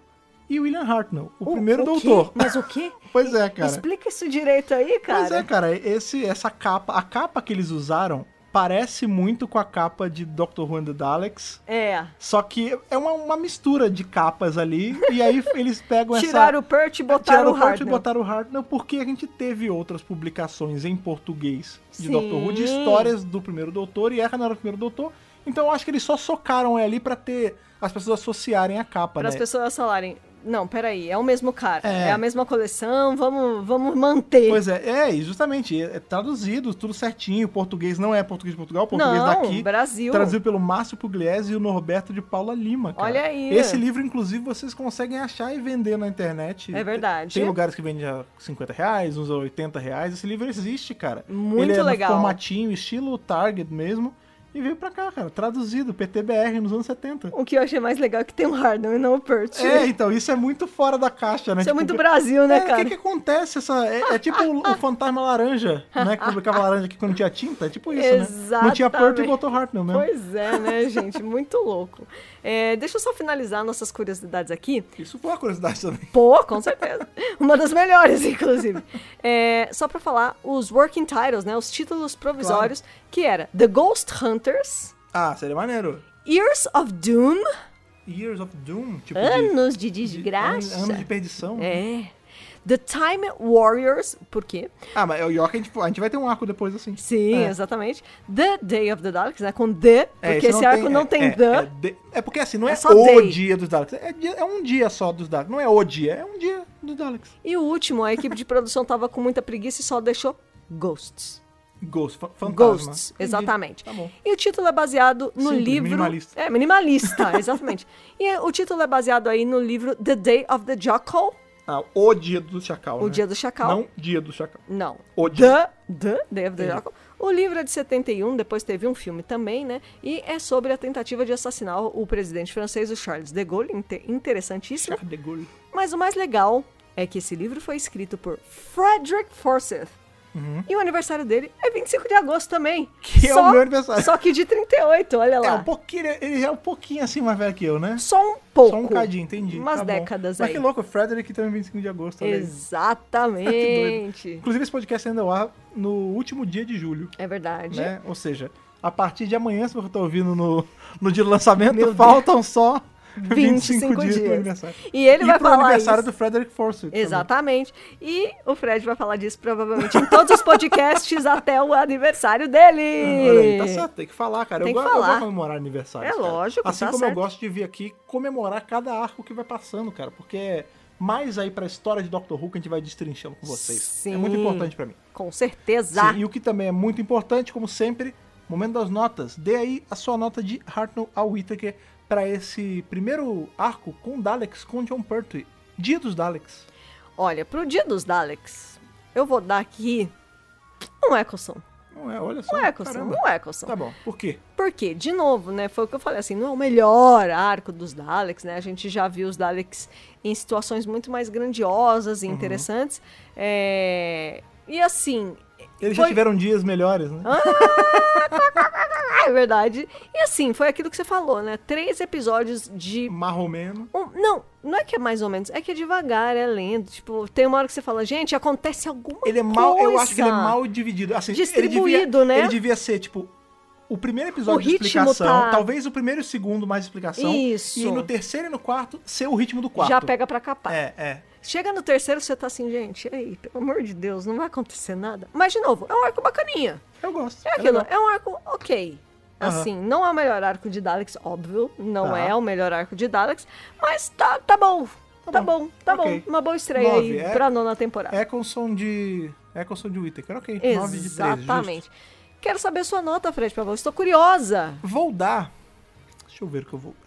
Speaker 2: e William Hartnell, é o,
Speaker 3: O-
Speaker 2: primeiro
Speaker 3: o quê?
Speaker 2: doutor.
Speaker 3: Mas o quê?
Speaker 2: Pois é, cara.
Speaker 3: Explica isso direito aí, cara.
Speaker 2: Pois é, cara, esse, essa capa, a capa que eles usaram parece muito com a capa de Doctor Who and the Daleks,
Speaker 3: É.
Speaker 2: só que é uma, uma mistura de capas ali, e aí eles pegam essa...
Speaker 3: Tiraram o Pert e botaram
Speaker 2: Tiraram
Speaker 3: o
Speaker 2: o Hart
Speaker 3: Hart.
Speaker 2: e botaram o Hartnell, porque a gente teve outras publicações em português de
Speaker 3: Sim.
Speaker 2: Doctor Who, de histórias do Primeiro Doutor, e essa não era o Primeiro Doutor, então eu acho que eles só socaram ali pra ter as pessoas associarem a capa,
Speaker 3: Para as
Speaker 2: né?
Speaker 3: pessoas falarem, não, peraí, é o mesmo cara,
Speaker 2: É.
Speaker 3: é, a mesma coleção, vamos, vamos manter.
Speaker 2: Pois é, é, e justamente, é traduzido, tudo certinho, o português não é português de Portugal, o português
Speaker 3: Não,
Speaker 2: daqui.
Speaker 3: Brasil.
Speaker 2: Traduzido pelo Márcio Pugliese e o Norberto de Paula Lima, cara.
Speaker 3: Olha aí.
Speaker 2: Esse livro, inclusive, vocês conseguem achar e vender na internet.
Speaker 3: É verdade.
Speaker 2: Tem lugares que vendem a 50 reais, uns a 80 reais. Esse livro existe, cara.
Speaker 3: Muito
Speaker 2: Ele é no
Speaker 3: legal.
Speaker 2: formatinho, estilo Target mesmo. e veio pra cá, cara, traduzido, PTBR nos anos 70.
Speaker 3: O que eu achei mais legal é que tem o Hardon e não o Pert.
Speaker 2: É, então, isso é muito fora da caixa, né?
Speaker 3: Isso é muito Brasil, né,
Speaker 2: é, O
Speaker 3: cara?
Speaker 2: que que acontece? Essa, é, é tipo o, o fantasma laranja, né? Que publicava laranja aqui quando tinha tinta. É tipo isso, né? Não tinha Pert e
Speaker 3: Exatamente.
Speaker 2: botou Hartnell mesmo.
Speaker 3: Pois é, né, gente? Muito louco. É, deixa eu só finalizar nossas curiosidades aqui.
Speaker 2: Isso foi uma curiosidade também.
Speaker 3: Pô, com certeza. Uma das melhores, inclusive. É, só pra falar, os working titles, né? Os títulos provisórios, que era The Ghost Hunters,
Speaker 2: Ah, seria maneiro.
Speaker 3: Years of Doom,
Speaker 2: Years of Doom, tipo. de-
Speaker 3: Anos de
Speaker 2: de-
Speaker 3: Desgraça.
Speaker 2: an- Anos de perdição.
Speaker 3: É. The Time Warriors, por quê?
Speaker 2: Ah, mas é o York, a gente, a gente vai ter um arco depois assim.
Speaker 3: Sim,
Speaker 2: É.
Speaker 3: exatamente. The Day of the Daleks, né? Com The, porque esse arco não tem
Speaker 2: é,
Speaker 3: The.
Speaker 2: É, de- é porque assim, não é,
Speaker 3: É só
Speaker 2: o
Speaker 3: day.
Speaker 2: dia dos Daleks. É, dia- é um dia só dos Daleks. Não é o dia, é um dia dos Daleks.
Speaker 3: E o último, a equipe de produção tava com muita preguiça e só deixou Ghosts.
Speaker 2: Ghost, fa- fantasma.
Speaker 3: Ghosts,
Speaker 2: Entendi.
Speaker 3: exatamente.
Speaker 2: Tá bom.
Speaker 3: E o título é baseado no
Speaker 2: Simples,
Speaker 3: livro.
Speaker 2: minimalista.
Speaker 3: É, minimalista, exatamente. e o título é baseado aí no livro The Day of the Jackal,
Speaker 2: Ah, o dia do Chacal.
Speaker 3: O
Speaker 2: né?
Speaker 3: Dia do Chacal.
Speaker 2: Não dia do Chacal.
Speaker 3: Não.
Speaker 2: O
Speaker 3: The,
Speaker 2: dia.
Speaker 3: The Day of the
Speaker 2: É.
Speaker 3: Jackal. O livro é de 71, depois teve um filme também, né? E é sobre a tentativa de assassinar o presidente francês, o Charles de Gaulle. Inte- interessantíssimo.
Speaker 2: Charles de Gaulle.
Speaker 3: Mas o mais legal é que esse livro foi escrito por Frederick Forsyth. E o aniversário dele é 25 de agosto também.
Speaker 2: Uhum. Que é o meu aniversário.
Speaker 3: Só que de 38, olha lá.
Speaker 2: É, um pouquinho, ele é um pouquinho assim mais velho que eu, né?
Speaker 3: Só um pouco.
Speaker 2: Só um cadinho, entendi.
Speaker 3: Umas
Speaker 2: Tá bom.
Speaker 3: décadas
Speaker 2: Mas
Speaker 3: aí.
Speaker 2: que louco, né? o Frederick também 25 de agosto. olha aí.
Speaker 3: Exatamente.
Speaker 2: Inclusive, esse podcast ainda ao ar no último dia de julho,
Speaker 3: é verdade.
Speaker 2: né? Ou seja, a partir de amanhã, se você tá ouvindo no, no dia do lançamento,
Speaker 3: Meu Deus.
Speaker 2: faltam só 25,
Speaker 3: 25
Speaker 2: dias pro
Speaker 3: dias.
Speaker 2: aniversário.
Speaker 3: E ele
Speaker 2: e
Speaker 3: vai
Speaker 2: pro
Speaker 3: falar
Speaker 2: aniversário
Speaker 3: isso.
Speaker 2: do Frederick Forsyth. também.
Speaker 3: Exatamente. E o Fred vai falar disso provavelmente em todos os podcasts até o aniversário dele.
Speaker 2: Olha aí, tá certo, tem que falar, cara.
Speaker 3: Tem
Speaker 2: eu,
Speaker 3: que
Speaker 2: gosto- eu
Speaker 3: falar.
Speaker 2: gosto de comemorar aniversário.
Speaker 3: É lógico,
Speaker 2: Assim
Speaker 3: tá
Speaker 2: como
Speaker 3: certo.
Speaker 2: eu gosto de vir aqui comemorar cada arco que vai passando, cara, porque é mais aí pra história de Doctor Who que a gente vai destrinchando com vocês.
Speaker 3: Sim.
Speaker 2: É muito importante pra mim.
Speaker 3: Com certeza.
Speaker 2: Sim, e o que também é muito importante, como sempre, momento das notas. Dê aí a sua nota de Hartnell ao Whittaker pra esse primeiro arco com Daleks, com John Pertwee. Dia dos Daleks.
Speaker 3: Olha, pro dia dos Daleks, eu vou dar aqui um Eccleston.
Speaker 2: Não é, olha só.
Speaker 3: Um Eccleston,
Speaker 2: caramba.
Speaker 3: um Eccleston.
Speaker 2: Tá bom, por quê?
Speaker 3: Porque, de novo, né? Foi o que eu falei, assim, não é o melhor arco dos Daleks, né? A gente já viu os Daleks em situações muito mais
Speaker 2: Uhum.
Speaker 3: grandiosas e interessantes. É, E assim.
Speaker 2: Eles já
Speaker 3: foi-
Speaker 2: tiveram dias melhores, né?
Speaker 3: Ah, é verdade. E assim, foi aquilo que você falou, né? Três episódios de.
Speaker 2: Marromeno.
Speaker 3: um- Não, não é que é mais ou menos, é que é devagar, é lento. Tipo, tem uma hora que você fala, gente, acontece alguma coisa.
Speaker 2: Ele é mal, eu acho que ele é mal dividido. Assim, ele
Speaker 3: Distribuído,
Speaker 2: devia,
Speaker 3: né?
Speaker 2: Ele devia ser, tipo, o primeiro episódio
Speaker 3: O
Speaker 2: de
Speaker 3: ritmo
Speaker 2: explicação,
Speaker 3: tá-
Speaker 2: talvez o primeiro e o segundo mais explicação.
Speaker 3: Isso.
Speaker 2: E no terceiro e no quarto, ser o ritmo do quarto.
Speaker 3: Já pega pra capar.
Speaker 2: É, é.
Speaker 3: Chega no terceiro, você tá assim, gente, ei, pelo amor de Deus, não vai acontecer nada. Mas, de novo, é um arco bacaninha.
Speaker 2: Eu gosto.
Speaker 3: É aquilo,
Speaker 2: Tá legal.
Speaker 3: é, um arco ok.
Speaker 2: Aham.
Speaker 3: Assim, não é o melhor arco de Daleks, óbvio, não
Speaker 2: Tá.
Speaker 3: é o melhor arco de Daleks, mas tá, tá bom. Tá,
Speaker 2: Tá
Speaker 3: bom,
Speaker 2: bom,
Speaker 3: tá
Speaker 2: ok.
Speaker 3: bom. Uma boa estreia aí
Speaker 2: Nove, é-
Speaker 3: pra nona temporada.
Speaker 2: Eccleston de. Eccleston de Whittaker, ok. é nove de 13,
Speaker 3: Exatamente. Quero saber sua nota, Fred, pra você. Estou curiosa.
Speaker 2: Vou dar. Deixa eu ver o que eu vou dar.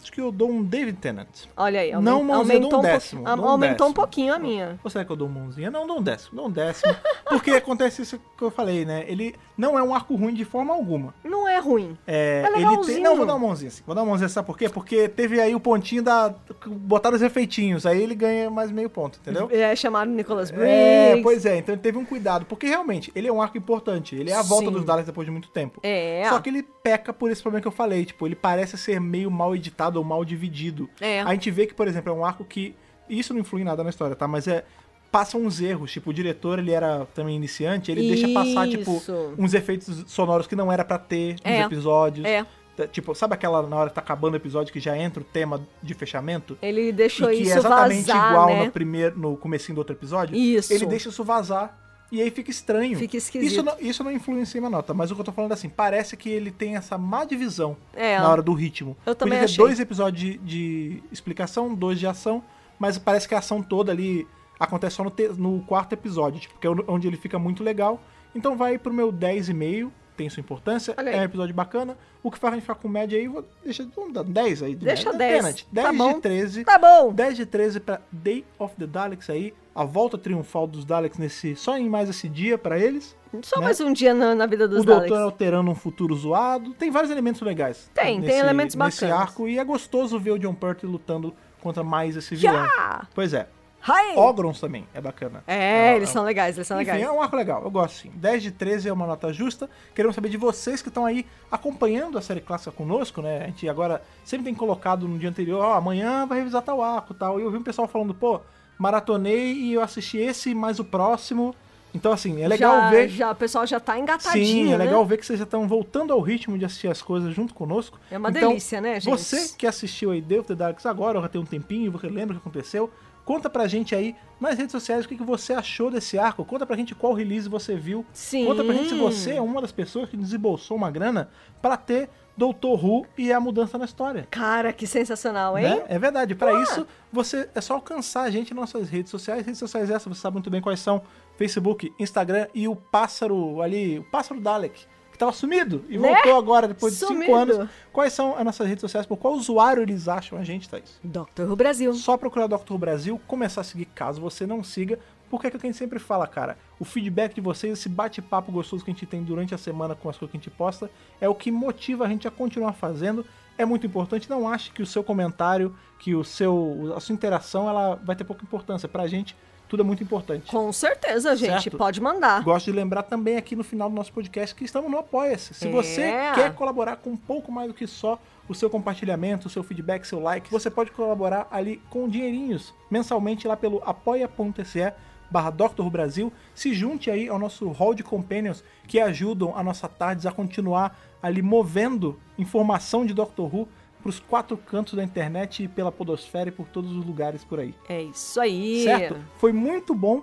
Speaker 2: Acho que eu dou um David Tennant.
Speaker 3: Olha aí, aumen-
Speaker 2: Não, mas eu dou um
Speaker 3: aumentou, um, pouquinho-
Speaker 2: décimo, dou um
Speaker 3: aumentou um
Speaker 2: décimo.
Speaker 3: pouquinho a minha.
Speaker 2: Ou será que eu dou mãozinha? Não, dou um décimo. Dou um décimo. Porque acontece isso que eu falei, né? Ele não é um arco ruim de forma alguma.
Speaker 3: Não é ruim.
Speaker 2: É,
Speaker 3: É
Speaker 2: ele tem...
Speaker 3: legalzinho.
Speaker 2: Não, vou dar uma mãozinha assim. Vou dar uma mãozinha, sabe por quê? Porque teve aí o pontinho da. Botaram os efeitinhos, aí ele ganha mais meio ponto, entendeu?
Speaker 3: É, chamaram Nicholas Briggs.
Speaker 2: É, pois é, então ele teve um cuidado, porque realmente ele é um arco importante, ele é a volta
Speaker 3: Sim.
Speaker 2: dos Daleks depois de muito tempo.
Speaker 3: É.
Speaker 2: Só que ele peca por esse problema que eu falei, tipo, ele parece ser meio mal editado ou mal dividido.
Speaker 3: É.
Speaker 2: A gente vê que, por exemplo, é um arco que isso não influi em nada na história, tá? Mas é passam uns erros, tipo, o diretor, ele era também iniciante, ele deixa passar tipo
Speaker 3: Isso.
Speaker 2: uns efeitos sonoros que não era pra ter nos
Speaker 3: É.
Speaker 2: episódios.
Speaker 3: É.
Speaker 2: Tá, Tipo, sabe aquela na hora que tá acabando o episódio que já entra o tema de fechamento?
Speaker 3: Ele deixou
Speaker 2: e que
Speaker 3: isso
Speaker 2: é exatamente
Speaker 3: vazar,
Speaker 2: igual
Speaker 3: né?
Speaker 2: no primeiro no comecinho do outro episódio.
Speaker 3: Isso.
Speaker 2: Ele deixa isso vazar. E aí fica estranho.
Speaker 3: Fica esquisito.
Speaker 2: Isso não, isso não influencia minha nota, mas o que eu tô falando é assim, parece que ele tem essa má divisão
Speaker 3: É.
Speaker 2: na hora do ritmo.
Speaker 3: Eu também
Speaker 2: Podia ter
Speaker 3: achei.
Speaker 2: dois episódios de, de explicação, dois de ação, mas parece que a ação toda ali acontece só no, te- no quarto episódio, tipo, que é onde ele fica muito legal. Então vai pro meu 10,5. tem sua importância.
Speaker 3: Olha aí.
Speaker 2: É um episódio bacana. O que faz a gente ficar com média aí, vou deixar vamos dar 10 aí. de
Speaker 3: Deixa
Speaker 2: média.
Speaker 3: 10.
Speaker 2: Tenet,
Speaker 3: Tá
Speaker 2: 10 de
Speaker 3: bom.
Speaker 2: 13.
Speaker 3: Tá bom.
Speaker 2: 10 de 13 pra Day of the Daleks aí. A volta triunfal dos Daleks nesse. Só em mais esse dia pra eles.
Speaker 3: Só
Speaker 2: né?
Speaker 3: mais um dia na, na vida dos
Speaker 2: o doutor
Speaker 3: Daleks.
Speaker 2: alterando um futuro zoado. Tem vários elementos legais.
Speaker 3: Tem, tem elementos
Speaker 2: Nesse
Speaker 3: bacanas.
Speaker 2: arco. E é gostoso ver o John Pertwee lutando contra mais esse vilão.
Speaker 3: Já!
Speaker 2: Pois é.
Speaker 3: Hi!
Speaker 2: Ogrons também é bacana.
Speaker 3: É,
Speaker 2: um-
Speaker 3: eles são legais, eles são
Speaker 2: Enfim,
Speaker 3: legais.
Speaker 2: é um arco legal, eu gosto sim. 10 de 13 é uma nota justa. Queremos saber de vocês que estão aí acompanhando a série clássica conosco, né? A gente agora sempre tem colocado no dia anterior, ó, amanhã vai revisar tal arco e tal. E eu vi um pessoal falando, pô, maratonei e eu assisti esse mais o próximo. Então, assim, é legal
Speaker 3: já,
Speaker 2: ver.
Speaker 3: Já, o pessoal já tá engatadinho,
Speaker 2: Sim, é
Speaker 3: né?
Speaker 2: legal ver que vocês já estão voltando ao ritmo de assistir as coisas junto conosco.
Speaker 3: É uma
Speaker 2: Então,
Speaker 3: delícia, né, gente?
Speaker 2: Você que assistiu aí Deus of the Darks agora, ou já tem um tempinho, você lembra o que aconteceu? Conta pra gente aí nas redes sociais o que que você achou desse arco. Conta pra gente qual release você viu.
Speaker 3: Sim.
Speaker 2: Conta pra gente se você é uma das pessoas que desembolsou uma grana pra ter Doutor Who e a mudança na história.
Speaker 3: Cara, que sensacional, hein?
Speaker 2: Né? É verdade. Pra isso, você é só alcançar a gente nas nossas redes sociais. Redes sociais essas, você sabe muito bem quais são: Facebook, Instagram e o pássaro ali, o pássaro Dalek, que tava sumido e
Speaker 3: Né?
Speaker 2: voltou agora depois de
Speaker 3: Sumido.
Speaker 2: cinco anos. Quais são as nossas redes sociais? Por qual usuário eles acham a gente, Thaís?
Speaker 3: Doctor Who Brasil.
Speaker 2: Só procurar Dr. Brasil, começar a seguir caso você não siga. Porque é que a gente sempre fala, cara, o feedback de vocês, esse bate-papo gostoso que a gente tem durante a semana com as coisas que a gente posta, é o que motiva a gente a continuar fazendo. É muito importante, não ache que o seu comentário, que o seu, a sua interação, ela vai ter pouca importância. Pra gente, tudo é muito importante.
Speaker 3: Com certeza, gente.
Speaker 2: Certo.
Speaker 3: Pode mandar.
Speaker 2: Gosto de lembrar também aqui no final do nosso podcast que estamos no Apoia-se. Se
Speaker 3: É.
Speaker 2: você quer colaborar com um pouco mais do que só o seu compartilhamento, o seu feedback, seu like, você pode colaborar ali com dinheirinhos mensalmente lá pelo apoia.se barra Dr. Who Brasil, se junte aí ao nosso hall de companions que ajudam a nossa Tardes a continuar ali movendo informação de Dr. Who para os quatro cantos da internet e pela podosfera e por todos os lugares por aí.
Speaker 3: É isso aí.
Speaker 2: Certo? Foi muito bom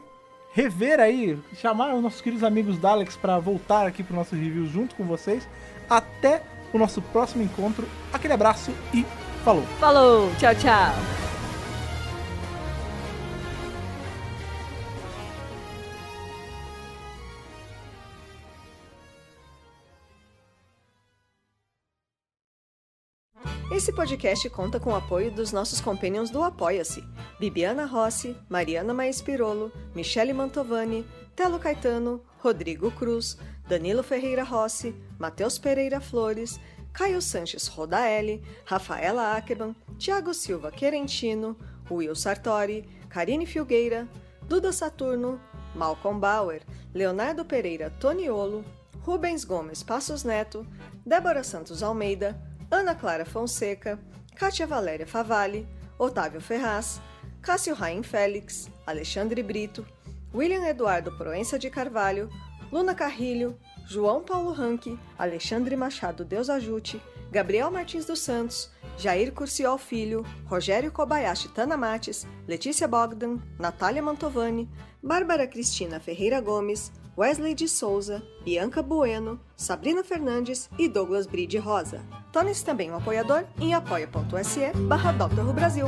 Speaker 2: rever aí, chamar os nossos queridos amigos Daleks para voltar aqui para nossos reviews junto com vocês. Até o nosso próximo encontro. Aquele abraço e falou!
Speaker 3: Falou, tchau, tchau. Esse podcast conta com o apoio dos nossos companions do Apoia-se: Bibiana Rossi, Mariana Maes Pirolo, Michele Mantovani, Telo Caetano, Rodrigo Cruz, Danilo Ferreira Rossi, Matheus Pereira Flores, Caio Sanches Rodaelli, Rafaela Ackerman, Tiago Silva Querentino, Will Sartori, Karine Filgueira, Duda Saturno, Malcolm Bauer, Leonardo Pereira Toniolo, Rubens Gomes Passos Neto, Débora Santos Almeida, Ana Clara Fonseca, Kátia Valéria Favalli, Otávio Ferraz, Cássio Raim Félix, Alexandre Brito, William Eduardo Proença de Carvalho, Luna Carrilho, João Paulo Ranque, Alexandre Machado Deus Ajute, Gabriel Martins dos Santos, Jair Curciol Filho, Rogério Kobayashi Tana Mates, Letícia Bogdan, Natália Mantovani, Bárbara Cristina Ferreira Gomes, Wesley de Souza, Bianca Bueno, Sabrina Fernandes e Douglas Bride Rosa. Torne-se também um apoiador em apoia.se barra Dr. Who Brasil.